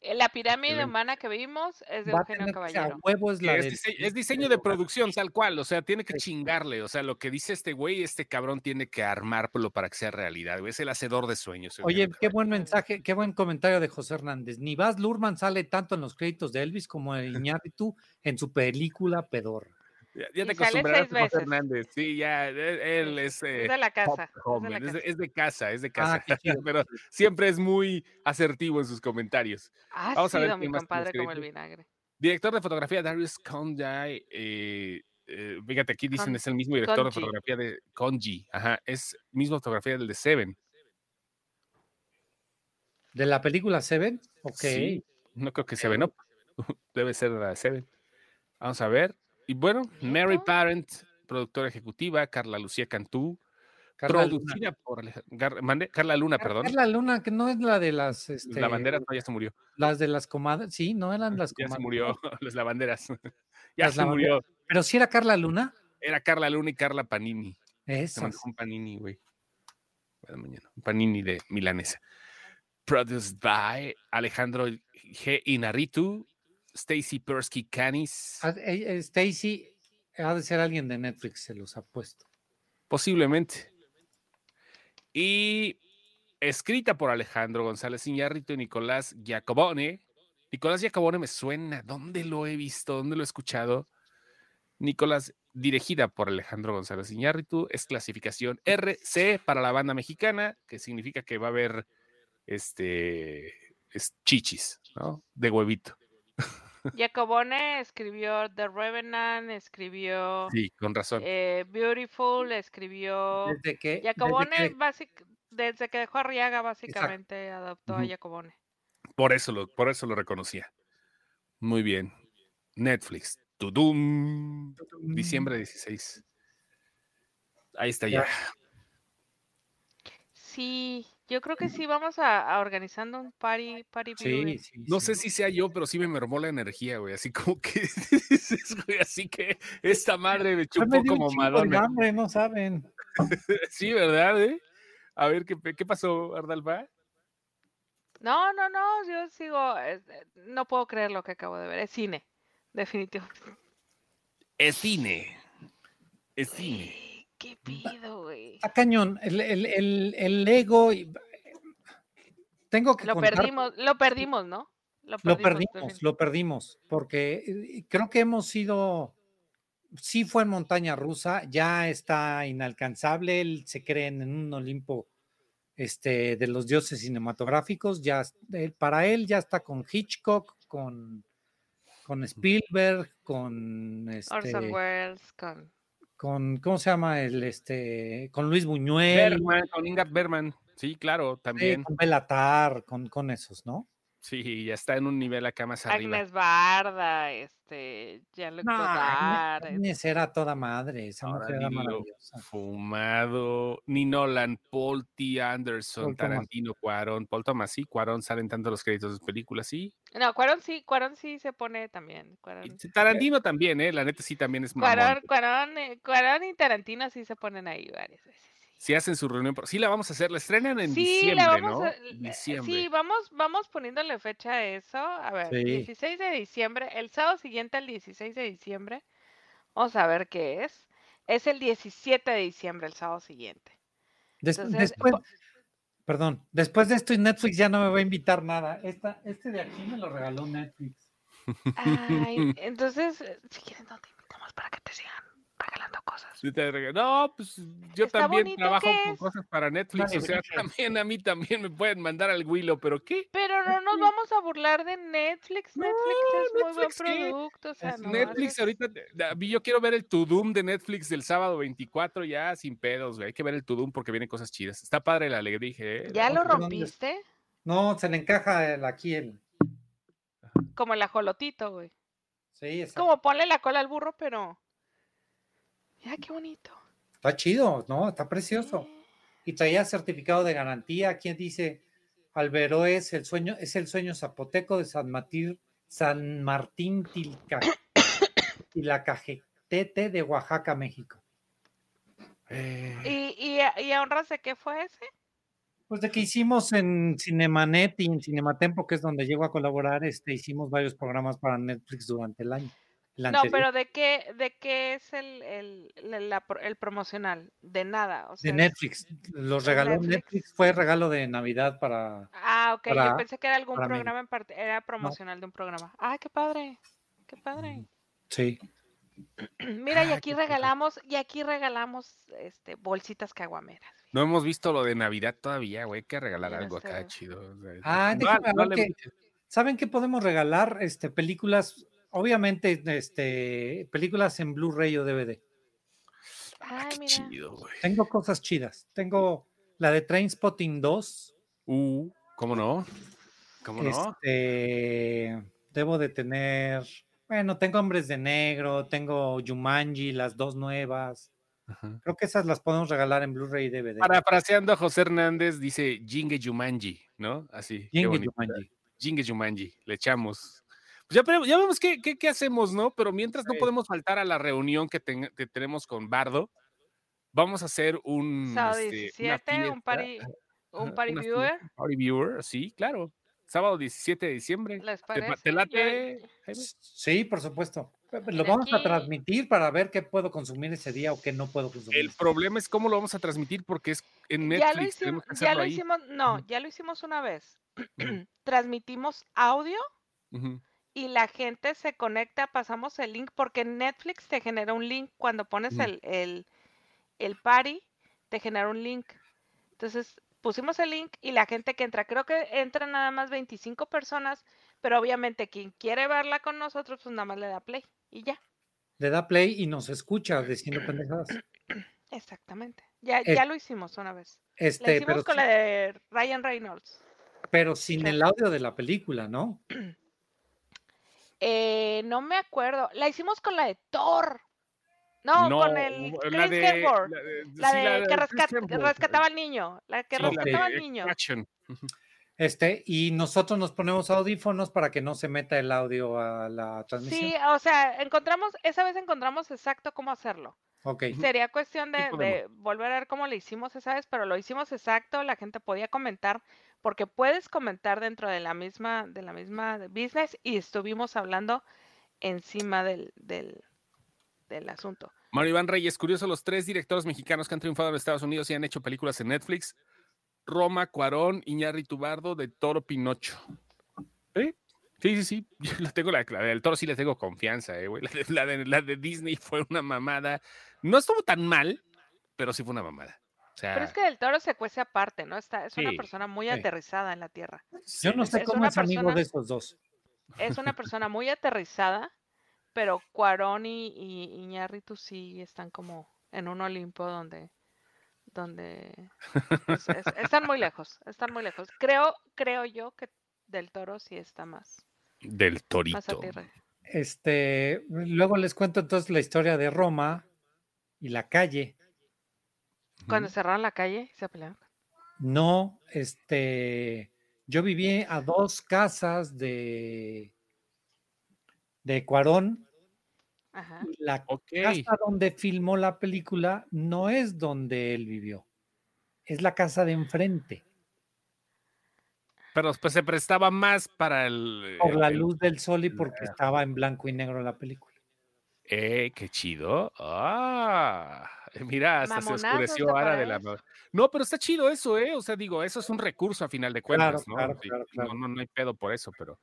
B: eh, la pirámide
A: Excelente.
B: humana que vimos es de
C: Va a
B: Eugenio
C: tener que ser a
B: Caballero?
C: huevo es la
A: Es,
C: del-
A: dise- es diseño de producción, tal cual. O sea, tiene que
C: Sí.
A: chingarle. O sea, lo que dice este güey, este cabrón tiene que armarlo para que sea realidad. güey. Es el hacedor de sueños.
C: Oye,
A: Eugenio
C: qué
A: Caballero.
C: buen mensaje, qué buen comentario de José Hernández. Ni Baz Luhrmann sale tanto en los créditos de Elvis como en Iñárritu en su película Pedorra.
A: Ya, ya te
B: Y sale
A: acostumbrarás
B: seis
A: a José
B: veces.
A: Hernández. Sí, ya. Él, él es. eh,
B: Es de la
A: Pop
B: casa. es de
A: Homer,
B: la
A: Es de,
B: casa.
A: es de casa, es de
C: Ah,
A: casa.
C: qué chido.
A: Pero siempre es muy asertivo en sus comentarios.
B: Ha
A: Vamos a ver
B: sido
A: qué
B: Ah, mi
A: más tenemos
B: compadre
A: que
B: como el
A: decir.
B: vinagre.
A: Director de fotografía, Darius Conjai. eh, eh, fíjate, aquí dicen
B: Con-
A: es el mismo director
B: Conji.
A: de fotografía de Conji. Ajá, es mismo fotografía del de Seven.
C: ¿De la película Seven? Ok.
A: Sí, no creo que Seven Up. *laughs* Debe ser la de Seven. Vamos a ver. Y bueno, Mary
B: Neta.
A: Parent, productora ejecutiva, Carla Lucía Cantú,
C: Carla Luna.
A: producida por Alej- Gar- Mande- Carla Luna,
C: Car-
A: perdón.
C: Carla Luna, que no es la de las. Este,
A: La bandera no, ya se murió.
C: Las de las comadres. Sí, no eran las
A: Ya
C: comadres.
A: se murió, *laughs* las lavanderas. ya
C: Las
A: se murió.
C: Pero sí era Carla Luna.
A: Era Carla Luna y Carla Panini. Se
C: Esa.
A: mandó un panini, güey. Para mañana. Un panini de milanesa. Produced by Alejandro G. Inarritu, Stacy Persky Canis.
C: Ah, e, Stacy ha de ser alguien de Netflix, se los ha puesto.
A: Posiblemente. Y escrita por Alejandro González Iñárritu y Nicolás Giacobone. Nicolás Giacobone me suena. ¿Dónde lo he visto? ¿Dónde lo he escuchado? Nicolás, dirigida por Alejandro González Iñárritu, es clasificación RC para la banda mexicana, que significa que va a haber este es chichis, ¿no? De huevito.
B: Jacobone escribió The Revenant, escribió
A: Sí, con razón.
B: eh, Beautiful, escribió...
C: Desde que. desde
B: Jacobone,
C: que-
B: basic- desde que dejó a Arriaga, básicamente adoptó a
A: Ujú.
B: Jacobone.
A: Por eso lo, por eso lo reconocía. Muy bien. Netflix. Tudum. Diciembre 16. Mm. Ahí está ya.
C: Ya.
B: Sí, yo creo que sí vamos a, a organizando un party, party
C: Sí,
B: viewing.
C: sí.
A: No
C: sí.
A: sé si sea yo, pero sí me mermó la energía, güey. Así como que *laughs* dices, güey, así que esta madre me
C: Ay, me
A: chupó
C: dio un
A: como
C: chingo de
A: Madonna.
C: hambre, no saben.
A: *laughs* Sí, ¿verdad? eh? A ver, ¿qué, qué pasó, Ardalba?
B: No, no, no, yo sigo, eh, eh, no puedo creer lo que acabo de ver, es cine, *laughs* definitivo.
A: Es cine. Es cine.
B: Güey, ¿Qué pido, güey?
C: Está cañón. El, el, el, el ego. y- Tengo que
B: Lo
C: contar
B: perdimos, lo perdimos, ¿no?
C: Lo
B: perdimos,
C: perdimos, lo perdimos, porque eh, creo que hemos sido sí fue en montaña rusa, ya está inalcanzable, él se cree en un Olimpo este, de los dioses cinematográficos, ya él- para él ya está con Hitchcock, con, con Spielberg, con
B: Orson
C: este,
B: Welles con...
C: con ¿cómo se llama? el este con Luis Buñuel,
A: Berman, con Inga Berman. Sí, claro,
C: eh,
A: también.
C: con Belatar, con, con esos, ¿no?
A: Sí, ya está en un nivel acá más arriba.
B: Agnes Barda, este,
C: Ah,
B: Jean-Luc Godard,
C: Agnes- Agnes era toda madre, esa
A: Ahora
C: mujer era
A: dilo.
C: maravillosa.
A: Fumado, ni Nolan, Paul T. Anderson,
C: Paul Thomas.
A: Tarantino, Cuarón, Paul Thomas, sí, Cuarón salen tanto los créditos de sus películas, sí.
B: este- No, Cuarón sí, Cuarón sí se pone también. Cuarón,
A: Y Tarantino también, eh, la neta sí también es mamón.
B: Cuarón, Cuarón, eh, Cuarón y Tarantino sí se ponen ahí varias veces. sí.
A: Si hacen su reunión, por- sí la vamos a hacer, la estrenan en
B: Sí,
A: diciembre,
B: la vamos
A: ¿no?
B: a- eh,
A: Diciembre.
B: sí, vamos, vamos poniéndole fecha a eso. A ver,
C: Sí.
B: 16 de diciembre, el sábado siguiente al 16 de diciembre, vamos a ver qué es. Es el 17 de diciembre, el sábado siguiente.
C: Des-
B: Entonces,
C: después,
B: po-
C: perdón, después de esto y Netflix ya no me va a invitar nada. Esta, este de aquí me lo regaló Netflix.
A: *laughs*
B: Ay, entonces, eh, si quieren, no te invitamos para que te sigan regalando cosas.
A: Sí te rega- No, pues yo
B: Está
A: también
B: bonito
A: trabajo
B: que
A: con
B: es.
A: cosas para Netflix,
C: Vale,
A: o sea, *laughs*
C: gracias.
A: también a mí también me pueden mandar al Willow, pero ¿qué?
B: Pero no nos vamos a burlar de Netflix.
A: No,
B: Netflix es muy buen
A: Netflix, ¿qué?
B: producto. O sea,
C: Es
B: Ah, no
A: Netflix
B: haces-
A: ahorita, eh, a mí yo quiero ver el Tudum de Netflix del sábado 24 ya sin pedos, güey. Hay que ver el Tudum porque vienen cosas chidas. Está padre la alegría, dije.
B: ¿Ya lo
C: Vamos a ver dónde-
B: rompiste?
C: No, se le encaja el- aquí el.
B: Como el ajolotito, güey.
C: Sí,
B: Es
C: exacto.
B: como ponle la cola al burro, pero. Mira qué bonito.
C: Está chido, ¿no? Está precioso.
B: Eh,
C: Y traía certificado de garantía. ¿Quién dice? Alberó es el sueño, es el sueño zapoteco de San Martín, San Martín
B: *coughs*
C: Tilca y la cajetete de Oaxaca, México.
A: Eh,
B: ¿Y, y, a- y a honras de qué fue ese?
C: Pues de que hicimos en Cinemanet y en Cinematempo, que es donde llego a colaborar, este, hicimos varios programas para Netflix durante el año. El
B: No,
C: anterior,
B: pero ¿de qué, de qué es el, el, la- la pro- el promocional? De nada. O sea,
C: de Netflix. Los
B: de
C: regaló
B: Netflix.
C: Netflix. fue regalo de Navidad para.
B: Ah, ok. Yo
C: para-
B: pensé que era algún
C: para mí.
B: programa en parte. Era promocional de un programa. Ah, qué padre. Qué padre.
C: Sí.
B: *clears throat* Mira, y
A: Ah,
B: aquí
A: qué padre.
B: regalamos, y aquí regalamos este, bolsitas caguameras.
A: no hemos visto lo de Navidad todavía, güey. Hay que regalar
B: Yo no
A: algo
B: sé,
A: acá
B: güey.
A: chido. o sea,
C: Ah,
A: no-
C: déjame
A: no
C: hablar
A: le
C: que-
A: mucho.
C: ¿Saben qué podemos regalar? Este, películas, obviamente, este, películas en Blu-ray o DVD.
A: Ah,
B: Ay,
A: qué
B: mira.
A: chido, güey.
C: Tengo cosas chidas. Tengo la de Trainspotting 2.
A: Uh, ¿cómo no? ¿Cómo no?
C: Este, debo de tener. Bueno, tengo Hombres de Negro, tengo Jumanji, las dos nuevas.
A: Ajá.
C: Creo que esas las podemos regalar en Blu-ray y DVD.
A: Parafraseando a José Hernández, dice Jingue Jumanji, ¿no? Así. qué
C: Jingle
A: bonito.
C: Jumanji.
A: Jingue Jumanji, le echamos. Pues ya, veremos- ya vemos qué, qué- qué hacemos, ¿no? Pero mientras no
C: Sí.
A: podemos faltar a la reunión que, ten- que tenemos con Bardo, vamos a hacer un.
B: Sábado
A: este, una
B: 17, un
A: fiesta,
B: party,
A: ajá,
B: un party
A: una
B: viewer.
A: fiesta, party viewer, sí, claro. Sábado 17 de diciembre.
B: ¿Les
A: ¿Te, pa-
B: parece?
A: te
B: Yo-
A: late? Jaime?
C: Sí, por supuesto. Lo
B: Mira
C: vamos a
B: aquí.
C: transmitir para ver qué puedo consumir ese día o qué no puedo consumir.
A: El problema es cómo lo vamos a transmitir porque es en
B: ya lo,
A: Netflix.
B: hicimos,
A: tenemos que
B: ya
A: hacerlo
B: lo
A: ahí.
B: hicimos, no,
A: Ujú.
B: ya lo hicimos una vez. *clears throat* Transmitimos audio
A: Ujú.
B: y la gente se conecta, pasamos el link, porque Netflix te genera un link cuando pones
A: Ujú.
B: el, el, el party, te genera un link. Entonces pusimos el link y la gente que entra, creo que entran nada más 25 personas, pero obviamente quien quiere verla con nosotros, pues nada más le da play y ya,
C: Le da play y nos escucha diciendo pendejadas.
B: exactamente. Ya,
C: Eh,
B: ya lo hicimos una vez. La
C: Este,
B: hicimos
C: pero,
B: con
C: si-
B: la de Ryan Reynolds.
C: pero sin
B: Ajá.
C: el audio de la película, ¿no?
B: Eh, no me acuerdo. La hicimos con la de Thor. No, con el
A: u-
B: Chris Hemsworth. La de,
A: sí, la de
B: que
A: Chris
B: rescat-
A: Hemsworth,
B: rescataba al niño. La que
A: sí, la
B: rescataba
A: de
B: al niño.
A: Extraction.
C: Este, y nosotros nos ponemos audífonos para que no se meta el audio a la transmisión.
B: Sí, o sea, encontramos, esa vez encontramos exacto cómo hacerlo.
C: Ok.
B: Sería cuestión de,
A: podemos.
B: de volver a ver cómo lo hicimos esa vez, pero lo hicimos exacto, la gente podía comentar, porque puedes comentar dentro de la misma, de la misma de business, y estuvimos hablando encima del, del, del asunto.
A: Mario Iván Reyes, curioso, los tres directores mexicanos que han triunfado en Estados Unidos y han hecho películas en Netflix. Roma, Cuarón, Iñarri Tubardo, de Toro Pinocho. ¿Eh? Sí, sí, sí. *laughs* Yo la tengo, la, la del toro sí le tengo confianza, eh, güey. *laughs* La de, la, de, la de Disney fue una mamada. No estuvo tan mal, pero sí fue una mamada. O sea,
B: Pero es que del toro se cuece aparte, ¿no? Está, es una
A: Sí,
B: persona muy
C: sí.
B: aterrizada en la tierra.
C: Yo no sé
B: es
C: cómo
B: una
C: es amigo
B: persona-
C: de esos dos.
B: Es una
C: *laughs*
B: persona muy aterrizada, pero Cuarón y, y Iñárritu sí están como en un Olimpo donde, donde es- es- están
C: *laughs*
B: muy lejos, están muy lejos. Creo, creo yo que del toro sí está más,
A: del
B: más
A: torito.
B: aterrizado.
C: Este, luego les cuento entonces la historia de Roma y la calle.
B: Cuando cerraron la calle y se pelearon.
C: No, este, yo viví a dos casas de de Cuarón.
B: Ajá.
C: y La
A: Ok.
C: casa donde filmó la película no es donde él vivió. Es la casa de enfrente,
A: Pero pues, se prestaba más para el.
C: por la
A: el-
C: luz del sol y porque estaba en blanco y negro la película.
A: Eh, qué chido. Ah, eh, mira, hasta se
B: Mamonazo
A: oscureció
B: hasta
A: ahora
B: para
A: de la.
B: eso.
A: ma- No, pero está chido eso, ¿eh? O sea, digo, eso es un recurso a final de cuentas, ¿no?
C: claro,
A: Sí,
C: claro,
A: no,
C: claro.
A: No, no hay pedo por eso, pero,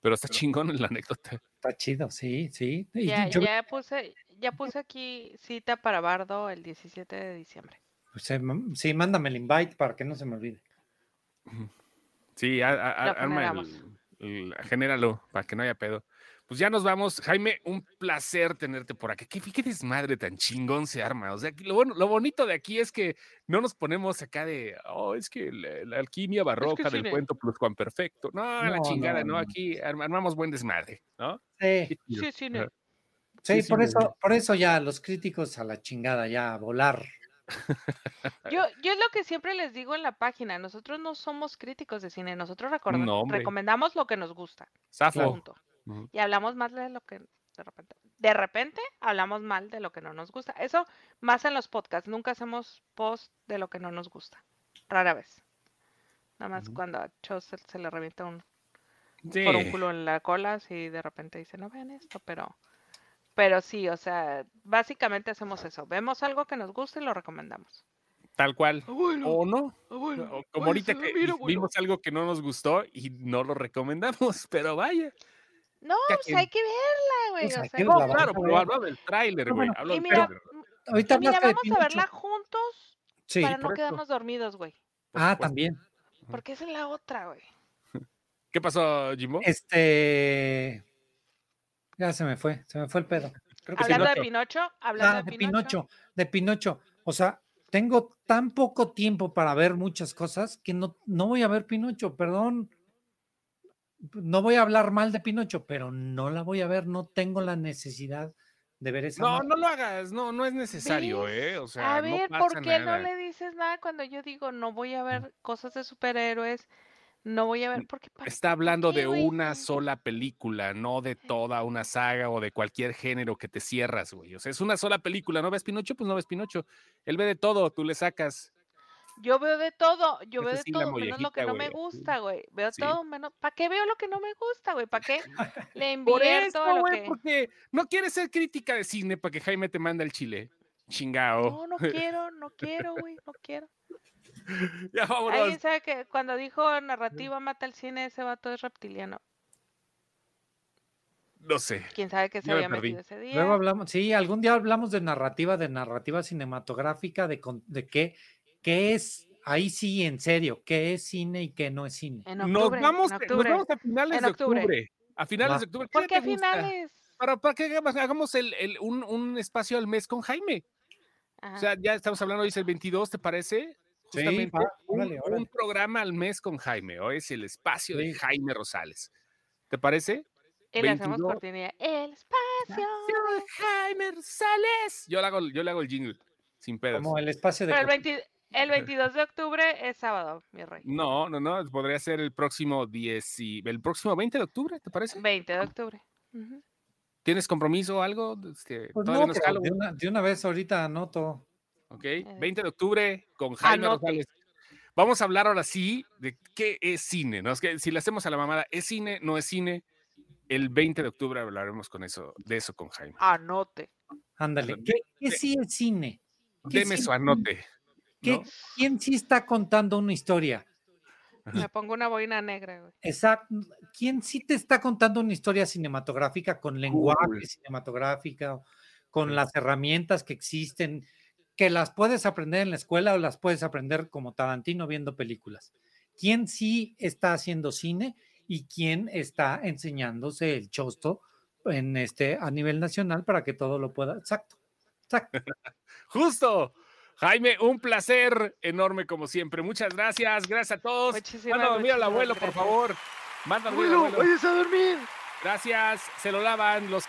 A: pero está chingón la anécdota.
C: Está chido, sí, sí. Y
B: Ya,
C: yo-
B: ya puse, ya puse aquí cita para Bardo el 17 de diciembre.
C: pues, eh, mam- sí, mándame el invite para que no se me olvide.
A: Sí, a- a- a-
B: Lo
A: arma
B: generamos.
A: el- el- Genéralo para que no haya pedo. Pues ya nos vamos. Jaime, un placer tenerte por aquí. Qué, qué desmadre tan chingón se arma. O sea, que lo, bueno, lo bonito de aquí es que no nos ponemos acá de, oh, es que la, la alquimia barroca del
B: cine".
A: cuento plus Juan Perfecto. No, la
C: No,
A: chingada,
C: no,
A: no.
C: no.
A: Aquí arm- armamos buen desmadre, ¿no?
C: Sí.
A: Qué chido.
B: Sí, sí, no.
A: Ajá.
C: Sí,
A: sí,
C: por
A: me
C: eso, por eso ya los críticos a la chingada, ya a volar.
B: Yo, yo es lo que siempre les digo en la página, nosotros no somos críticos de cine, nosotros recorda-
A: No, hombre.
B: recomendamos lo que nos gusta,
A: Zafo.
B: punto.
A: Ujú.
B: Y hablamos mal de lo que de repente, de repente hablamos mal de lo que no nos gusta. Eso más en los podcasts, nunca hacemos post de lo que no nos gusta, rara vez. Nada más
A: Ujú.
B: cuando a Chos se, se le revienta un
A: Sí.
B: por un culo en la cola, así de repente dice, no vean esto, pero, pero sí, o sea, básicamente hacemos eso, vemos algo que nos gusta y lo recomendamos.
A: Tal cual. O no.
B: Abuelo,
A: O como ahorita que vi- vimos algo que no nos gustó y no lo recomendamos, *laughs* pero vaya.
B: No,
A: Ya
B: pues
A: que-
B: hay que verla, güey.
C: Pues
B: o
C: hay
B: sea,
C: que
B: no,
A: No,
C: la
A: claro,
C: vas a
A: pero
C: ver.
A: hablo del tráiler,
C: No,
A: güey.
C: bueno,
A: hablo
B: y
A: del
B: mira,
A: tráiler.
C: Ahorita
B: Pues mira,
C: hablaste de
B: vamos a
C: Pinocho.
B: verla juntos
C: Sí.
B: para no
A: por eso.
B: quedarnos dormidos, güey.
A: por
C: Ah,
A: supuesto.
C: también.
B: Porque esa es la otra, güey.
A: ¿Qué pasó, Jimbo?
C: Este. Ya se me fue, se me fue el pedo.
A: Creo que
B: Hablando de
A: Pinocho.
B: Pinocho, hablando
C: Ah,
B: de
C: de
B: Pinocho.
C: Pinocho, de Pinocho. O sea, tengo tan poco tiempo para ver muchas cosas que no, no voy a ver Pinocho, perdón. No voy a hablar mal de Pinocho, pero no la voy a ver, no tengo la necesidad de ver esa.
A: No,
C: madre.
A: no lo hagas, no, no es necesario,
B: ¿Ves?
A: ¿eh? O sea,
B: a
A: no
B: ver,
A: pasa
B: ¿por qué
A: nada.
B: no le dices nada cuando yo digo no voy a ver cosas de superhéroes? No voy a ver, porque para
A: Está hablando
B: qué,
A: de
B: güey?
A: una sola película, no de toda una saga o de cualquier género que te cierras, güey. O sea, es una sola película. ¿No ves Pinocho? Pues no ves Pinocho. Él ve de todo, tú le sacas.
B: Yo veo de todo, yo
A: Esa
B: veo de
A: sí la
B: todo, menos lo que
A: mollejita,
B: no
A: güey,
B: me
A: así.
B: gusta, güey. Veo
A: Sí.
B: todo, menos. ¿Para qué veo lo que no me gusta, güey? ¿Para qué le
A: *laughs* Por
B: invierto a
A: eso,
B: lo
A: güey,
B: que.?
A: porque no quieres ser crítica de cine para que Jaime te manda el chile. Chingao.
B: No, no quiero, no quiero, güey, no quiero.
A: *laughs* Ya vámonos.
B: Alguien sabe que cuando dijo narrativa mata el cine, ese vato es reptiliano.
A: No sé.
B: Quién sabe que se
A: Ya me
B: había
A: perdí.
B: metido ese día.
C: Luego hablamos, sí, algún día hablamos de narrativa, de narrativa cinematográfica, de, con- de qué, qué es, ahí sí, en serio, qué es cine y qué no es cine.
B: En
A: Nos
B: octubre,
A: vamos, eh,
B: en
A: nos
B: octubre.
A: vamos a finales
B: En
A: de
B: octubre.
A: octubre. A finales
C: Va.
A: de octubre.
B: ¿Por
A: día
B: qué
A: te gusta?
B: finales?
A: Para, para que hagamos, hagamos el, el- un, un espacio al mes con Jaime.
B: Ajá.
A: O sea, ya estamos hablando, hoy es el 22, ¿te parece?
C: Sí,
A: Justamente,
C: va,
A: un,
C: órale,
A: un
C: órale.
A: programa al mes con Jaime. Hoy es el espacio de
C: Sí.
A: Jaime Rosales. ¿Te parece?
B: y le hacemos
A: 22.
B: cortinilla. El
A: Soy
B: espacio.
A: ¡Oh, Jaime Rosales. Yo le hago, yo le hago el jingle, sin pedos.
C: Como el espacio de...
B: Pero el,
C: cocina.
B: 20 el 22 de octubre es sábado, mi rey.
A: No, no, no, podría ser el próximo 10 y- el próximo 20 de octubre, ¿te parece?
B: 20 de octubre. Ujú.
A: ¿Tienes compromiso o algo? Este,
C: Pues
A: todavía
C: no,
A: no es
C: pero de,
A: Halloween,
C: una, de una vez ahorita anoto.
A: ¿ok? 20 de octubre con Jaime
B: Anote.
A: Rosales. Vamos a hablar ahora sí de qué es cine, ¿no? Es que si le hacemos a la mamada, ¿es cine? ¿No es cine? El 20 de octubre hablaremos con eso, de eso con Jaime.
B: Anote.
C: Ándale.
A: Pero
C: ¿Qué, qué
A: de-
C: sí es cine? ¿Qué
A: Deme
C: sí-
A: su anote.
C: qué-
A: ¿no?
C: ¿Quién sí está contando una historia?
B: Me pongo una boina negra, güey.
C: Exacto. ¿Quién sí te está contando una historia cinematográfica con lenguaje cinematográfico, con las herramientas que existen, que las puedes aprender en la escuela o las puedes aprender como Tarantino viendo películas? ¿Quién sí está haciendo cine y quién está enseñándose el chosto en este a nivel nacional para que todo lo pueda? Exacto. Exacto.
A: Justo. Jaime, un placer enorme como siempre. Muchas gracias. Gracias a todos.
B: Muchísimas,
A: Manda a dormir al
B: muchísimas
A: abuelo, por
B: gracias.
A: favor. Manda a dormir al
D: Abuelo,
A: abuelo.
D: vayas a dormir.
A: Gracias. Se lo lavan. Los